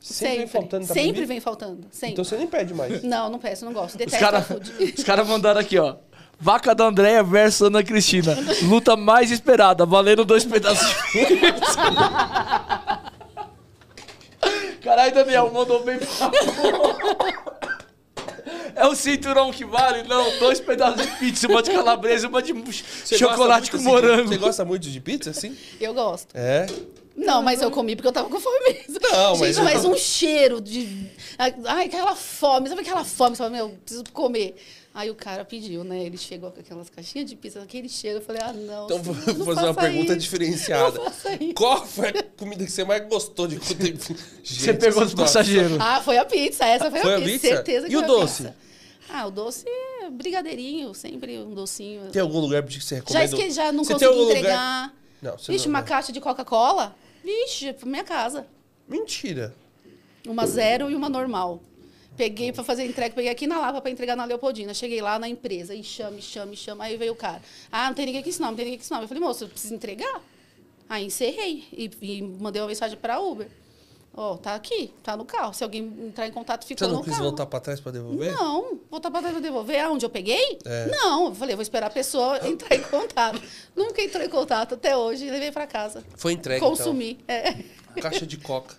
Sempre vem faltando Itapevi?
Sempre vem faltando. Sempre.
Então você nem pede mais.
Não, não peço, não gosto.
Os
Detesto
caras
iFood.
cara mandaram aqui, ó. Vaca da Andréia versus Ana Cristina. Luta mais esperada, valendo dois pedaços de pizza. Caralho, Daniel, mandou bem pra porra. É o cinturão que vale? Não, dois pedaços de pizza, uma de calabresa e uma de
Você
chocolate
gosta
com
muito, assim,
morango.
Você gosta muito de pizza, assim?
Eu gosto.
É.
Não, mas eu comi porque eu tava com fome mesmo.
Não, mas
Gente,
eu
mas
tô-
um cheiro de. Ai, aquela fome, sabe aquela fome? Você fala, meu, preciso comer. Aí o cara pediu, né? Ele chegou com aquelas caixinhas de pizza, aquele cheiro. Eu falei, ah, não.
Então vou
não
fazer uma
faça
pergunta
isso.
diferenciada.
Não faça isso.
Qual foi a comida que você mais gostou de comer?
Você pegou os passageiros.
Ah, foi a pizza. Essa foi,
Foi a
a pizza.
pizza?
Certeza que
E o
foi
doce?
A pizza. Ah, o doce é brigadeirinho, sempre um docinho.
Tem algum lugar que você recomenda?
Já esqueci, já não
Você tem
consegui
algum lugar-
entregar.
Não, você
Vixe,
não...
uma caixa de Coca-Cola? Vixe, pra minha casa.
Mentira.
Uma zero e uma normal. Peguei para fazer entrega, peguei aqui na Lapa para entregar na Leopoldina. Cheguei lá na empresa, e chama, e chama, e chama. Aí veio o cara. Ah, não tem ninguém que ensinar, não tem ninguém que ensinar. Eu falei, moço, eu preciso entregar? Aí encerrei e, e mandei uma mensagem para Uber. Ó, tá aqui, tá no carro. Se alguém entrar em contato,
Você
ficou
não
no
quis
carro.
voltar pra trás pra devolver?
Não, voltar para trás pra devolver. Aonde eu peguei?
É.
Não, eu falei, eu vou esperar a pessoa entrar em contato. Nunca entrou em contato até hoje, levei para casa.
Foi entregue,
Consumi. É.
então. Caixa de coca.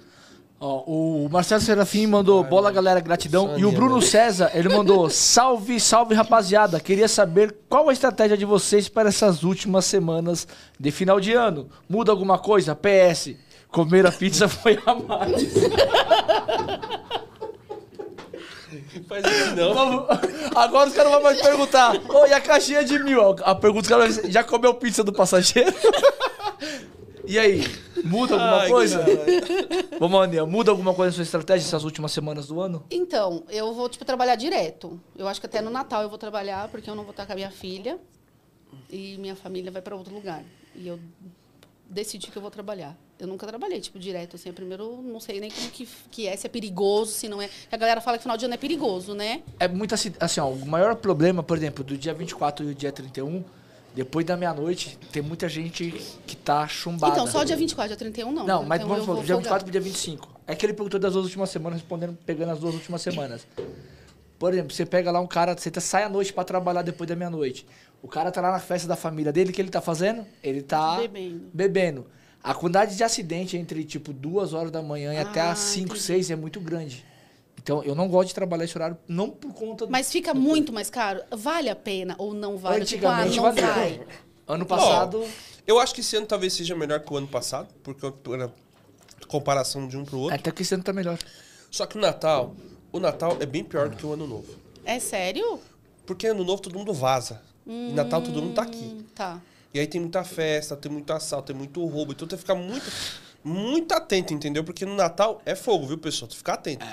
Ó, o Marcelo Serafim mandou bola, galera, gratidão. e o
Sônia,
Bruno
mano.
César, ele mandou salve, salve, rapaziada. Queria saber qual a estratégia de vocês para essas últimas semanas de final de ano. Muda alguma coisa? PS. Comer a pizza foi a mais.
Faz isso não.
Agora os caras vão mais perguntar. Ô, e a caixinha de mil? A pergunta que ela vai ser, já comeu pizza do passageiro? E aí, muda alguma
Ai, que
coisa? Vamos, Aninha, muda alguma coisa na sua estratégia essas últimas semanas do ano?
Então, eu vou, tipo, trabalhar direto. Eu acho que até no Natal eu vou trabalhar, porque eu não vou estar com a minha filha. E minha família vai para outro lugar. E eu decidi que eu vou trabalhar. Eu nunca trabalhei, tipo, direto, assim. Primeiro, eu não sei nem como que, que é, se é perigoso, se não é. A galera fala que final de ano é perigoso, né?
É muito assim, assim, ó, o maior problema, por exemplo, do dia 24 e o dia 31, depois da meia-noite, tem muita gente que tá chumbada.
Então, só dia 24, dia 31 não.
Não, mas
Então, eu
vamos
vou
falar, do dia
folgar.
24 pro dia 25. É que ele perguntou das duas últimas semanas, respondendo, pegando as duas últimas semanas. Por exemplo, você pega lá um cara, você tá- sai à noite pra trabalhar depois da meia-noite. O cara tá lá na festa da família dele, o que ele tá fazendo? Ele tá
Bebendo.
bebendo. A quantidade de acidente entre, tipo, duas horas da manhã e até
Ah,
as 5,
entendi.
6 é muito grande. Então, eu não gosto de trabalhar esse horário, não por conta...
Mas
Uhum.
fica muito mais caro. Vale a pena ou não vale? Tipo, ah,
Antigamente
não
valia.
vai.
Ano passado.
Eu acho que esse ano talvez seja melhor que o ano passado, porque a né, comparação de um pro
É.
outro.
Até que esse ano tá melhor.
Só que o Natal, o Natal é bem pior do que o ano novo.
É sério?
Porque ano novo todo mundo vaza. E Natal todo mundo tá aqui.
Hum, Tá.
E aí tem muita festa, tem muito assalto, tem muito roubo. Então tem que ficar muito, muito atento, entendeu? Porque no Natal é fogo, viu, pessoal? Tem que ficar atento.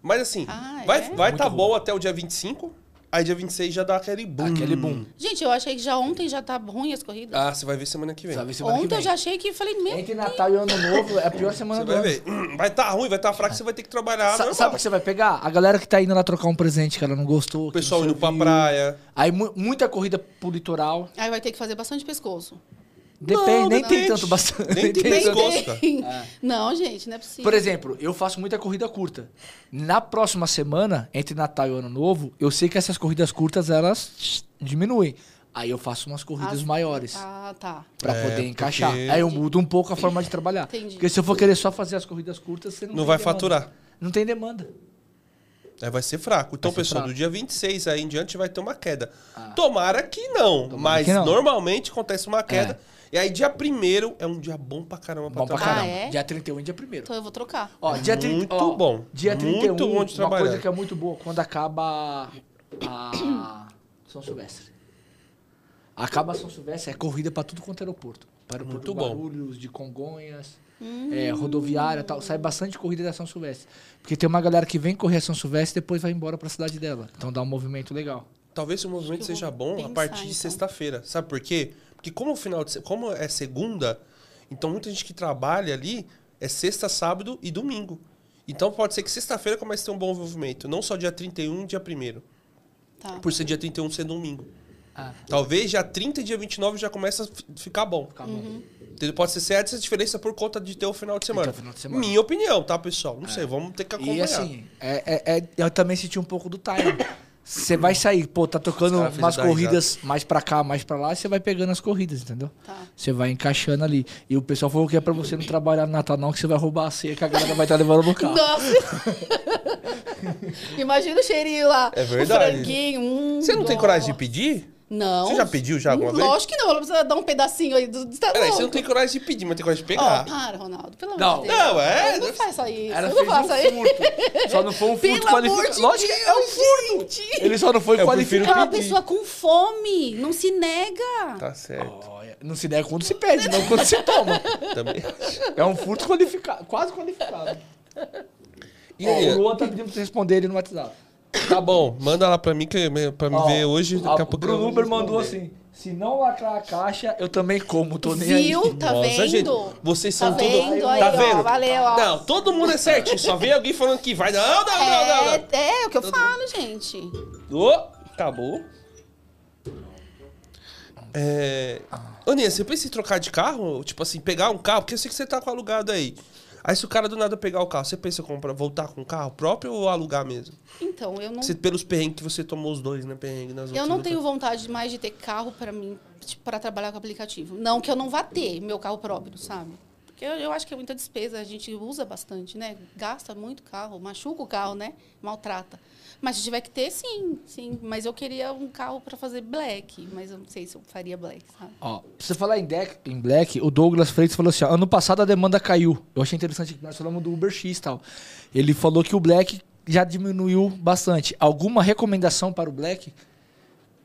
Mas assim,
É. Ah,
vai,
é?
vai tá bom até o dia 25, aí dia 26 já dá aquele boom.
Aquele boom.
Gente, eu achei que já ontem já tá ruim as corridas.
Ah, você vai ver semana que vem.
Sabe, semana que
ontem eu
vem.
já achei que falei, meu,
Entre Natal e Ano Novo é a pior semana
Você
do
vai
ano.
ver. Hum, Vai tá ruim, vai tá fraco, você vai ter que trabalhar.
Sa-
normal.
sabe o que você vai pegar? A galera que tá indo lá trocar um presente que ela não gostou.
O pessoal indo pra
para
praia.
Aí mu- muita corrida pro litoral.
aí vai ter que fazer bastante pescoço.
Depende, nem tem
depende.
tanto bastante.
Nem tem
tanto.
pescoço. tá?
Não, gente, não é possível.
Por exemplo, eu faço muita corrida curta. Na próxima semana, entre Natal e Ano Novo, eu sei que essas corridas curtas elas diminuem. Aí eu faço umas corridas
As-
maiores.
Ah, tá.
Pra
É,
poder
porque-
encaixar. Aí eu mudo um pouco a forma de trabalhar.
Entendi.
Porque se eu for querer só fazer as corridas curtas, você não
Não
tem
vai
demanda.
faturar.
Não tem demanda.
É, vai ser fraco. Então,
Vai ser
pessoal,
fraco. Ah.
do dia 26 aí em diante vai ter uma queda. Tomara que não, mas
que não. É.
normalmente acontece uma queda. E aí, dia 1 é um dia bom pra caramba pra
Bom pra
trabalhar.
caramba.
é?
Dia 31 e dia 1
Então eu vou trocar.
Ó, dia
É Muito
30, ó,
bom.
Dia
Muito
31,
bom de
uma
trabalhar.
coisa que é muito boa, quando acaba a São Silvestre. Acaba São Silvestre, é corrida pra tudo quanto é aeroporto. Para o
Muito
Porto de
bom.
Guarulhos, de Congonhas,
Hum.
é, rodoviária e tal. Sai bastante corrida da São Silvestre. Porque tem uma galera que vem correr a São Silvestre e depois vai embora pra cidade dela. Então dá um movimento legal.
Talvez o movimento
Acho que eu
seja
vou
bom a
pensar,
partir de
então.
sexta-feira. Sabe por quê? Porque como o final de se- como é segunda, então muita gente que trabalha ali é sexta, sábado e domingo. Então pode ser que sexta-feira comece a ter um bom movimento, não só dia 31 e um, dia 1
Tá.
por ser dia 31 ser domingo.
Ah.
Talvez dia 30 e dia 29 já começa a fi- ficar bom. Ficar
bom.
Uhum.
Pode ser certa essa diferença por conta de ter o final de semana.
o final de semana. É.
Minha opinião, tá, pessoal? Não sei, vamos ter que acompanhar.
E assim, é, é- é- eu também senti um pouco do time. Você vai sair, pô, tá tocando
Os caras
umas
fizeram dar
corridas mais pra cá, mais pra lá, e você vai pegando as corridas, entendeu?
Tá.
Você vai encaixando ali. E o pessoal falou que é pra você não trabalhar no Natal, não, que você vai roubar a ceia que a galera vai estar levando no carro.
Nossa! Imagina o cheirinho lá.
É verdade.
O franguinho. hum,
Você não tem
nossa.
coragem de pedir?
Não.
Você já pediu já alguma
Hum,
vez?
Lógico que não. Ela precisa dar um pedacinho aí do. Tá
Peraí,
louco?
você não tem coragem de pedir, mas tem coragem de
Ó,
pegar.
Tá para, Ronaldo. Pelo
Não.
amor de Deus.
Ah. Não, é.
Não faça isso.
Ela
não
fez
faça isso.
um furto. Só não foi um furto
Pelo amor
qualificado.
de
Lógico que
Deus,
é um furto.
gente.
Ele só não foi
Eu prefiro
qualificado.
É uma pessoa com fome. Não se nega.
Tá certo.
Olha, Não se der quando se pede, não quando se toma.
Também.
É um furto qualificado, quase qualificado.
E
Ó,
aí,
o Luan tá pedindo pra você responder ele no WhatsApp.
tá bom, manda lá pra mim que, pra me
Ó,
ver hoje. Daqui a pouco.
Bruno
eu-
Uber mandou assim: Se não lacrar a caixa, eu também como, tô nem aí.
Viu? Tá
Nossa,
vendo?
gente, vocês são
tá
tudo.
Vendo? Aí,
tá
ó,
vendo?
valeu, ó.
Não, todo mundo é certinho. Só vem alguém falando que vai. Não, não, não, não.
é,
não.
é, o que eu falo, gente.
Ô, acabou. É... Ô, Nia, você pensa em trocar de carro? Tipo assim, pegar um carro? Porque eu sei que você tá com alugado aí. Aí se o cara do nada pegar o carro, você pensa em comprar, voltar com o carro próprio ou alugar mesmo?
Então, eu não,
Você, pelos perrengues que você tomou os dois, né? Perrengue nas
eu
outras
não
outras-
tenho vontade mais de ter carro pra mim, tipo, para trabalhar com aplicativo. Não que eu não vá ter meu carro próprio, sabe? Porque eu, eu acho que é muita despesa, a gente usa bastante, né? Gasta muito carro, machuca o carro, né? Maltrata. Mas se tiver que ter, sim, sim. Mas eu queria um carro pra fazer black, mas eu não sei se eu faria black, sabe?
Ó, pra você falar em, deck, em black, o Douglas Freitas falou assim: ó, ano passado a demanda caiu. Eu achei interessante que nós falamos do Uber X e tal. Ele falou que o black já diminuiu bastante. Alguma recomendação para o black?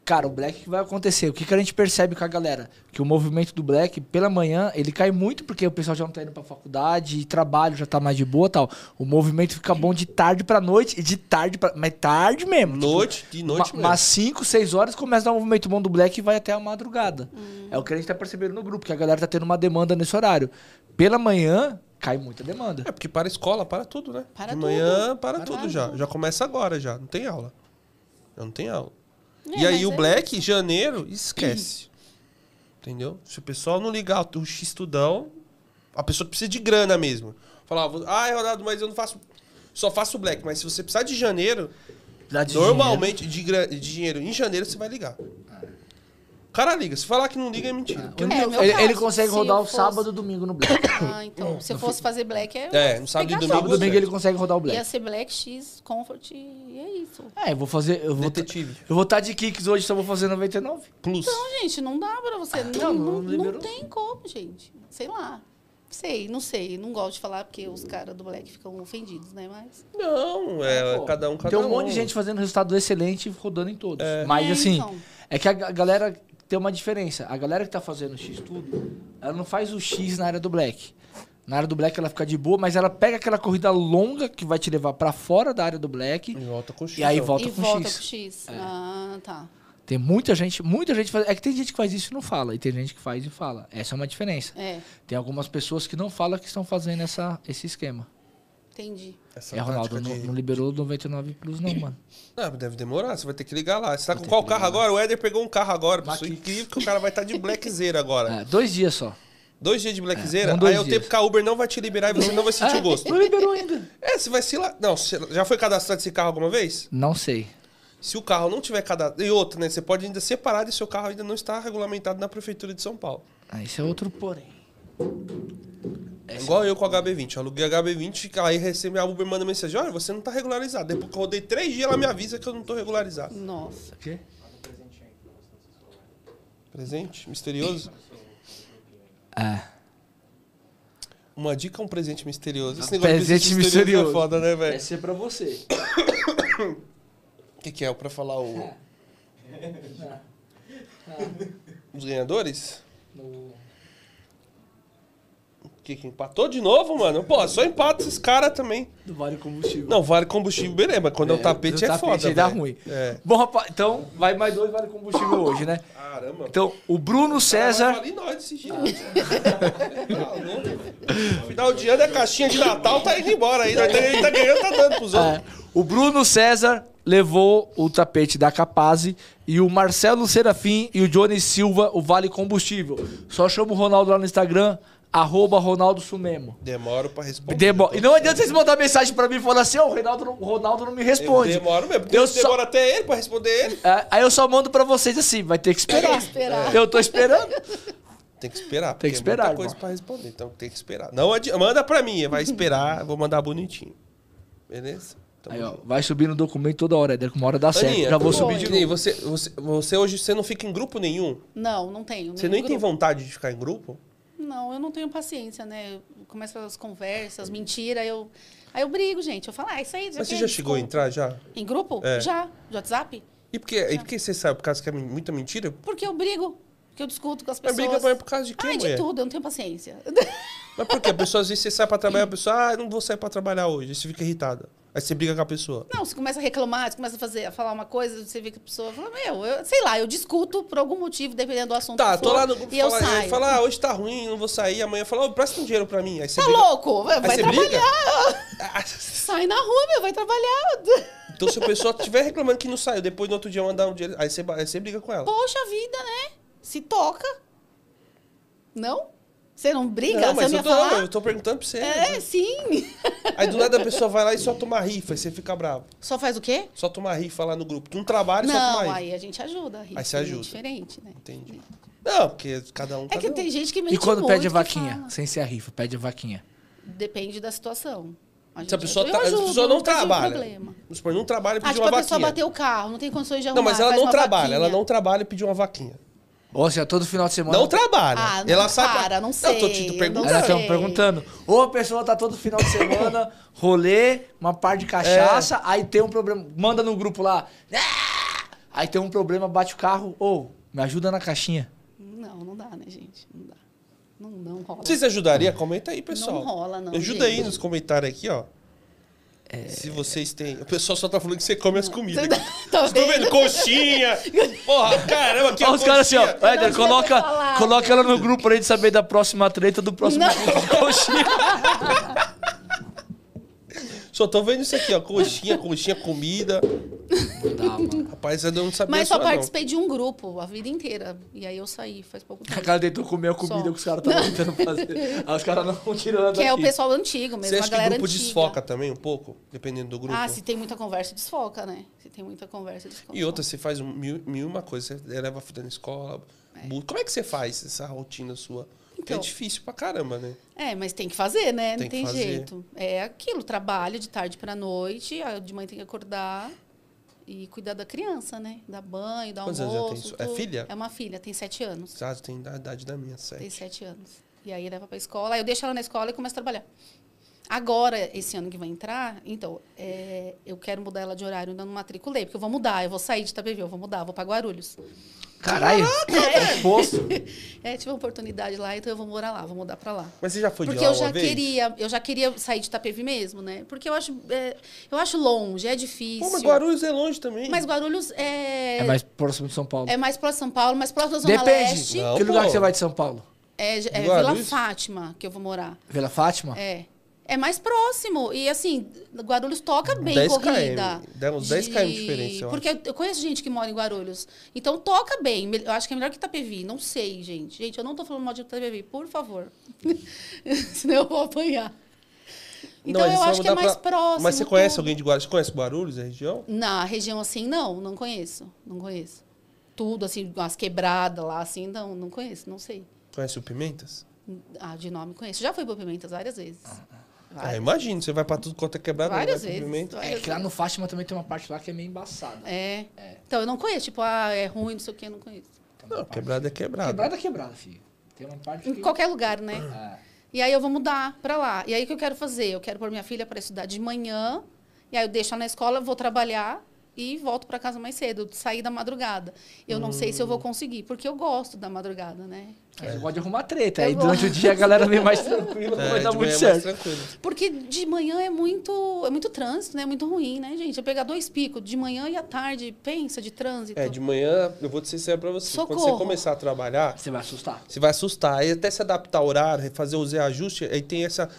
Cara, o black que vai acontecer? O que, que a gente percebe com a galera? Que o movimento do black, pela manhã, ele cai muito porque o pessoal já não tá indo pra faculdade, e trabalho já tá mais de boa e tal. O movimento fica bom de tarde pra noite e de tarde pra. Mas tarde mesmo. tipo,
Noite, de noite
Ma-
mesmo.
Mas 5, 6 horas começa a dar um movimento bom do Black e vai até a madrugada.
Hum.
É o que a gente tá percebendo no grupo, que a galera tá tendo uma demanda nesse horário. Pela manhã, cai muita demanda.
É, porque para a escola, para tudo, né?
Para
de
tudo.
manhã, para, tudo
tudo.
já. Já começa agora, já. Não tem aula. Já não tem aula.
É,
e aí
mas
o
é-
Black, janeiro, esquece. Entendeu? Se o pessoal não ligar o X-Tudão, a pessoa que precisa de grana mesmo. Falar, ah, Ronaldo, mas eu não faço... Só faço Black. Mas se você precisar de janeiro,
Dá de
normalmente, de, gra- de dinheiro em janeiro, você vai ligar. O
Ah.
cara liga. Se falar que não liga, é mentira.
dinheiro.
É, o meu
ele,
caso,
ele consegue
se
rodar
eu
o
fosse-
sábado e domingo no Black.
Ah, então. Se eu fosse fazer black, é.
É, no sábado e
pegar
domingo,
sábado e
sol.
domingo ele consegue rodar o
Ia
Black.
ser black, X, comfort e é isso.
É, eu vou fazer. Eu vou, tá,
Detetive.
eu vou tá de kicks hoje, só vou fazer 99.
Plus.
Então, gente, não dá pra você.
Ah, não,
Não, não,
não
não
liberou.
tem como, gente. Sei lá. Sei, não sei. Não gosto de falar porque os caras do black ficam ofendidos, né? Mas.
Não, é
Então, Pô,
cada um, cada
Tem
um.
um monte de gente fazendo resultado excelente e rodando em todos. Mas
É,
assim,
então.
é que a ga- galera tem uma diferença. A galera que tá fazendo X tudo, ela não faz o X na área do Black. Na área do Black ela fica de boa, mas ela pega aquela corrida longa que vai te levar pra fora da área do Black
E volta com o X.
Uhum. e aí
então.
volta
e
com
volta
X. É.
pro X. Ah, tá.
Tem muita gente, muita gente faz. É que tem gente que faz isso e não fala, e tem gente que faz e fala. Essa é uma diferença.
É,
Tem algumas pessoas que não falam que estão fazendo essa, esse esquema.
entendi.
Essa
É, Ronaldo,
tática
não,
de-
não liberou 99 plus, não, mano.
Ah, mas deve demorar, você vai ter que ligar lá. Você tá com qual carro agora? O Éder pegou um carro agora. Pessoa
Maquis.
incrível que o cara vai estar de blackzeira agora.
É, dois dias só.
Dois dias de blackzeira,
um, dois
aí é o
dias.
tempo que a Uber não vai te liberar e você não vai sentir o gosto.
Não liberou ainda.
É, você vai se lá. Não, você- já foi cadastrado esse carro alguma vez?
Não sei.
Se o carro não tiver cadastrado. E outra, né? Você pode ainda separar e seu carro ainda não está regulamentado na Prefeitura de São Paulo.
Ah, esse é outro porém.
É Igual eu com o HB20. Eu aluguei HB20, aí recebe a Uber manda mensagem: olha, você não tá regularizado. Depois que eu rodei três dias, ela me avisa que eu não tô regularizado.
Nossa.
Presente? Misterioso?
É.
Uma dica é um presente misterioso. Esse
Presente misterioso.
é foda, né, velho?
é pra você.
O que, que é? Pra falar o. Os ganhadores? O que, que empatou de novo, mano? Pô, só empata esses caras também.
Do Vale Combustível.
Não, vale combustível, beleza, mas quando é, o tapete é foda.
tá dá
velho.
ruim.
É.
Bom, rapaz, então vai mais dois Vale Combustível hoje, né?
Caramba.
Então, o Bruno César.
Fala em nós desse jeito. Tá louco. Final de ano é caixinha de Natal, tá indo embora aí. Nós tá- Ele tá ganhando, tá dando pros outros.
É, o Bruno César levou o tapete da Capaz e o Marcelo Serafim e o Johnny Silva o Vale Combustível. Só chama o Ronaldo lá no Instagram, arroba Ronaldo Sumemo.
Demoro pra responder.
Demo- E não adianta vocês mandar mensagem pra mim e falar assim, ó, o Ronaldo, não- o Ronaldo não me
Eu
responde.
demoro mesmo. porque
Eu
Eu
só-
demoro até ele pra responder ele.
É, aí eu só mando pra vocês assim, vai ter que
Tem
esperar.
que esperar.
Eu tô esperando.
Tem que esperar.
Tem
porque
que esperar,
É muita coisa
irmão.
pra responder, então tem que esperar. Não adi... Manda pra mim, vai esperar, vou mandar bonitinho. Beleza? Tamo
Aí, ó,
junto.
vai subir no documento toda hora, Éder, que uma hora dá Tá certo.
Aninha,
Já vou
pô,
subir de
que nem
novo.
Você, você, você hoje você não fica em grupo nenhum?
Não, não tenho.
Você nem
nenhum
tem
grupo.
vontade de ficar em grupo?
Não, eu não tenho paciência, né? Começa as conversas, mentira, eu. Aí eu brigo, gente. Eu falo, ah, isso aí.
Mas você já chegou a
em.
entrar já?
Em grupo?
É.
Já. De WhatsApp?
E por que e por que você sabe? Por causa que é men- muita mentira?
Porque eu brigo. Porque eu discuto com as
Mas
pessoas.
briga vai por causa de quê,
Ai,
mulher?
de tudo, eu não tenho paciência.
Mas por quê? A pessoa às vezes você sai pra trabalhar, a pessoa, ah, eu não vou sair pra trabalhar hoje. Aí Você fica irritada. Aí você briga com a pessoa.
Não, você começa a reclamar, você começa a, fazer, a falar uma coisa, você vê que a pessoa fala, meu, eu, sei lá, eu discuto por algum motivo, dependendo do assunto.
Tá,
que
tô
for,
lá no grupo
e eu
fala-
saio.
fala, ah, hoje tá ruim, não vou sair. Amanhã fala, ô, presta um dinheiro pra mim. Aí você
tá
briga.
louco? Vai,
Aí
vai
você briga?
trabalhar.
Ah,
Sai na rua, meu, vai trabalhar.
Então se a pessoa estiver reclamando que não saiu, depois no outro dia mandar um dinheiro, aí você, ba- aí você briga com ela.
Poxa vida, né? Se toca. Não? Você não briga?
não,
você
mas
não
eu
ia
tô,
falar?
eu tô perguntando pra você. né?
É, sim.
Aí do nada a pessoa vai lá e solta uma rifa, aí você fica bravo.
Só faz o quê?
Solta uma rifa lá no grupo. Tu não trabalha, solta
Não,
uma rifa.
aí a gente ajuda. Rita,
Aí você
é
ajuda. Então
diferente, né?
Entendi. Não, porque cada um.
É que
cada um.
tem gente que mente
E quando
muito,
pede a
que
vaquinha,
fala.
sem ser a rifa, pede a vaquinha.
Depende da situação.
Se a
gente
pessoa,
ajuda.
tá,
Eu ajudo,
a pessoa não,
tem nenhum
trabalha.
problema.
Vamos supor, não trabalha e
Ah,
pediu
tipo,
uma
a
vaquinha.
pessoa bateu o carro, não tem condições de arrumar.
Não, mas ela
faz
não
uma
trabalha. Ela
vaquinha.
não trabalha e pediu uma vaquinha.
Ou seja, todo final de semana.
Não trabalha.
Ah, não,
ela sabe.
para, não
Eu tô
sei,
te
eu
Aí nós
perguntando.
sei.
estamos perguntando. Ou a pessoa tá todo final de semana, rolê, uma par de
É.
cachaça, aí tem um problema. Manda no grupo lá. "Ah!" Aí tem um problema, bate o carro. Ou, me ajuda na caixinha.
Não, não dá, né, gente? Não dá. Não, não rola.
Vocês ajudariam? Comenta aí, pessoal.
Não rola, não,
Ajuda aí
gente. É.
nos comentários aqui, ó. Se vocês têm. O pessoal só tá falando que você come as comidas.
Tá- tá
Vocês estão vendo?
vendo?
Coxinha! Porra, caramba, que
Olha os caras assim, ó.
coxinha.
Éder,
devia
coloca,
ter falado.
coloca ela no grupo pra gente saber da próxima treta do próximo
Não.
grupo de coxinha.
Só tô vendo isso aqui, ó. Coxinha, coxinha, comida.
Dá, mano.
Rapaz, eu não sabia
Mas
só
só participei de um grupo a vida inteira. E aí eu saí faz pouco
A
tempo.
cara deitou comer a comida
Só.
que os caras estavam tentando fazer. Aí os caras não tiraram
Que é o
daqui.
pessoal antigo mesmo,
Você
a
acha que o
galera
grupo
antiga.
desfoca também um pouco? Dependendo do grupo?
Ah, se tem muita conversa, desfoca, né? Se tem muita conversa, desfoca.
E outra, você faz um mil, mil e uma coisa. Você leva a fruta na escola. bu- Como é que você faz essa rotina sua? Porque é
Então.
difícil pra caramba, né?
É, mas tem que fazer, né?
Tem
Não
que
tem
fazer.
jeito. É aquilo, trabalho de tarde pra noite, a- de manhã tem que acordar e cuidar da criança, né? Dar banho, dar
Quantos anos
almoço.
ela tem? É
tudo.
filha?
É uma filha, tem sete anos.
Ah, tem da idade da minha, sério.
Tem sete anos. E aí leva pra escola, aí eu deixo ela na escola e começo a trabalhar. Agora, esse ano que vai entrar, então, é, eu quero mudar ela de horário, ainda não matriculei, porque eu vou mudar, eu vou sair de Itabevi, eu vou mudar, eu vou pra Guarulhos.
Caralho,
né?
é posto.
É, tive uma oportunidade lá, então eu vou morar lá, vou mudar pra lá.
Mas você já foi Tipo, de
Porque
lá
eu
uma
já
vez?
queria, eu já queria sair de Itapevi mesmo, né? Porque eu acho, é, eu acho longe, é difícil.
Pô, mas Guarulhos é longe também.
Mas Guarulhos é,
É mais próximo de São Paulo.
próximo de São Paulo, mais próximo da Zona
Depende.
Leste.
Não,
que lugar
pô.
que você vai de São Paulo?
É, é Vila
Guarulhos?
Fátima que eu vou morar.
Vila Fátima?
É. É mais próximo. E assim, Guarulhos toca bem
10 km.
corrida.
Dá uns 10 km de diferença, eu
Porque eu- eu conheço gente que mora em Guarulhos. Então toca bem. Me- Eu acho que é melhor que Itapevi. Não sei, gente. Gente, eu não tô falando mal de Itapevi, por favor. Senão eu vou apanhar. Então
Não, eles
eu
só
acho que é
mudar
mais
pra-
próximo.
Mas você conhece
tudo.
alguém de Guarulhos? Você conhece Guarulhos, a região?
Na região assim, não, não conheço. Não conheço. Tudo, assim, as quebradas lá, assim, não, não conheço, não sei.
Conhece o Pimentas?
Ah, de nome conheço. Já fui pro Pimentas várias vezes.
Ah, imagina, você vai pra tudo quanto é quebrado.
Várias
vai pro
vezes.
Pimentas.
É
várias
que lá no Fátima também tem uma parte lá que é meio embaçada.
É. Então, eu não conheço. Tipo, ah, é ruim, não sei o que, eu não conheço.
Tem uma
Não,
parte-
quebrado é quebrado.
Quebrada é quebrada, filho. Tem uma parte
Em
que...
qualquer lugar,
É.
né?
Ah,
E aí eu vou mudar pra lá. E aí o que eu quero fazer? Eu quero pôr minha filha pra estudar de manhã. E aí eu deixo ela na escola, vou trabalhar e volto pra casa mais cedo. Sair da madrugada. Eu não sei se eu vou conseguir, porque eu gosto da madrugada, né?
Você pode arrumar treta.
Eu
Aí
vou.
durante o dia a galera vem mais tranquila,
É,
vai dar
de
muito
manhã é
certo.
mais tranquilo.
Porque de manhã é muito, é muito trânsito, né? É muito ruim, né, gente? Eu pegar dois picos de manhã e à tarde, pensa de trânsito.
É, de manhã, eu vou ser sincero pra você. Quando você
Socorro.
começar a trabalhar,
Você vai assustar.
Você vai assustar. Aí até se adaptar ao horário, fazer os reajustes, aí tem essa.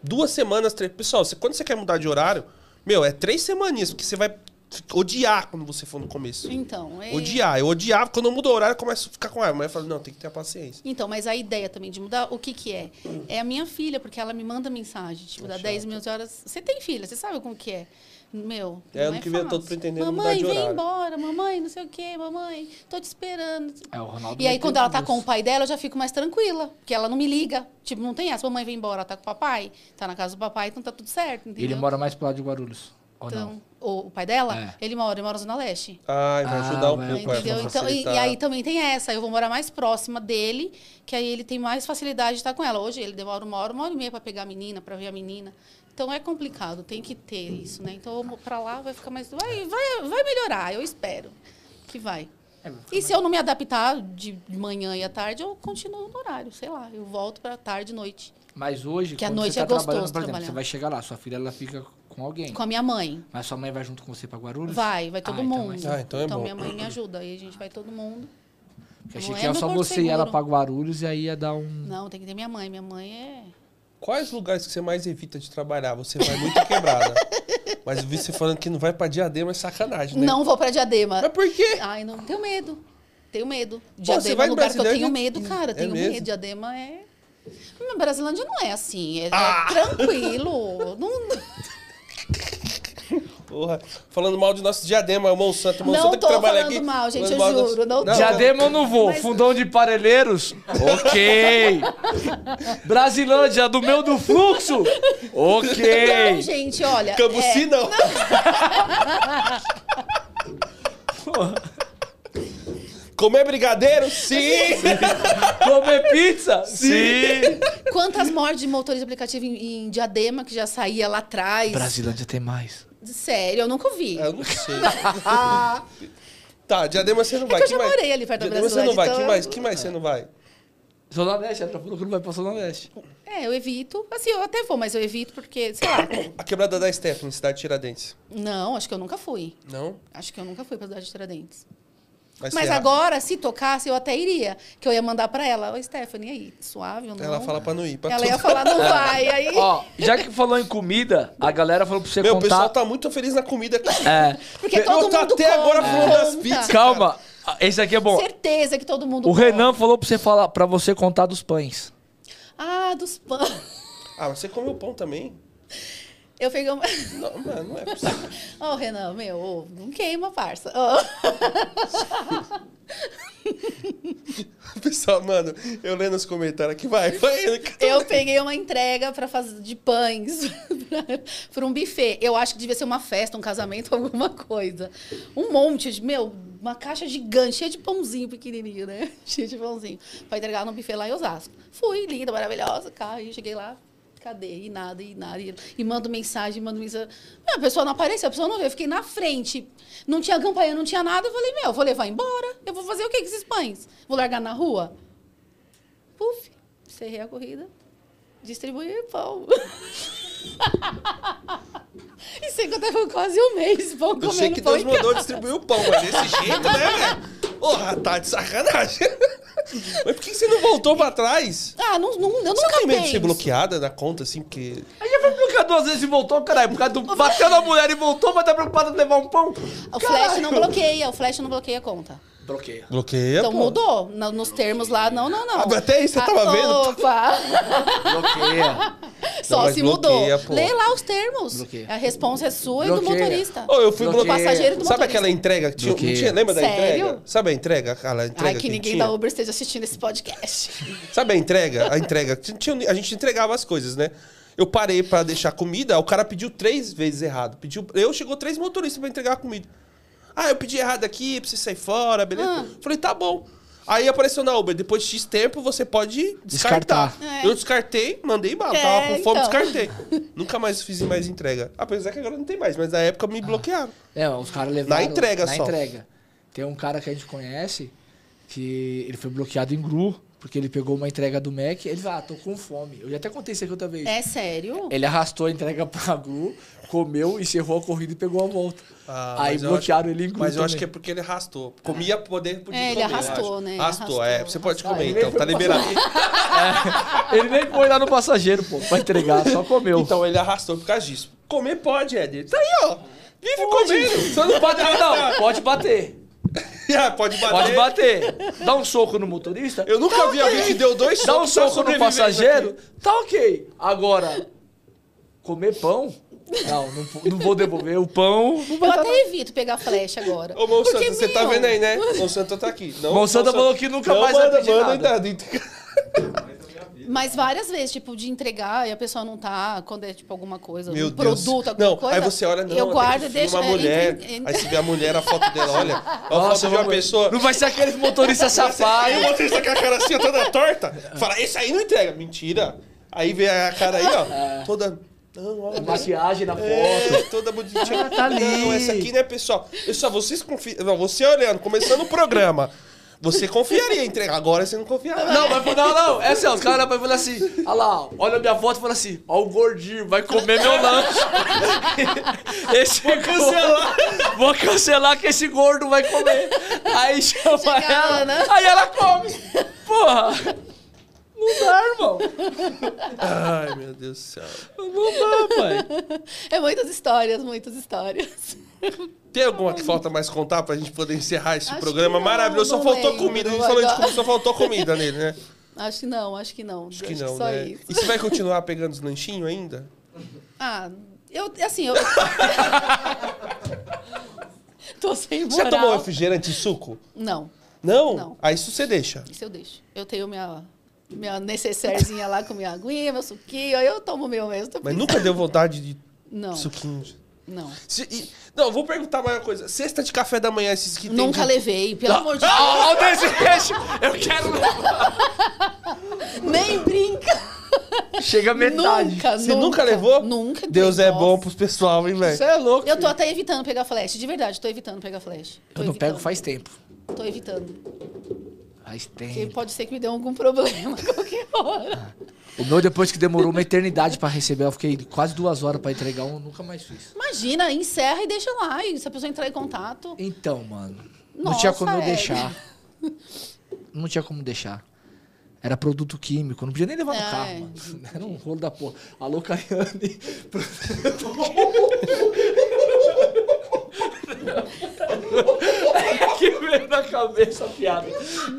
Duas semanas, três. Pessoal, você- quando você quer mudar de horário, meu, é três semaninhas, porque você vai f- odiar quando você for no começo.
Então, é...
Odiar. Eu odiava, quando eu mudo o horário, eu começo a ficar com ela. Mas eu falo, não, tem que ter a paciência.
Então, mas a ideia também de mudar, o que que é? É a minha filha, porque ela me manda mensagem, tipo,
É
dá 10 minutos horas. Você tem filha, você sabe como que é. Meu,
É,
não
ano que vem eu tô
fácil.
pretendendo mudar
Mamãe,
de
vem
horário.
embora, mamãe, não sei o quê, mamãe, tô te esperando.
É, o Ronaldo
E aí,
meteu
quando ela
com
tá
Deus.
com o pai dela, eu já fico mais tranquila, porque ela não me liga. Tipo, não tem essa, mamãe vem embora, ela tá com o papai, tá na casa do papai, então tá tudo certo,
E
entendeu?
ele mora mais pro lado de Guarulhos. Ou
Então,
não?
o, o pai dela,
É.
ele mora, ele mora na Zona Leste.
Ai, vai
Ah,
ajudar um
vai
pouco. vai
Entendeu? Então, e, e
facilitar.
aí também tem essa. Eu vou morar mais próxima dele, que aí ele tem mais facilidade de estar com ela. Hoje ele demora uma hora, uma hora e meia para pegar a menina, para ver a menina. Então é complicado, tem que ter isso, né? Então para lá vai ficar mais. Vai, vai, vai melhorar, eu espero que vai.
É,
E se eu não me adaptar de manhã e à tarde, eu continuo no horário, sei lá. Eu volto para tarde e noite.
Mas hoje,
Que à
quando
noite
você tá
é gostoso
trabalhando, por exemplo,
trabalhar.
você vai chegar lá, sua filha ela fica
com alguém.
Com a minha mãe.
Mas sua mãe vai junto com você pra Guarulhos?
Vai, vai todo
Ah, então é
mundo.
mais
Ah, então é bom.
minha mãe me ajuda. Aí a gente vai todo mundo.
Porque achei
Não
que
é
era
no
só
Porto
você e ela
Seguro.
pra Guarulhos e aí ia dar um.
Não, tem que ter minha mãe. Minha mãe é.
Quais lugares que você mais evita de trabalhar? Você vai muito quebrada. Mas eu vi você falando que não vai pra Diadema, é sacanagem, né?
Não vou pra diadema.
Mas por quê?
Ai, não tenho medo. Tenho medo.
você
Diadema
vai
é um lugar que eu
brasileiro
tenho
de-
medo, cara.
é
tenho
mesmo?
medo. Diadema é. Mas Brasilândia não é assim. É, é
Ah!
tranquilo. Não,
Porra, falando mal de nosso Diadema, o Monsanto. o
Não
Monsanto que
tô
trabalha
falando
aqui.
mal, gente,
falando
eu
do-
juro, não tô.
Diadema eu não vou. Fundão de Parelheiros? Ok. Brasilândia, do meu do fluxo?
não,
Ok.
gente, olha.
Cambuci,
é,
não. Comer brigadeiro? Sim!
Comer pizza? Sim.
é, quantas mortes de motores de aplicativo em, em Diadema que já saía lá atrás?
Brasilândia tem mais.
Sério, eu nunca vi. Ah!
Ah, eu não sei. tá, Diadema você não vai.
É eu já
mais?
morei ali perto da
Diadema você não
Brasilândia,
vai.
então
Que
eu-
mais? Que mais você não vai?
Zona Leste, ela falou que não vai pra Zona Leste.
É, eu evito. Assim, eu até vou, mas eu evito porque, sei lá.
A quebrada da Stephanie, cidade de Tiradentes.
não, acho que eu nunca fui.
Não?
Acho que eu nunca fui pra cidade de Tiradentes.
Vai
Mas
ser a-
agora, se tocasse, eu até iria. Que eu ia mandar pra ela. Ô, Stephanie, e aí, suave ou não?
Ela fala pra não ir. Pra
Ela
tudo.
ia falar, não vai. Aí...
Ó, já que falou em comida, a galera falou pra você
Meu, o
contar.
pessoal tá muito feliz na comida aqui.
É,
Porque todo
eu tô
mundo
até agora
come,
falando das
conta.
pizzas.
calma. Ah, Esse aqui é bom.
Certeza que todo mundo
O
come.
Renan falou pra você falar, para você contar dos pães.
Ah, dos pães.
Ah, mas você comeu pão também?
Eu peguei uma...
Não, mano, não é possível.
Ô, Renan, meu, ô, não queima, parça. Ô.
Pessoal, mano, eu lendo os comentários aqui, vai, vai.
Eu peguei uma entrega pra fazer de pães pra- pra um buffet. Eu acho que devia ser uma festa, um casamento, alguma coisa. Um monte de, meu, uma caixa gigante, cheia de pãozinho pequenininho, né? Cheia de pãozinho. Pra entregar no buffet lá em Osasco. Fui, linda, maravilhosa, carro, cheguei lá. Cadê? E nada, e nada. E, e mando mensagem, mando mensagem. Meu, a pessoa não apareceu, a pessoa não veio. Eu fiquei na frente. Não tinha campanha, não tinha nada. Eu falei, meu, eu vou levar embora. Eu vou fazer o que com esses pães? Vou largar na rua? Puf, encerrei a corrida, distribuí pão. e sei que eu tava quase um mês pão
Eu sei
comendo
que
pão
Deus
em casa.
mandou distribuir o pão, mas desse jeito, né, velho? Porra, tá de sacanagem. Mas por que você não voltou pra trás?
Ah, não, não, eu
Você
nunca
tem medo de ser
penso.
bloqueada na conta, assim, porque...
Aí já foi bloqueado duas vezes e voltou, caralho. Por causa do. Bateu na mulher e voltou, mas tá preocupado em levar um pão.
O Flash não bloqueia, o Flash não bloqueia a conta.
Bloqueia.
Bloqueia,
então
É, pô.
mudou na- nos termos lá, não, não, não.
Ah, mas até isso você tava vendo.
Opa!
Bloqueia.
Só
mas
se
bloqueia,
mudou.
pô.
Lê lá os termos.
Bloqueia.
A responsa é sua e do
Bloqueia.
motorista.
Ô, eu fui
Bloqueia.
bloqueado.
Passageiro do
Sabe
motorista.
aquela entrega que tinha? não
Bloqueia.
tinha? Lembra da
Sério?
entrega? Sabe a entrega? Aquela entrega
Ai, que ninguém
tinha?
da Uber esteja assistindo esse podcast.
Sabe a entrega? A entrega. Tinha- a gente entregava as coisas, né? Eu parei pra deixar comida, o cara pediu três vezes errado. Pediu, eu chegou três motoristas pra entregar a comida. Ah, eu pedi errado aqui, preciso sair fora, beleza?
Ah.
Falei, tá bom. Aí apareceu na Uber, depois de X tempo você pode descartar.
Descartar. É.
Eu descartei, mandei bala.
É,
Tava com fome,
então.
descartei. Nunca mais fiz mais entrega. Apesar que agora não tem mais, mas na época me bloquearam.
É, os caras levaram.
Na entrega
na
só.
entrega. Tem um cara que a gente conhece que ele foi bloqueado em Gru, porque ele pegou uma entrega do Mac. Ele falou, ah, tô com fome. Eu já até contei isso aqui outra vez.
É sério?
Ele arrastou a entrega pra Gru, comeu, encerrou a corrida e pegou a volta.
Ah,
Aí
mas eu
bloquearam
acho-
ele em Gru.
Mas eu acho que é
também.
porque ele arrastou. Comia poder, podia
É, ele
comer, eu
arrastou,
acho.
né?
Arrastou, é.
Arrastou,
Você pode
arrastou.
comer,
Ah, ele
então. Tá liberado.
Ele nem foi lá no passageiro, pô, pra entregar, só comeu.
é- Então ele arrastou por causa disso. Comer pode, Éder. Tá aí, ó. Vive comendo.
Você não pode não, pode bater.
Ah, pode bater.
Pode bater. Dá um soco no motorista.
Eu nunca vi alguém que deu dois
Dá um
socos e tá
soco no
sobrevivendo
passageiro.
aqui.
Tá ok. Agora, comer pão? Não, não, fu- não vou devolver o pão. Não
Eu
vai dar-
até evito pegar flecha agora.
Ô, Monsanto,
Porque,
você tá
meu,
vendo aí, né? Monsanto tá aqui. Não,
Monsanto falou que nunca mais vai
manda,
pedir
manda
nada.
em dado.
Mas várias vezes, tipo, de entregar e a pessoa não tá, quando é tipo alguma coisa,
Meu
um
Deus.
produto, alguma
não,
coisa.
aí você olha, não,
eu
tem
guardo
que
e
filmar
deixo
uma
é,
mulher.
entre-
Aí
entre-
você vê a mulher, a foto dela, olha. Olha a
Nossa,
foto de uma
vamos-
pessoa.
Não vai ser aquele motorista
Aí o
safado.
motorista com a cara assim, toda torta, fala, esse aí não entrega. Mentira. Aí vem a cara aí, ó, toda... Não, olha,
Maquiagem na foto.
É, toda bonitinha.
Ah, tá
Não, é
ali.
essa aqui, né, pessoal? Eu só vocês confiam. Você olhando, começando o programa. Você confiaria em entregar. Agora você não confia mais.
Não, mas não, não. É assim, ó, os caras olham pra mim e falam assim, olha lá, olha a minha foto e falam assim, ó o gordinho, vai comer meu lanche. Esse vou cancelar. Vou cancelar que esse gordo vai comer. Aí chama
Chega
ela,
ela, né?
aí ela come. Porra. Não dá, irmão.
Ai, meu Deus do céu.
Não dá, pai.
É muitas histórias, muitas histórias.
Tem alguma que falta mais contar pra gente poder encerrar esse
Acho
programa
que não,
maravilhoso? Só
não
faltou
lembro
comida. A gente falou de
agora.
comida, só faltou comida nele, né?
Acho que não, acho que não. Acho
Que não,
só
né?
isso.
E você vai continuar pegando os lanchinhos ainda?
Ah, eu, assim, eu... Tô sem
Você
moral.
já tomou refrigerante e suco?
Não,
Não?
Não.
Aí isso você deixa.
isso eu deixo. Eu tenho minha, minha necessairezinha lá com minha aguinha, meu suquinho, aí eu tomo meu mesmo. Tô
Mas
pensando-
nunca deu vontade de
Não,
suquinho. de-
não.
Se- e- não, vou perguntar mais uma coisa. Cesta de café da manhã, esses que
Nunca
tem... de-
levei,
Ah.
pelo amor de Deus.
Olha o desejo. Eu quero...
Nem brinca.
Chega a metade.
Nunca,
Você nunca levou?
Nunca.
Deus é
Nossa.
bom pros pessoal, hein, velho?
Você é louco.
Eu tô até evitando pegar flash, de verdade, tô evitando pegar flash. Tô
Eu não pego
evitando.
faz tempo.
Tô evitando.
Faz
Porque
tempo.
pode ser que me dê algum problema a qualquer hora.
O meu, depois que demorou uma eternidade pra receber, eu fiquei quase duas horas pra entregar um, eu nunca mais fiz.
Imagina, encerra e deixa lá. E se a pessoa entrar em contato.
Então, mano. não
Nossa,
tinha como eu
é.
deixar. Não tinha como deixar. Era produto químico, não podia nem levar
É.
no carro, mano. Era um rolo da porra. Alô, Caiane. é que veio na cabeça a piada.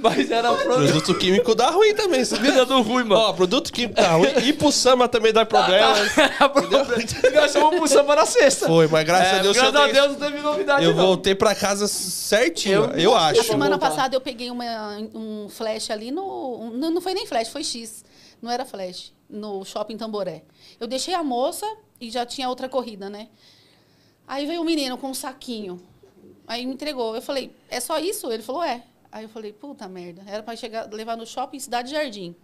Mas era produto.
Produto químico dá ruim também, sabia?
do ruim,
Ó, produto químico dá ruim. E pro samba também dá problema.
Era produto. Nós chamamos pro samba na sexta.
Foi, mas graças
É,
a Deus...
graças
eu
a
tenho-
Deus não teve novidade,
Eu
não.
voltei pra casa certinho, eu,
Eu-
acho.
A semana
voltar.
passada eu peguei uma- um flash ali no. um- não, não foi nem flash, foi X. Não era flash. No shopping Tamboré. Eu deixei a moça e já tinha outra corrida, né? Aí veio o menino com um saquinho. Aí me entregou. Eu falei, é só isso? Ele falou, é. Aí eu falei, puta merda. Era pra chegar, levar no shopping Cidade Jardim.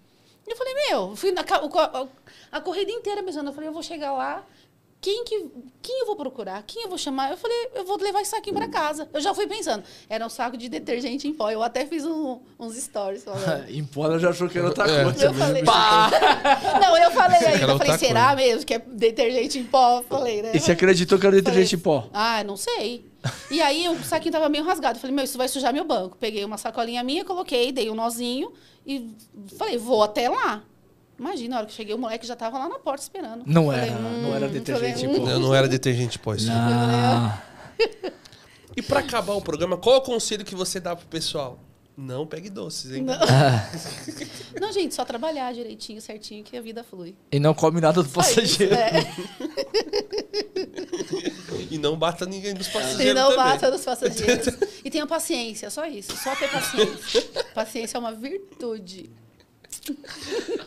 Eu falei, meu, fui na, ca- o co- a, a corrida inteira pensando. Eu falei, eu vou chegar lá. Quem, que, quem eu vou procurar? Quem eu vou chamar? Eu falei, eu vou levar esse saquinho pra casa. Eu já fui pensando. Era um saco de detergente em pó. Eu até fiz um- uns stories falando.
Em Pola já achou que era outra
É.
coisa.
Eu falei, não, eu falei ainda.
Era
Eu falei,
outra
será mesmo que é detergente em pó? Eu falei, né?
E você acreditou que era detergente em pó?
Ah, não sei. E aí o saquinho tava meio rasgado. Eu falei, meu, isso vai sujar meu banco. Peguei uma sacolinha minha, coloquei, dei um nozinho e falei, vou até lá. Imagina, a hora que eu cheguei, o moleque já tava lá na porta esperando.
Não
Falei, "Hum,
era, não era detergente em
falei, hum. "É."
pó. Ah.
Eu não era detergente pó, isso. E pra acabar o programa, qual o conselho que você dá pro pessoal? Não pegue doces, hein?
Não, gente, só trabalhar direitinho, certinho, que a vida flui.
E não come nada do passageiro.
É.
E não bata ninguém dos passageiros
E não
também.
bata nos passageiros. E tenha paciência, só isso. Só ter paciência. Paciência é uma virtude.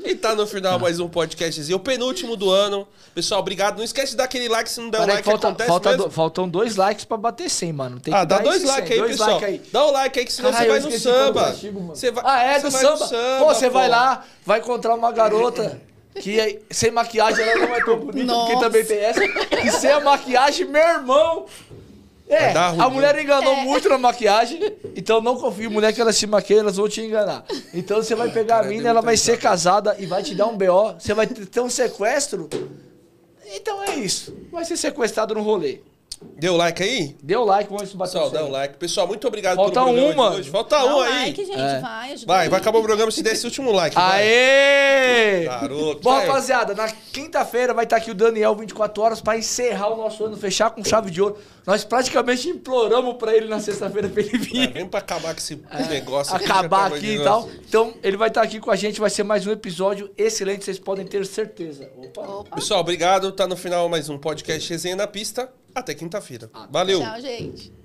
E tá no final mais um podcastzinho, o penúltimo do ano. Pessoal, obrigado. Não esquece de dar aquele like se não der o
Peraí,
like,
falta,
Então, é acontece
falta
mesmo.
do- faltam dois likes pra bater 100, mano. Tem
Ah,
que
dá
dar
dois
esse
likes
100,
aí,
dois
pessoal.
like aí.
Dá o like aí, que senão
Caralho,
você vai
eu
no
esqueci qual
samba.
castigo, mano.
Você vai,
Ah, é
você
do
vai no
samba. Pô, você vai
pô.
lá, vai encontrar uma garota que é- sem maquiagem ela não é tão bonita, porque
Nossa.
também tem essa. E sem a maquiagem, meu irmão. É,
Vai dar ruim,
a mulher enganou
É.
muito na maquiagem, então não confie em mulher que elas se maquiam, elas vão te enganar. Então você vai pegar a mina, ela vai ser casada e vai te dar um BO, você vai ter ter um sequestro. Então é isso. Vai ser sequestrado no rolê.
Deu like aí?
Dê o like, vamos bater
Pessoal,
o
dá um o like. Pessoal, muito obrigado
Falta
pelo programa
um,
de
mano.
hoje. Falta um
Dá um
aí.
like, gente,
É.
vai, ajuda
Vai, vai
aí.
acabar o programa se der esse último like. vai.
Aê!
Garoto,
Bom,
vai.
rapaziada, na quinta-feira vai estar aqui o Daniel 24 horas para encerrar o nosso ano, fechar com chave de ouro. Nós praticamente imploramos para ele na sexta-feira pra ele
É,
vir
vem pra acabar com esse É, negócio aqui,
É. acabar
já tá
aqui e
imaginando.
tal. Então, ele vai estar aqui com a gente, vai ser mais um episódio excelente, vocês podem ter certeza. Opa.
Opa.
Pessoal, obrigado. Tá no final mais um podcast Resenha na Pista. Até quinta-feira. Valeu.
Ah, Tchau, gente.